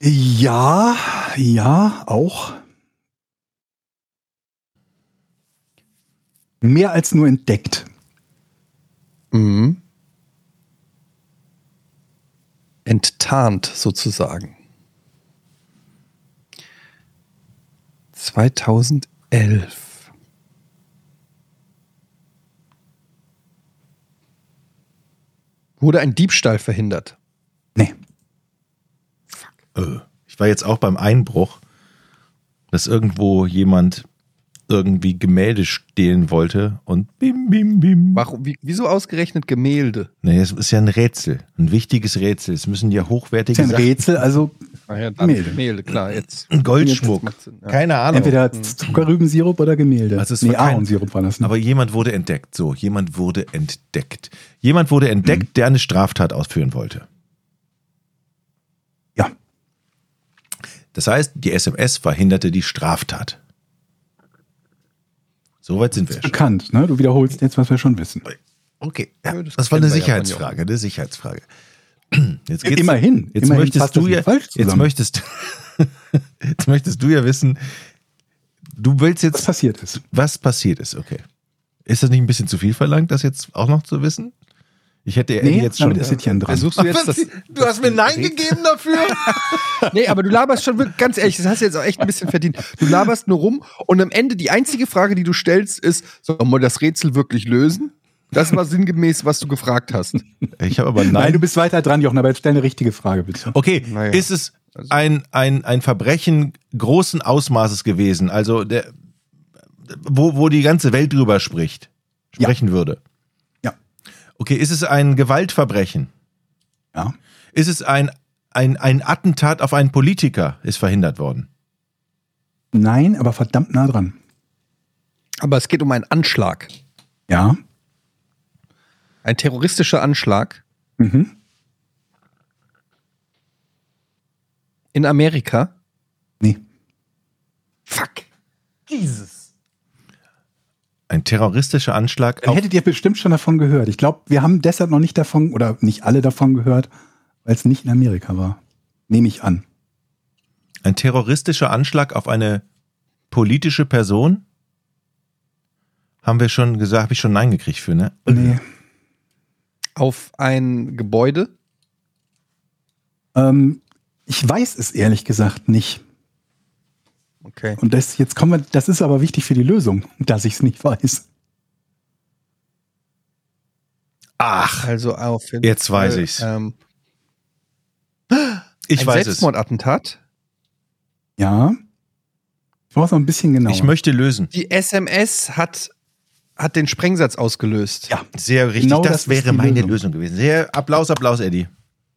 [SPEAKER 7] Ja, ja, auch. mehr als nur entdeckt.
[SPEAKER 5] Mhm. Enttarnt sozusagen. 2011. Wurde ein Diebstahl verhindert?
[SPEAKER 7] Nee.
[SPEAKER 8] Äh, Ich war jetzt auch beim Einbruch, dass irgendwo jemand irgendwie Gemälde stehlen wollte und bim, bim, bim.
[SPEAKER 5] Warum, wie, wieso ausgerechnet Gemälde?
[SPEAKER 8] Nee, es ist ja ein Rätsel, ein wichtiges Rätsel. Es müssen ja
[SPEAKER 7] Ist ja
[SPEAKER 8] hochwertige
[SPEAKER 7] ein
[SPEAKER 8] Sachen,
[SPEAKER 7] Rätsel, also Gemälde.
[SPEAKER 5] Gemälde, klar, jetzt.
[SPEAKER 8] Goldschmuck.
[SPEAKER 5] Jetzt macht's Sinn, ja.
[SPEAKER 8] Keine Ahnung.
[SPEAKER 7] Entweder Zuckerrübensirup oder Gemälde.
[SPEAKER 8] Also es
[SPEAKER 7] nee,
[SPEAKER 8] war kein-
[SPEAKER 7] Ahornsirup war das. Ne?
[SPEAKER 8] Aber jemand wurde entdeckt. So, jemand wurde entdeckt. Jemand wurde entdeckt, der eine Straftat ausführen wollte.
[SPEAKER 7] ja.
[SPEAKER 8] Das heißt, die SMS verhinderte die Straftat. Soweit sind wir ja schon.
[SPEAKER 7] Bekannt, ne? Du wiederholst jetzt, was wir schon wissen.
[SPEAKER 8] Okay,
[SPEAKER 5] Ja, das
[SPEAKER 8] das, war eine
[SPEAKER 5] kennen wir ja von
[SPEAKER 8] Sicherheitsfrage, eine Sicherheitsfrage. [clears throat] Jetzt
[SPEAKER 7] Immerhin,
[SPEAKER 8] Jetzt
[SPEAKER 7] immerhin
[SPEAKER 8] möchtest
[SPEAKER 7] passt das
[SPEAKER 8] du
[SPEAKER 7] nicht
[SPEAKER 8] ja,
[SPEAKER 7] falsch
[SPEAKER 8] jetzt
[SPEAKER 7] zusammen.
[SPEAKER 8] möchtest, [laughs] jetzt möchtest du ja wissen, du willst
[SPEAKER 7] Was
[SPEAKER 8] jetzt, was,
[SPEAKER 7] passiert ist.
[SPEAKER 8] passiert ist. Okay, ist das nicht ein bisschen zu viel verlangt, das jetzt auch noch zu wissen? Ich hätte ja
[SPEAKER 7] Nee,
[SPEAKER 8] Äh, jetzt
[SPEAKER 7] damit
[SPEAKER 8] schon.
[SPEAKER 7] ist Hätchen dran.
[SPEAKER 5] Versuchst du jetzt das,
[SPEAKER 8] du hast mir Nein gegeben dafür.
[SPEAKER 5] [laughs] Nee, aber du laberst schon wirklich, ganz ehrlich, das hast du jetzt auch echt ein bisschen verdient. Du laberst nur rum und am Ende die einzige Frage, die du stellst, ist: Sollen wir das Rätsel wirklich lösen? Das war sinngemäß, was du gefragt hast.
[SPEAKER 8] Ich habe aber
[SPEAKER 7] Nein.
[SPEAKER 8] Nein.
[SPEAKER 7] du bist weiter dran, Jochen, aber jetzt stell eine richtige Frage, bitte.
[SPEAKER 8] Okay,
[SPEAKER 5] Naja.
[SPEAKER 8] ist es ein, ein, ein Verbrechen großen Ausmaßes gewesen, also der, wo, wo die ganze Welt drüber spricht,
[SPEAKER 7] Ja.
[SPEAKER 8] sprechen würde?
[SPEAKER 7] Ja.
[SPEAKER 8] Okay, ist es ein Gewaltverbrechen?
[SPEAKER 7] Ja.
[SPEAKER 8] Ist es ein, ein, ein Attentat auf einen Politiker, ist verhindert worden?
[SPEAKER 7] Nein, aber verdammt nah dran.
[SPEAKER 5] Aber es geht um einen Anschlag.
[SPEAKER 7] Ja.
[SPEAKER 5] Ein terroristischer Anschlag
[SPEAKER 7] Mhm.
[SPEAKER 5] in Amerika.
[SPEAKER 7] Nee.
[SPEAKER 5] Fuck.
[SPEAKER 8] Ein terroristischer Anschlag
[SPEAKER 7] Dann
[SPEAKER 8] auf...
[SPEAKER 7] hättet ihr bestimmt schon davon gehört. Ich glaube, wir haben deshalb noch nicht davon oder nicht alle davon gehört, weil es nicht in Amerika war. Nehme ich an.
[SPEAKER 8] Ein terroristischer Anschlag auf eine politische Person? Haben wir schon gesagt, habe ich schon Nein gekriegt für, ne?
[SPEAKER 7] Nee.
[SPEAKER 5] Auf ein Gebäude.
[SPEAKER 7] Ähm, ich weiß es ehrlich gesagt nicht.
[SPEAKER 5] Okay.
[SPEAKER 7] Und das, jetzt kommen wir, das ist aber wichtig für die Lösung, [laughs] dass ich es nicht weiß.
[SPEAKER 8] Ach,
[SPEAKER 5] Also auf jeden
[SPEAKER 8] Jetzt weiß
[SPEAKER 5] Fall,
[SPEAKER 8] ich's.
[SPEAKER 5] Ähm,
[SPEAKER 8] ich
[SPEAKER 5] ein
[SPEAKER 8] weiß es.
[SPEAKER 5] Selbstmordattentat.
[SPEAKER 7] Ja. Ich brauche es noch ein bisschen genauer.
[SPEAKER 8] Ich möchte lösen.
[SPEAKER 5] Die SMS hat, hat den Sprengsatz ausgelöst.
[SPEAKER 7] ja.
[SPEAKER 8] Sehr richtig.
[SPEAKER 7] Genau
[SPEAKER 8] das,
[SPEAKER 7] das ist
[SPEAKER 8] wäre
[SPEAKER 7] die
[SPEAKER 8] meine Lösung.
[SPEAKER 7] Lösung.
[SPEAKER 8] gewesen. Sehr Applaus, Applaus, Eddie.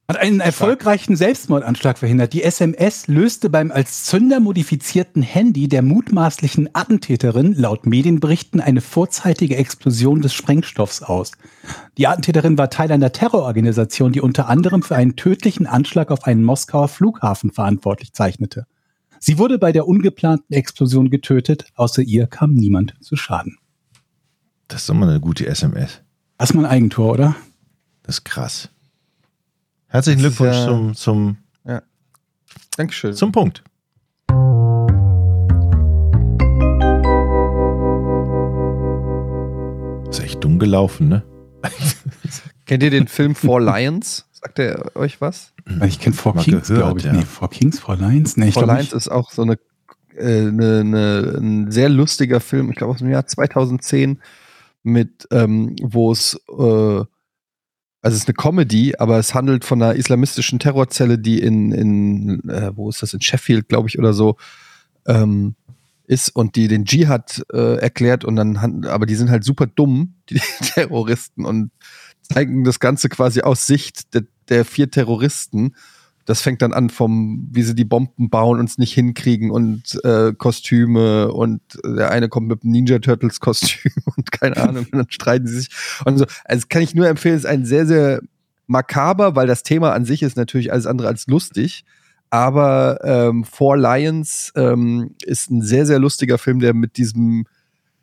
[SPEAKER 7] Hat einen erfolgreichen Selbstmordanschlag verhindert. Die SMS löste beim als Zünder modifizierten Handy der mutmaßlichen Attentäterin laut Medienberichten eine vorzeitige Explosion des Sprengstoffs aus. Die Attentäterin war Teil einer Terrororganisation, die unter anderem für einen tödlichen Anschlag auf einen Moskauer Flughafen verantwortlich zeichnete. Sie wurde bei der ungeplanten Explosion getötet, außer ihr kam niemand zu Schaden.
[SPEAKER 8] Das ist immer eine gute SMS.
[SPEAKER 7] Das ist mal ein Eigentor, oder?
[SPEAKER 8] Das ist krass. Herzlichen
[SPEAKER 5] Das ist
[SPEAKER 8] Glückwunsch
[SPEAKER 5] ja-
[SPEAKER 8] zum, zum,
[SPEAKER 5] Dankeschön.
[SPEAKER 8] zum Punkt. Ist echt dumm gelaufen, ne?
[SPEAKER 5] Kennt ihr den Film Four Lions? Sagt er euch was?
[SPEAKER 7] Ich kenne Four
[SPEAKER 8] Mal
[SPEAKER 7] Kings,
[SPEAKER 8] gehört,
[SPEAKER 7] glaube ich.
[SPEAKER 8] ja.
[SPEAKER 7] Nee, Four Kings, Four Lions. Nee, ich
[SPEAKER 5] Four
[SPEAKER 7] glaub
[SPEAKER 5] Lions
[SPEAKER 7] nicht.
[SPEAKER 5] ist auch so eine, äh, eine, eine, ein sehr lustiger Film, ich glaube aus dem Jahr 2010, mit, ähm, wo es, äh, also es ist eine Comedy, aber es handelt von einer islamistischen Terrorzelle, die in, in äh, wo ist das, in Sheffield, glaube ich, oder so, ähm, ist und die den Dschihad äh, erklärt und dann, han- aber die sind halt super dumm, [laughs] die Terroristen und zeigen das Ganze quasi aus Sicht der, der vier Terroristen. Das fängt dann an vom, wie sie die Bomben bauen und es nicht hinkriegen und äh, Kostüme und äh, der eine kommt mit einem Ninja Turtles Kostüm [laughs] und keine Ahnung und dann streiten sie sich und so. Also das kann ich nur empfehlen, ist ein sehr, sehr makaber, weil das Thema an sich ist natürlich alles andere als lustig. Aber ähm, Four Lions ähm, ist ein sehr, sehr lustiger Film, der mit diesem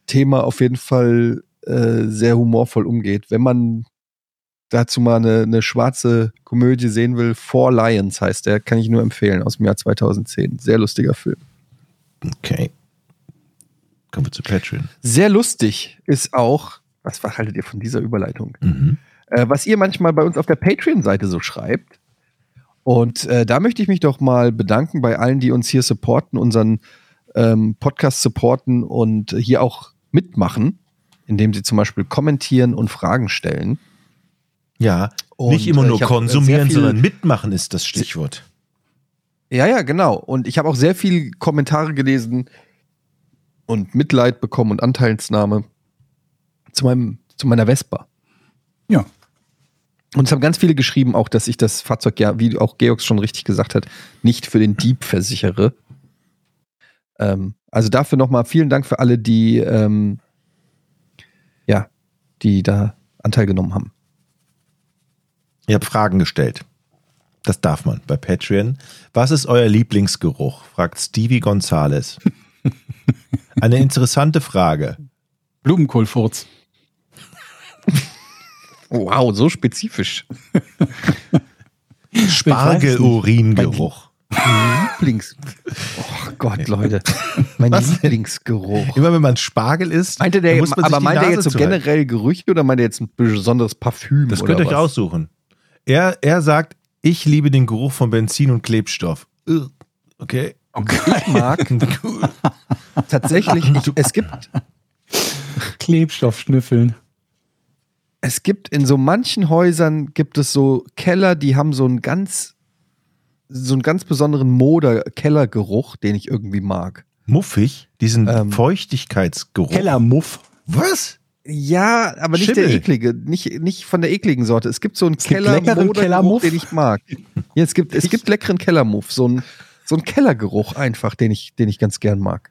[SPEAKER 5] Thema auf jeden Fall äh, sehr humorvoll umgeht. Wenn man dazu mal eine, eine schwarze Komödie sehen will, Four Lions heißt der, kann ich nur empfehlen, aus dem Jahr 2010. Sehr lustiger Film.
[SPEAKER 8] Okay. Kommen wir zu Patreon.
[SPEAKER 5] Sehr lustig ist auch, was haltet ihr von dieser Überleitung?
[SPEAKER 8] Mhm.
[SPEAKER 5] äh, was ihr manchmal bei uns auf der Patreon-Seite so schreibt. Und äh, da möchte ich mich doch mal bedanken bei allen, die uns hier supporten, unseren ähm, Podcast supporten und äh, hier auch mitmachen, indem sie zum Beispiel kommentieren und Fragen stellen.
[SPEAKER 8] Ja,
[SPEAKER 5] Und,
[SPEAKER 8] nicht immer
[SPEAKER 5] äh,
[SPEAKER 8] nur
[SPEAKER 5] ich hab, äh, sehr
[SPEAKER 8] konsumieren,
[SPEAKER 5] viel-
[SPEAKER 8] sondern mitmachen ist das Stichwort.
[SPEAKER 5] Ja, ja, genau. Und ich habe auch sehr viel Kommentare gelesen und Mitleid bekommen und Anteilsnahme zu, meinem, zu meiner Vespa.
[SPEAKER 7] Ja.
[SPEAKER 5] Und es haben ganz viele geschrieben, auch, dass ich das Fahrzeug ja, wie auch Georg schon richtig gesagt hat, nicht für den Dieb versichere. Ähm, also dafür nochmal vielen Dank für alle, die ähm, ja, die da Anteil genommen haben.
[SPEAKER 8] Ihr habt Fragen gestellt. Das darf man bei Patreon. Was ist euer Lieblingsgeruch? fragt Stevie Gonzales. Eine interessante Frage.
[SPEAKER 7] Blumenkohlfurz.
[SPEAKER 5] Wow, so spezifisch.
[SPEAKER 8] Spargeluringeruch.
[SPEAKER 5] [laughs] Lieblings. Oh Gott, Leute. Mein
[SPEAKER 8] Was denn?
[SPEAKER 5] Lieblingsgeruch.
[SPEAKER 8] Immer wenn man Spargel isst,
[SPEAKER 5] Meinte der,
[SPEAKER 8] dann muss man
[SPEAKER 5] aber
[SPEAKER 8] sich die
[SPEAKER 5] meint er
[SPEAKER 8] Nase
[SPEAKER 5] jetzt so
[SPEAKER 8] zuhalten.
[SPEAKER 5] generell Gerüche oder meint er jetzt ein besonderes Parfüm?
[SPEAKER 8] Das
[SPEAKER 5] oder
[SPEAKER 8] könnt ihr euch
[SPEAKER 5] was?
[SPEAKER 8] aussuchen. Er, er sagt, ich liebe den Geruch von Benzin und Klebstoff. Ugh.
[SPEAKER 5] Äh,
[SPEAKER 8] Okay.
[SPEAKER 7] [laughs]
[SPEAKER 8] [laughs]
[SPEAKER 5] Ich mag tatsächlich, ich, es, gibt,
[SPEAKER 7] Klebstoff schnüffeln.
[SPEAKER 5] es gibt in so manchen Häusern gibt es so Keller, die haben so einen ganz, so einen ganz besonderen Moder-Kellergeruch, den ich irgendwie mag.
[SPEAKER 8] Muffig, diesen
[SPEAKER 5] Ähm.
[SPEAKER 8] Feuchtigkeitsgeruch.
[SPEAKER 7] Kellermuff.
[SPEAKER 8] Was?
[SPEAKER 5] Ja, aber nicht der
[SPEAKER 8] Schimmel.
[SPEAKER 5] eklige, nicht, nicht von der ekligen Sorte. Es gibt so einen
[SPEAKER 7] gibt
[SPEAKER 5] Keller,
[SPEAKER 7] leckeren Kellermuff.
[SPEAKER 5] [laughs] den ich mag. Ja, es gibt, es gibt leckeren Kellermuff, so einen so einen Kellergeruch einfach, den ich, den ich ganz gern mag.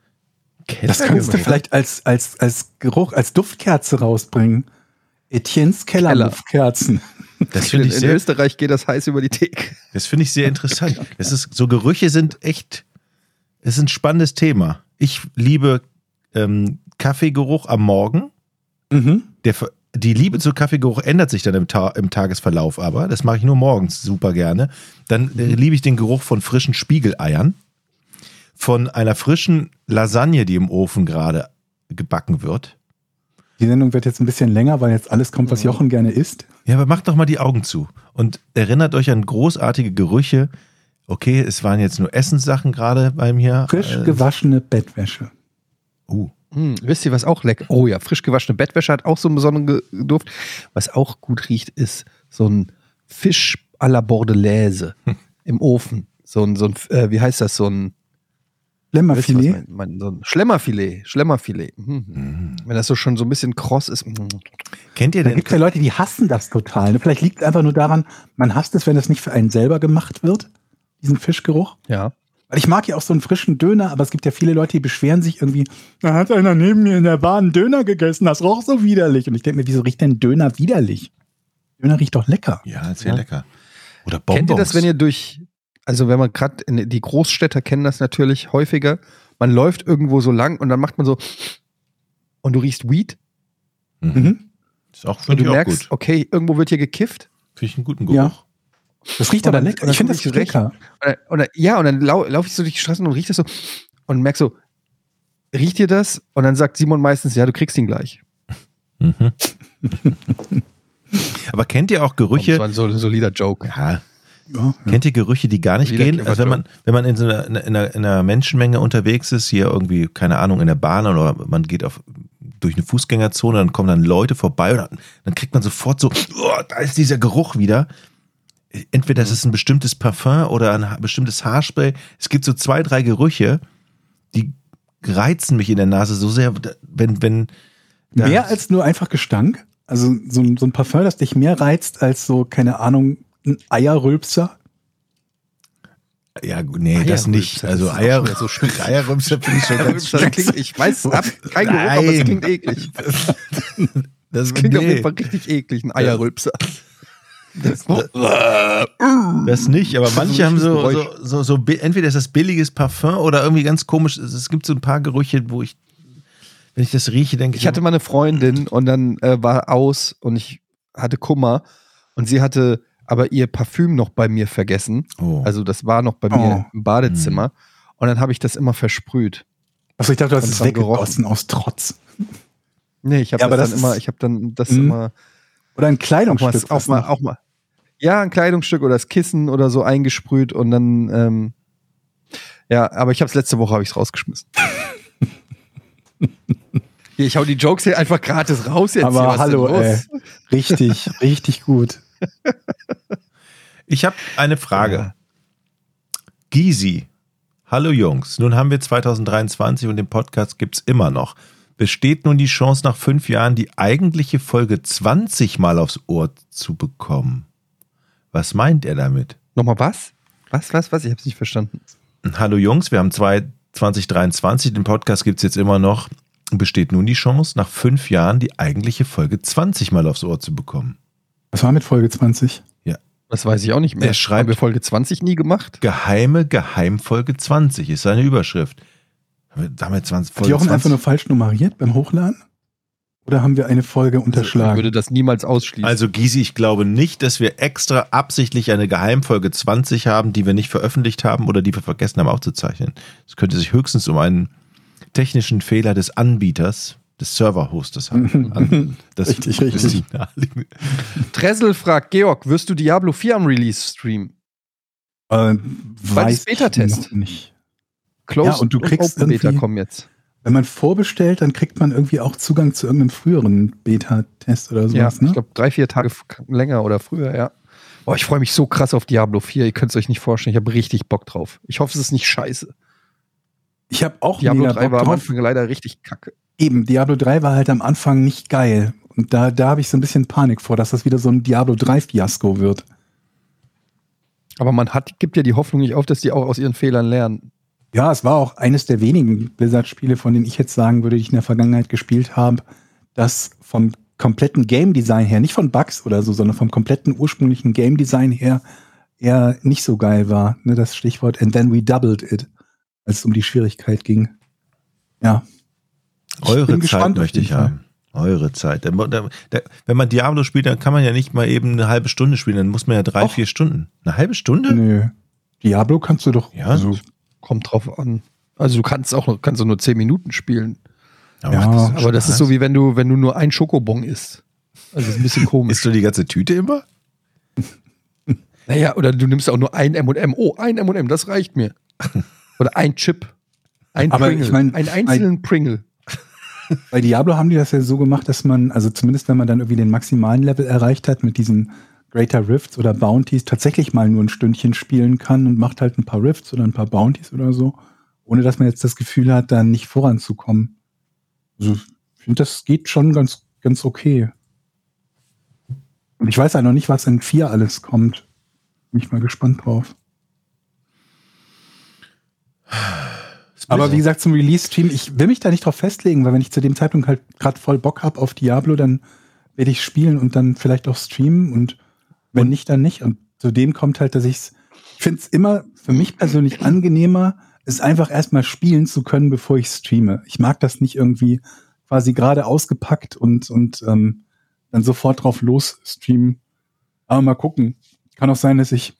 [SPEAKER 7] Das kannst du vielleicht als, als, als Geruch, als Duftkerze rausbringen. Etiennes Kellermuffkerzen.
[SPEAKER 8] Das finde ich
[SPEAKER 5] in
[SPEAKER 8] sehr
[SPEAKER 5] Österreich geht das heiß über die Theke.
[SPEAKER 8] Das finde ich sehr interessant. Das ist, so Gerüche sind echt, es ist ein spannendes Thema. Ich liebe ähm, Kaffeegeruch am Morgen.
[SPEAKER 7] Mhm.
[SPEAKER 8] Der, Ver- die Liebe zu Kaffeegeruch ändert sich dann im, Ta im Tagesverlauf aber. Das mache ich nur morgens super gerne. Dann äh, liebe ich den Geruch von frischen Spiegeleiern, von einer frischen Lasagne, die im Ofen gerade gebacken wird.
[SPEAKER 7] Die Sendung wird jetzt ein bisschen länger, weil jetzt alles kommt, was Jochen gerne isst.
[SPEAKER 8] Ja, aber macht doch mal die Augen zu und erinnert euch an großartige Gerüche. Okay, es waren jetzt nur Essenssachen gerade bei mir.
[SPEAKER 7] Frisch
[SPEAKER 8] Äh,
[SPEAKER 7] gewaschene Bettwäsche.
[SPEAKER 8] Uh,
[SPEAKER 5] Hm, wisst ihr, was auch lecker? Oh ja, frisch gewaschene Bettwäsche hat auch so einen besonderen Ge- Duft. Was auch gut riecht, ist so ein Fisch à la [laughs] Bordelaise im Ofen. So ein, so ein äh, wie heißt das, so ein, wisst ihr, was
[SPEAKER 7] Lämmerfilet.
[SPEAKER 5] mein, mein, so ein Schlemmerfilet. Schlemmerfilet. Mhm. Wenn das so schon so ein bisschen kross ist. mhm.
[SPEAKER 8] kennt ihr
[SPEAKER 7] Da
[SPEAKER 8] denn?
[SPEAKER 7] gibt es ja Leute, die hassen das total. ne? Vielleicht liegt es einfach nur daran, man hasst es, wenn das nicht für einen selber gemacht wird, diesen Fischgeruch.
[SPEAKER 5] Ja.
[SPEAKER 7] Weil ich mag ja auch so einen frischen Döner, aber es gibt ja viele Leute, die beschweren sich irgendwie, da hat einer neben mir in der Bahn einen Döner gegessen, das roch so widerlich. Und ich denke mir, wieso riecht denn Döner widerlich? Döner riecht doch lecker.
[SPEAKER 8] Ja, sehr lecker. Oder Bonbons.
[SPEAKER 5] Kennt ihr das, wenn ihr durch, also wenn man gerade, die Großstädter kennen das natürlich häufiger, man läuft irgendwo so lang und dann macht man so und du riechst Weed
[SPEAKER 7] Mhm.
[SPEAKER 8] Ist auch,
[SPEAKER 5] und
[SPEAKER 8] finde
[SPEAKER 5] du
[SPEAKER 8] ich auch
[SPEAKER 5] merkst,
[SPEAKER 8] gut.
[SPEAKER 5] okay, irgendwo wird hier gekifft.
[SPEAKER 8] Finde ich einen guten Geruch.
[SPEAKER 7] Ja. Das riecht
[SPEAKER 5] Und
[SPEAKER 7] aber
[SPEAKER 5] dann- und
[SPEAKER 7] lecker.
[SPEAKER 5] dann
[SPEAKER 7] Ich finde
[SPEAKER 5] guck
[SPEAKER 7] das
[SPEAKER 5] ich recht.
[SPEAKER 7] lecker.
[SPEAKER 5] Und, dann- und, dann- ja, und dann lau laufe ich so durch die Straßen und rieche das so und merk so, riecht dir das? Und dann sagt Simon meistens, ja, du kriegst ihn gleich.
[SPEAKER 8] Mhm. aber kennt ihr auch Gerüche?
[SPEAKER 5] ein so- solider Joke.
[SPEAKER 8] Ja.
[SPEAKER 7] Ja, ja.
[SPEAKER 8] Kennt ihr Gerüche, die gar nicht
[SPEAKER 5] Wieder
[SPEAKER 8] gehen? Also wenn man, wenn man in, so einer, in, einer, in einer Menschenmenge unterwegs ist, hier irgendwie, keine Ahnung, in der Bahn oder man geht auf durch eine Fußgängerzone, dann kommen dann Leute vorbei und dann, dann kriegt man sofort so, oh, da ist dieser Geruch wieder. Entweder es ist ein bestimmtes Parfum oder ein ha- bestimmtes Haarspray. Es gibt so zwei, drei Gerüche, die reizen mich in der Nase so sehr, wenn, wenn. da-
[SPEAKER 7] Mehr als nur einfach Gestank. Also so, ein- so ein Parfum, das dich mehr reizt als so, keine Ahnung, ein Eierrülpser.
[SPEAKER 8] Ja, gut, nee, das
[SPEAKER 5] Eierrülpser,
[SPEAKER 8] nicht.
[SPEAKER 5] das
[SPEAKER 8] Also
[SPEAKER 5] ist auch
[SPEAKER 8] Eier,
[SPEAKER 5] schon wieder so
[SPEAKER 8] [laughs] Eierrümpser finde ich schon ganz
[SPEAKER 5] [laughs] Das klingt, ich weiß, hab kein Geruch, aber es
[SPEAKER 8] Nein.
[SPEAKER 5] klingt eklig.
[SPEAKER 8] Das
[SPEAKER 5] Es klingt auf
[SPEAKER 8] nee.
[SPEAKER 5] jeden Fall richtig eklig, ein Eierrülpser.
[SPEAKER 8] Das nicht, aber manche haben so,
[SPEAKER 5] Geräusch.
[SPEAKER 8] so, so, so, bi- entweder ist das billiges Parfum oder irgendwie ganz komisch. Es- Es gibt so ein paar Gerüche, wo ich, wenn ich das rieche, denke
[SPEAKER 5] Ich hatte mal eine Freundin und dann äh, war aus und ich hatte Kummer und sie hatte aber ihr Parfüm noch bei mir vergessen.
[SPEAKER 8] oh.
[SPEAKER 5] Also das war noch bei
[SPEAKER 7] Oh. Mhm.
[SPEAKER 5] mir im Badezimmer. Und dann habe ich das immer versprüht.
[SPEAKER 7] Achso, ich dachte, du hast
[SPEAKER 5] Und
[SPEAKER 7] es
[SPEAKER 5] dran
[SPEAKER 7] weggegossen aus Trotz.
[SPEAKER 5] Nee, ich habe
[SPEAKER 7] Ja, aber das
[SPEAKER 5] das dann immer,
[SPEAKER 7] ist-
[SPEAKER 5] ich habe dann das
[SPEAKER 7] Mhm.
[SPEAKER 5] immer
[SPEAKER 7] Oder ein
[SPEAKER 5] auch mal,
[SPEAKER 7] Kleidungsstück.
[SPEAKER 5] auch Oh, mal, auch mal. Ja, ein Kleidungsstück oder das Kissen oder so eingesprüht und dann, ähm, ja, aber ich habe es letzte Woche habe ich es rausgeschmissen. Hier, ich hau die Jokes hier einfach gratis raus jetzt. hier, was
[SPEAKER 7] aber
[SPEAKER 5] ist
[SPEAKER 7] hallo, äh,
[SPEAKER 5] denn los?
[SPEAKER 7] ey. Richtig, [laughs] richtig gut.
[SPEAKER 8] Ich habe eine Frage. Gysi. Hallo Jungs, nun haben wir 2023 und den Podcast gibt's immer noch. Besteht nun die Chance, nach fünf Jahren die eigentliche Folge 20 Mal aufs Ohr zu bekommen? Was meint er damit?
[SPEAKER 5] Nochmal was? Was, was, was? Ich habe es nicht verstanden.
[SPEAKER 8] Hallo Jungs, wir haben zwei- 2023, den Podcast gibt's jetzt immer noch. Besteht nun die Chance, nach fünf Jahren die eigentliche Folge 20 Mal aufs Ohr zu bekommen?
[SPEAKER 7] Was war mit Folge 20?
[SPEAKER 5] Das weiß ich auch nicht mehr.
[SPEAKER 8] Er schreibt-
[SPEAKER 5] haben wir Folge 20 nie gemacht?
[SPEAKER 8] Geheime Geheimfolge 20 ist seine Überschrift. Haben wir damit 20
[SPEAKER 7] Hat die auch einfach nur falsch nummeriert beim Hochladen? Oder haben wir eine Folge
[SPEAKER 5] Also, Ich
[SPEAKER 7] unterschlagen?
[SPEAKER 5] würde das niemals ausschließen.
[SPEAKER 8] Also Gysi, ich glaube nicht, dass wir extra absichtlich eine Geheimfolge 20 haben, die wir nicht veröffentlicht haben oder die wir vergessen haben aufzuzeichnen. Es könnte sich höchstens um einen technischen Fehler des Anbieters, des
[SPEAKER 7] [laughs]
[SPEAKER 8] Serverhostes handeln. An- Das
[SPEAKER 7] Richtig, richtig.
[SPEAKER 8] ist die naheliegende-
[SPEAKER 5] Dressel fragt, Georg, wirst du Diablo 4 am Release streamen?
[SPEAKER 7] Ähm,
[SPEAKER 5] Beides
[SPEAKER 7] weiß
[SPEAKER 5] Beta-Test.
[SPEAKER 7] ich noch nicht.
[SPEAKER 5] Close
[SPEAKER 7] Ja, und du kriegst
[SPEAKER 5] Open Beta
[SPEAKER 7] irgendwie-
[SPEAKER 5] kommen jetzt.
[SPEAKER 7] Wenn man vorbestellt, dann kriegt man irgendwie auch Zugang zu irgendeinem früheren Beta-Test oder
[SPEAKER 5] Ja,
[SPEAKER 7] sowas,
[SPEAKER 5] ich
[SPEAKER 7] ne?
[SPEAKER 5] glaube drei, vier Tage f- länger oder früher, ja. Boah, ich freue mich so krass auf Diablo 4. Ihr könnt es euch nicht vorstellen. Ich habe richtig Bock drauf. Ich hoffe, es ist nicht scheiße.
[SPEAKER 7] Ich habe auch
[SPEAKER 5] Diablo
[SPEAKER 7] mega
[SPEAKER 5] 3
[SPEAKER 7] Bock
[SPEAKER 5] war am
[SPEAKER 7] drauf.
[SPEAKER 5] Anfang leider richtig kacke.
[SPEAKER 7] Eben, Diablo 3 war halt am Anfang nicht geil. Und da, da habe ich so ein bisschen Panik vor, dass das wieder so ein Diablo 3-Fiasko wird.
[SPEAKER 5] Aber man hat, gibt ja die Hoffnung nicht auf, dass die auch aus ihren Fehlern lernen.
[SPEAKER 7] Ja, es war auch eines der wenigen Blizzard-Spiele, von denen ich jetzt sagen würde, die ich in der Vergangenheit gespielt habe, das vom kompletten Game Design her, nicht von Bugs oder so, sondern vom kompletten ursprünglichen Game Design her eher nicht so geil war. Ne, das Stichwort And then we doubled it, als es um die Schwierigkeit ging. Ja. Ich
[SPEAKER 8] Eure
[SPEAKER 7] bin
[SPEAKER 8] Zeit
[SPEAKER 7] gespannt auf
[SPEAKER 8] möchte ich
[SPEAKER 7] jeden Fall.
[SPEAKER 8] haben. Eure Zeit. Da, da, da, wenn man Diablo spielt, dann kann man ja nicht mal eben eine halbe Stunde spielen. Dann muss man ja drei,
[SPEAKER 7] Och.
[SPEAKER 8] vier Stunden. Eine halbe Stunde?
[SPEAKER 7] Nö. Diablo kannst du doch.
[SPEAKER 8] Hm.
[SPEAKER 7] also
[SPEAKER 8] Ja.
[SPEAKER 5] Kommt drauf an. Also du kannst auch nur- kannst du nur zehn Minuten spielen.
[SPEAKER 8] Aber
[SPEAKER 7] Ja,
[SPEAKER 8] macht
[SPEAKER 5] Aber das ist
[SPEAKER 8] Spaß?
[SPEAKER 5] so wie wenn du, wenn du nur ein Schokobon isst. Also ist
[SPEAKER 7] [laughs]
[SPEAKER 5] ein bisschen komisch.
[SPEAKER 8] Isst du die ganze Tüte immer?
[SPEAKER 5] Naja, oder du nimmst auch nur ein M&M. Oh, ein M&M, das
[SPEAKER 7] [laughs]
[SPEAKER 5] reicht mir. Oder ein Chip. Ein
[SPEAKER 7] Aber
[SPEAKER 5] Pringle.
[SPEAKER 7] ich mein,
[SPEAKER 5] einen einzelnen Pringle.
[SPEAKER 7] Bei Diablo haben die das ja so gemacht, dass man, also zumindest wenn man dann irgendwie den maximalen Level erreicht hat mit diesen Greater Rifts oder Bounties, tatsächlich mal nur ein Stündchen spielen kann und macht halt ein paar Rifts oder ein paar Bounties oder so, ohne dass man jetzt das Gefühl hat, dann nicht voranzukommen. Also ich finde, das geht schon ganz, ganz okay. Und ich weiß ja noch nicht, was in 4 alles kommt. Bin ich mal gespannt drauf. Aber wie gesagt, zum Release-Stream, ich will mich da nicht drauf festlegen, weil wenn ich zu dem Zeitpunkt halt gerade voll Bock habe auf Diablo, dann werde ich spielen und dann vielleicht auch streamen und wenn nicht, dann nicht. Und zu dem kommt halt, dass ich's, ich finde es immer für mich persönlich angenehmer, es einfach erstmal spielen zu können, bevor ich streame. Ich mag das nicht irgendwie quasi gerade ausgepackt und, und ähm, dann sofort drauf los streamen. Aber mal gucken. Kann auch sein, dass ich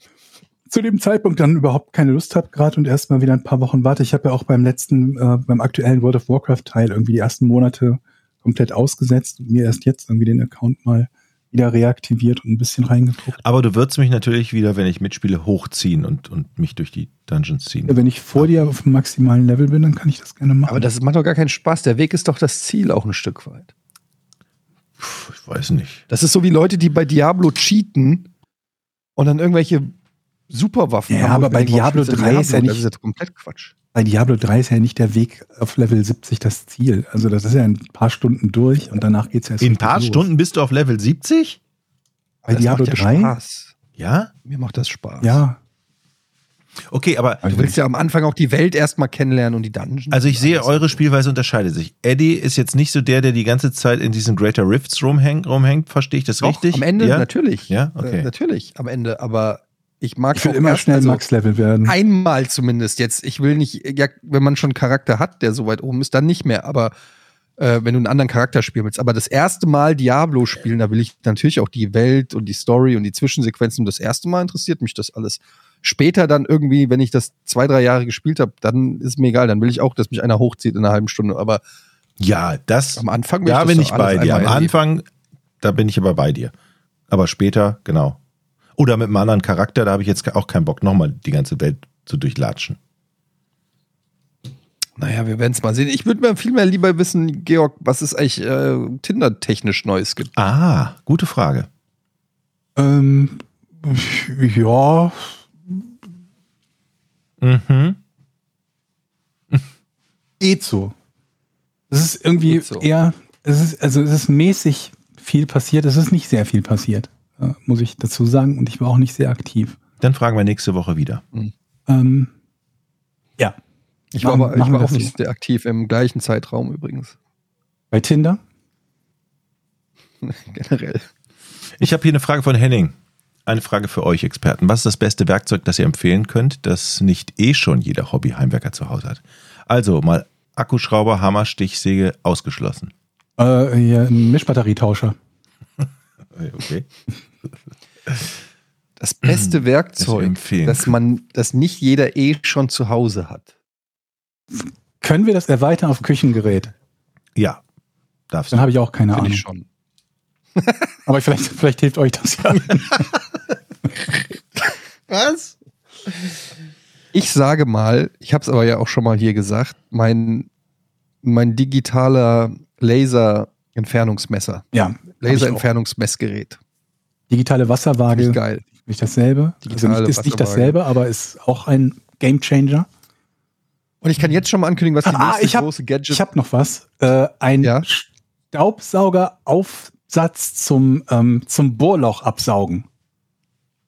[SPEAKER 7] zu dem Zeitpunkt dann überhaupt keine Lust habe gerade und erstmal wieder ein paar Wochen warte. Ich habe ja auch beim letzten, äh, beim aktuellen World of Warcraft Teil irgendwie die ersten Monate komplett ausgesetzt und mir erst jetzt irgendwie den Account mal wieder reaktiviert und ein bisschen reingeguckt.
[SPEAKER 8] Aber du würdest mich natürlich wieder, wenn ich mitspiele, hochziehen und, und mich durch die Dungeons ziehen.
[SPEAKER 7] Ja, wenn ich vor dir auf dem maximalen Level bin, dann kann ich das gerne machen.
[SPEAKER 5] Aber das macht doch gar keinen Spaß. Der Weg ist doch das Ziel auch ein Stück weit.
[SPEAKER 8] Puh, ich weiß nicht.
[SPEAKER 5] Das ist so wie Leute, die bei Diablo cheaten und dann irgendwelche Superwaffen
[SPEAKER 7] Ja,
[SPEAKER 5] haben. wo
[SPEAKER 7] aber
[SPEAKER 5] ich
[SPEAKER 7] bei
[SPEAKER 5] mir denke, warum
[SPEAKER 7] Diablo
[SPEAKER 5] spielst du
[SPEAKER 7] 3 ist ja
[SPEAKER 5] Diablo? Das
[SPEAKER 7] nicht-
[SPEAKER 5] ist ja komplett Quatsch.
[SPEAKER 7] bei Diablo 3 ist ja nicht der Weg auf Level 70 das Ziel. Also das ist ja in ein paar Stunden durch und danach geht's ja erst
[SPEAKER 8] In ein
[SPEAKER 7] richtig
[SPEAKER 8] paar
[SPEAKER 7] los.
[SPEAKER 8] Stunden bist du auf Level 70?
[SPEAKER 7] Bei
[SPEAKER 5] Das
[SPEAKER 7] Diablo
[SPEAKER 5] macht
[SPEAKER 7] 3?
[SPEAKER 5] Spaß.
[SPEAKER 8] Ja?
[SPEAKER 5] Mir macht das Spaß.
[SPEAKER 7] Ja.
[SPEAKER 8] Okay, aber
[SPEAKER 7] Also,
[SPEAKER 5] Du willst ja am Anfang auch die Welt erstmal kennenlernen und die Dungeons.
[SPEAKER 8] also ich sehe, eure Spielweise unterscheidet sich. Eddie ist jetzt nicht so der, der die ganze Zeit in diesen Greater Rifts rumhängt, rumhängt. verstehe ich das
[SPEAKER 5] Doch,
[SPEAKER 8] richtig?
[SPEAKER 5] Am Ende
[SPEAKER 8] ja?
[SPEAKER 5] natürlich.
[SPEAKER 8] Ja, okay.
[SPEAKER 5] Äh, natürlich am Ende. Aber ich mag
[SPEAKER 7] Ich will
[SPEAKER 5] auch
[SPEAKER 7] immer
[SPEAKER 5] erst-
[SPEAKER 7] schnell
[SPEAKER 5] also
[SPEAKER 7] Max-Level
[SPEAKER 5] [laughs]
[SPEAKER 7] werden.
[SPEAKER 5] Einmal zumindest jetzt. Ich will nicht, ja, wenn man schon einen Charakter hat, der so weit oben ist, dann nicht mehr. Aber äh, wenn du einen anderen Charakter spielen willst. Aber das erste Mal Diablo spielen, da will ich natürlich auch die Welt und die Story und die Zwischensequenzen. Das erste Mal interessiert mich das alles. Später dann irgendwie, wenn ich das zwei, drei Jahre gespielt habe, dann ist mir egal. Dann will ich auch, dass mich einer hochzieht in einer halben Stunde. Aber
[SPEAKER 8] Ja, das.
[SPEAKER 5] Am Anfang will
[SPEAKER 8] da
[SPEAKER 5] ich das
[SPEAKER 8] bin
[SPEAKER 5] doch
[SPEAKER 8] ich
[SPEAKER 5] alles
[SPEAKER 8] bei dir. Am
[SPEAKER 5] einmal
[SPEAKER 8] Anfang, da bin ich aber bei dir. Aber später, genau. Oder mit einem anderen Charakter, da habe ich jetzt auch keinen Bock, nochmal die ganze Welt zu durchlatschen.
[SPEAKER 5] naja, wir werden es mal sehen. Ich würde mir viel mehr lieber wissen, Georg, was es eigentlich äh, Tinder-technisch Neues gibt.
[SPEAKER 8] Ah, gute Frage.
[SPEAKER 7] Ähm, ja,
[SPEAKER 8] Mhm.
[SPEAKER 7] geht so. Eh Es ist irgendwie
[SPEAKER 5] Geht so.
[SPEAKER 7] eher, es ist, also es ist mäßig viel passiert. Es ist nicht sehr viel passiert, äh, muss ich dazu sagen. Und ich war auch nicht sehr aktiv.
[SPEAKER 8] Dann fragen wir nächste Woche wieder.
[SPEAKER 7] Ähm, ja.
[SPEAKER 5] Ich war,
[SPEAKER 7] Machen-
[SPEAKER 5] aber, ich
[SPEAKER 7] machen
[SPEAKER 5] war
[SPEAKER 7] wir
[SPEAKER 5] auch
[SPEAKER 7] so.
[SPEAKER 5] nicht sehr aktiv im gleichen Zeitraum übrigens.
[SPEAKER 7] Bei Tinder?
[SPEAKER 5] Generell.
[SPEAKER 8] Ich habe hier eine Frage von Henning. Eine Frage für euch Experten. Was ist das beste Werkzeug, das ihr empfehlen könnt, das nicht eh schon jeder Hobby-Heimwerker zu Hause hat? Also mal Akkuschrauber, Hammer, Stichsäge ausgeschlossen.
[SPEAKER 7] Äh, ja, ein Mischbatterietauscher.
[SPEAKER 5] Äh,
[SPEAKER 8] Okay.
[SPEAKER 5] Das
[SPEAKER 7] Mhm.
[SPEAKER 5] beste
[SPEAKER 8] wir
[SPEAKER 5] Werkzeug,
[SPEAKER 8] empfehlen
[SPEAKER 5] das man, das nicht jeder eh schon zu Hause hat.
[SPEAKER 7] Können wir das erweitern auf Küchengerät?
[SPEAKER 8] Ja, darfst
[SPEAKER 7] Dann
[SPEAKER 8] du.
[SPEAKER 7] habe ich auch keine
[SPEAKER 5] Finde
[SPEAKER 7] Ahnung.
[SPEAKER 5] ich schon.
[SPEAKER 7] Aber vielleicht, vielleicht hilft euch das
[SPEAKER 5] [laughs]
[SPEAKER 7] ja.
[SPEAKER 5] Was? Ich sage mal, ich habe es aber ja auch schon mal hier gesagt, mein, mein digitaler Laser-Entfernungsmesser,
[SPEAKER 7] ja. Hab ich auch.
[SPEAKER 5] Laser-Entfernungsmessgerät.
[SPEAKER 7] Digitale
[SPEAKER 5] Finde ich
[SPEAKER 7] Wasserwaage.
[SPEAKER 5] geil.
[SPEAKER 7] Nicht dasselbe. Also
[SPEAKER 5] Digitale
[SPEAKER 7] nicht, ist nicht
[SPEAKER 5] Wasserwaage.
[SPEAKER 7] dasselbe, aber ist auch ein Gamechanger.
[SPEAKER 5] Und ich kann jetzt schon mal ankündigen, was die
[SPEAKER 7] Ah,
[SPEAKER 5] nächste
[SPEAKER 7] ich hab-
[SPEAKER 5] große Gadget
[SPEAKER 7] Ich habe noch was. Äh, ein
[SPEAKER 5] Ja?
[SPEAKER 7] Staubsaugeraufsatz zum, ähm, zum Bohrloch absaugen.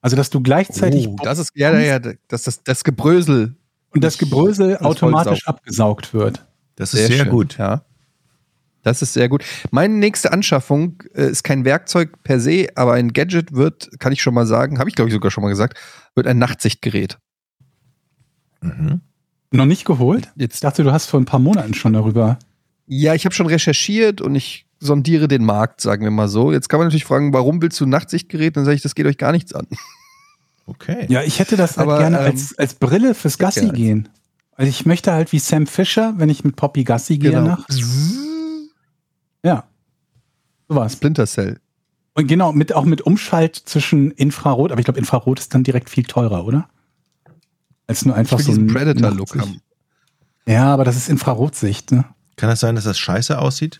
[SPEAKER 7] Also, dass du gleichzeitig
[SPEAKER 5] Oh, das ist ja, ja, ja das, das, das Gebrösel.
[SPEAKER 7] und das Gebrösel
[SPEAKER 5] das
[SPEAKER 7] automatisch
[SPEAKER 5] Holzsaugen.
[SPEAKER 7] abgesaugt wird.
[SPEAKER 8] Das ist sehr,
[SPEAKER 5] schön,
[SPEAKER 8] gut.
[SPEAKER 5] Ja. Das ist sehr gut. Meine nächste Anschaffung äh, ist kein Werkzeug per se, aber ein Gadget wird, kann ich schon mal sagen, habe ich glaube ich sogar schon mal gesagt, wird ein Nachtsichtgerät.
[SPEAKER 8] Mhm.
[SPEAKER 7] Noch nicht geholt? Ich
[SPEAKER 5] Jetzt,
[SPEAKER 7] dachte, du hast vor ein paar Monaten schon darüber.
[SPEAKER 5] ja, ich habe schon recherchiert und ich sondiere den Markt, sagen wir mal so. Jetzt kann man natürlich fragen, warum willst du ein Nachtsichtgerät? Dann sage ich, das geht euch gar nichts an.
[SPEAKER 8] Okay.
[SPEAKER 7] Ja, ich hätte das halt
[SPEAKER 5] Aber,
[SPEAKER 7] gerne
[SPEAKER 5] ähm,
[SPEAKER 7] als, als Brille fürs Gassi
[SPEAKER 5] gerne eins.
[SPEAKER 7] gehen. Also ich möchte halt wie Sam Fisher, wenn ich mit Poppy Gassi gehe
[SPEAKER 5] Genau.
[SPEAKER 7] nachts. Ja. So war's.
[SPEAKER 5] Splinter Cell.
[SPEAKER 7] Und genau, mit, auch mit Umschalt zwischen Infrarot, aber ich glaube, Infrarot ist dann direkt viel teurer, oder? Als nur
[SPEAKER 5] Ich
[SPEAKER 7] einfach
[SPEAKER 5] will
[SPEAKER 7] so
[SPEAKER 5] diesen
[SPEAKER 7] ein
[SPEAKER 5] Predator-Look haben.
[SPEAKER 7] Nachtsicht. Ja, aber das ist Infrarotsicht, ne?
[SPEAKER 8] Kann das sein, dass das scheiße aussieht?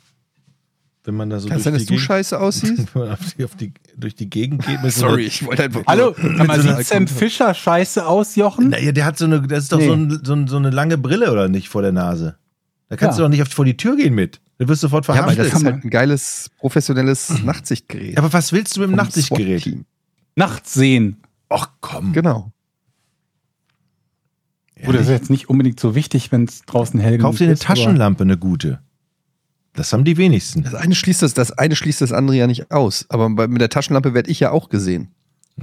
[SPEAKER 8] Wenn man da so
[SPEAKER 5] Kann es
[SPEAKER 8] durch
[SPEAKER 5] sein, dass
[SPEAKER 8] die
[SPEAKER 5] du
[SPEAKER 8] Gegend-
[SPEAKER 5] scheiße
[SPEAKER 7] [laughs]
[SPEAKER 5] aussiehst?
[SPEAKER 8] [laughs]
[SPEAKER 5] Also,
[SPEAKER 8] wenn man auf die, auf die, durch die Gegend geht. mit so [laughs]
[SPEAKER 5] Sorry, ich wollte einfach.
[SPEAKER 7] Hallo,
[SPEAKER 5] so
[SPEAKER 7] mal
[SPEAKER 5] einer
[SPEAKER 7] sieht Sam
[SPEAKER 5] Alkohol-
[SPEAKER 7] Fischer scheiße aus, Jochen?
[SPEAKER 8] Einer, naja, der hat so eine, das ist doch
[SPEAKER 7] Nee.
[SPEAKER 8] so, ein, so, ein, so eine lange Brille oder nicht vor der Nase. Da kannst
[SPEAKER 7] Ja.
[SPEAKER 8] du doch nicht auf, vor die Tür gehen mit. Du wirst sofort
[SPEAKER 5] Ja, aber das
[SPEAKER 8] verhaftet.
[SPEAKER 5] ist
[SPEAKER 7] kann
[SPEAKER 5] halt ein geiles professionelles Nachtsichtgerät.
[SPEAKER 8] aber was willst du mit dem
[SPEAKER 5] Vom
[SPEAKER 8] Nachtsichtgerät?
[SPEAKER 5] SWAT-Team.
[SPEAKER 7] Nachts sehen.
[SPEAKER 8] Ach komm.
[SPEAKER 5] Genau.
[SPEAKER 7] Gut, das ist jetzt nicht unbedingt so wichtig, wenn es draußen hell
[SPEAKER 8] Kauf dir eine
[SPEAKER 7] ist, aber-
[SPEAKER 8] Taschenlampe, eine gute. Das haben die wenigsten.
[SPEAKER 5] Das eine schließt das, das eine schließt das andere ja nicht aus. Aber bei, mit der Taschenlampe werde ich ja auch gesehen.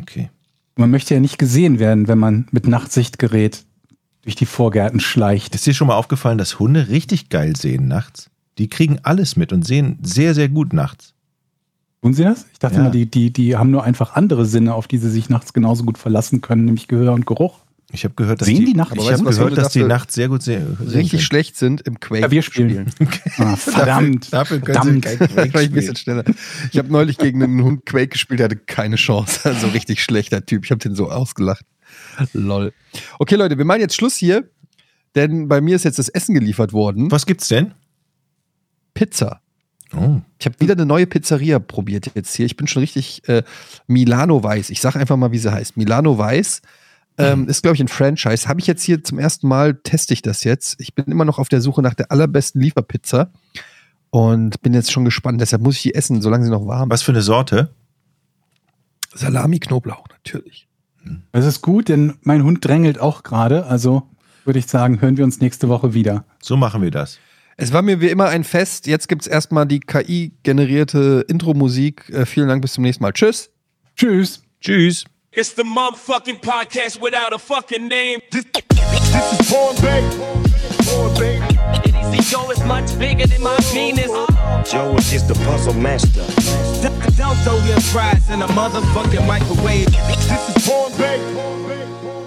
[SPEAKER 8] Okay.
[SPEAKER 7] Man möchte ja nicht gesehen werden, wenn man mit Nachtsichtgerät durch die Vorgärten schleicht.
[SPEAKER 8] Ist dir schon mal aufgefallen, dass Hunde richtig geil sehen nachts? Die kriegen alles mit und sehen sehr, sehr gut nachts.
[SPEAKER 7] Tun Sie das? Ich dachte
[SPEAKER 8] Ja.
[SPEAKER 7] mal, die, die, die haben nur einfach andere Sinne, auf die sie sich nachts genauso gut verlassen können, nämlich Gehör und Geruch.
[SPEAKER 8] Ich habe gehört, dass
[SPEAKER 7] Sehen die
[SPEAKER 8] die
[SPEAKER 7] nachts
[SPEAKER 8] ich
[SPEAKER 5] gut?
[SPEAKER 8] hab
[SPEAKER 5] Was
[SPEAKER 8] gehört,
[SPEAKER 5] Hunde
[SPEAKER 8] dass die
[SPEAKER 5] dafür
[SPEAKER 8] nachts sehr gut sehen.
[SPEAKER 5] Richtig
[SPEAKER 8] sehen
[SPEAKER 5] schlecht sind im Quake.
[SPEAKER 7] Ja, wir [laughs] spielen. Ah, verdammt.
[SPEAKER 8] Dafür
[SPEAKER 7] können sie
[SPEAKER 8] können
[SPEAKER 5] [laughs] Vielleicht ein bisschen schneller. Ich habe neulich gegen einen Hund Quake gespielt, der hatte keine Chance. [laughs] Also richtig schlechter Typ. Ich habe den so ausgelacht. Lol. Okay, Leute, wir machen jetzt Schluss hier, denn bei mir ist jetzt das Essen geliefert worden.
[SPEAKER 8] Was gibt's denn?
[SPEAKER 5] Pizza.
[SPEAKER 8] Oh.
[SPEAKER 5] Ich habe wieder eine neue Pizzeria probiert jetzt hier. Ich bin schon richtig äh, Milano Weiß. Ich sage einfach mal, wie sie heißt. Milano Weiß ähm, ist, glaube ich, ein Franchise. Habe ich jetzt hier zum ersten Mal, teste ich das jetzt. Ich bin immer noch auf der Suche nach der allerbesten Lieferpizza und bin jetzt schon gespannt. Deshalb muss ich die essen, solange sie noch warm ist.
[SPEAKER 8] Was für eine Sorte?
[SPEAKER 5] Salami, Knoblauch, natürlich.
[SPEAKER 7] Das ist gut, denn mein Hund drängelt auch gerade. Also würde ich sagen, hören wir uns nächste Woche wieder.
[SPEAKER 8] So machen wir das.
[SPEAKER 5] Es war mir wie immer ein Fest. Jetzt gibt es erstmal die KI-generierte Intro-Musik. Äh, vielen Dank, bis zum nächsten Mal. Tschüss.
[SPEAKER 7] Tschüss.
[SPEAKER 8] Tschüss.
[SPEAKER 1] It's the motherfucking podcast without a fucking name.
[SPEAKER 2] This is Porn Bay. Porn Bay.
[SPEAKER 3] It is the Yo is much bigger than my penis.
[SPEAKER 2] Joe is just a puzzle master.
[SPEAKER 4] Don't throw your fries in a motherfucking microwave.
[SPEAKER 2] This is Porn Bay.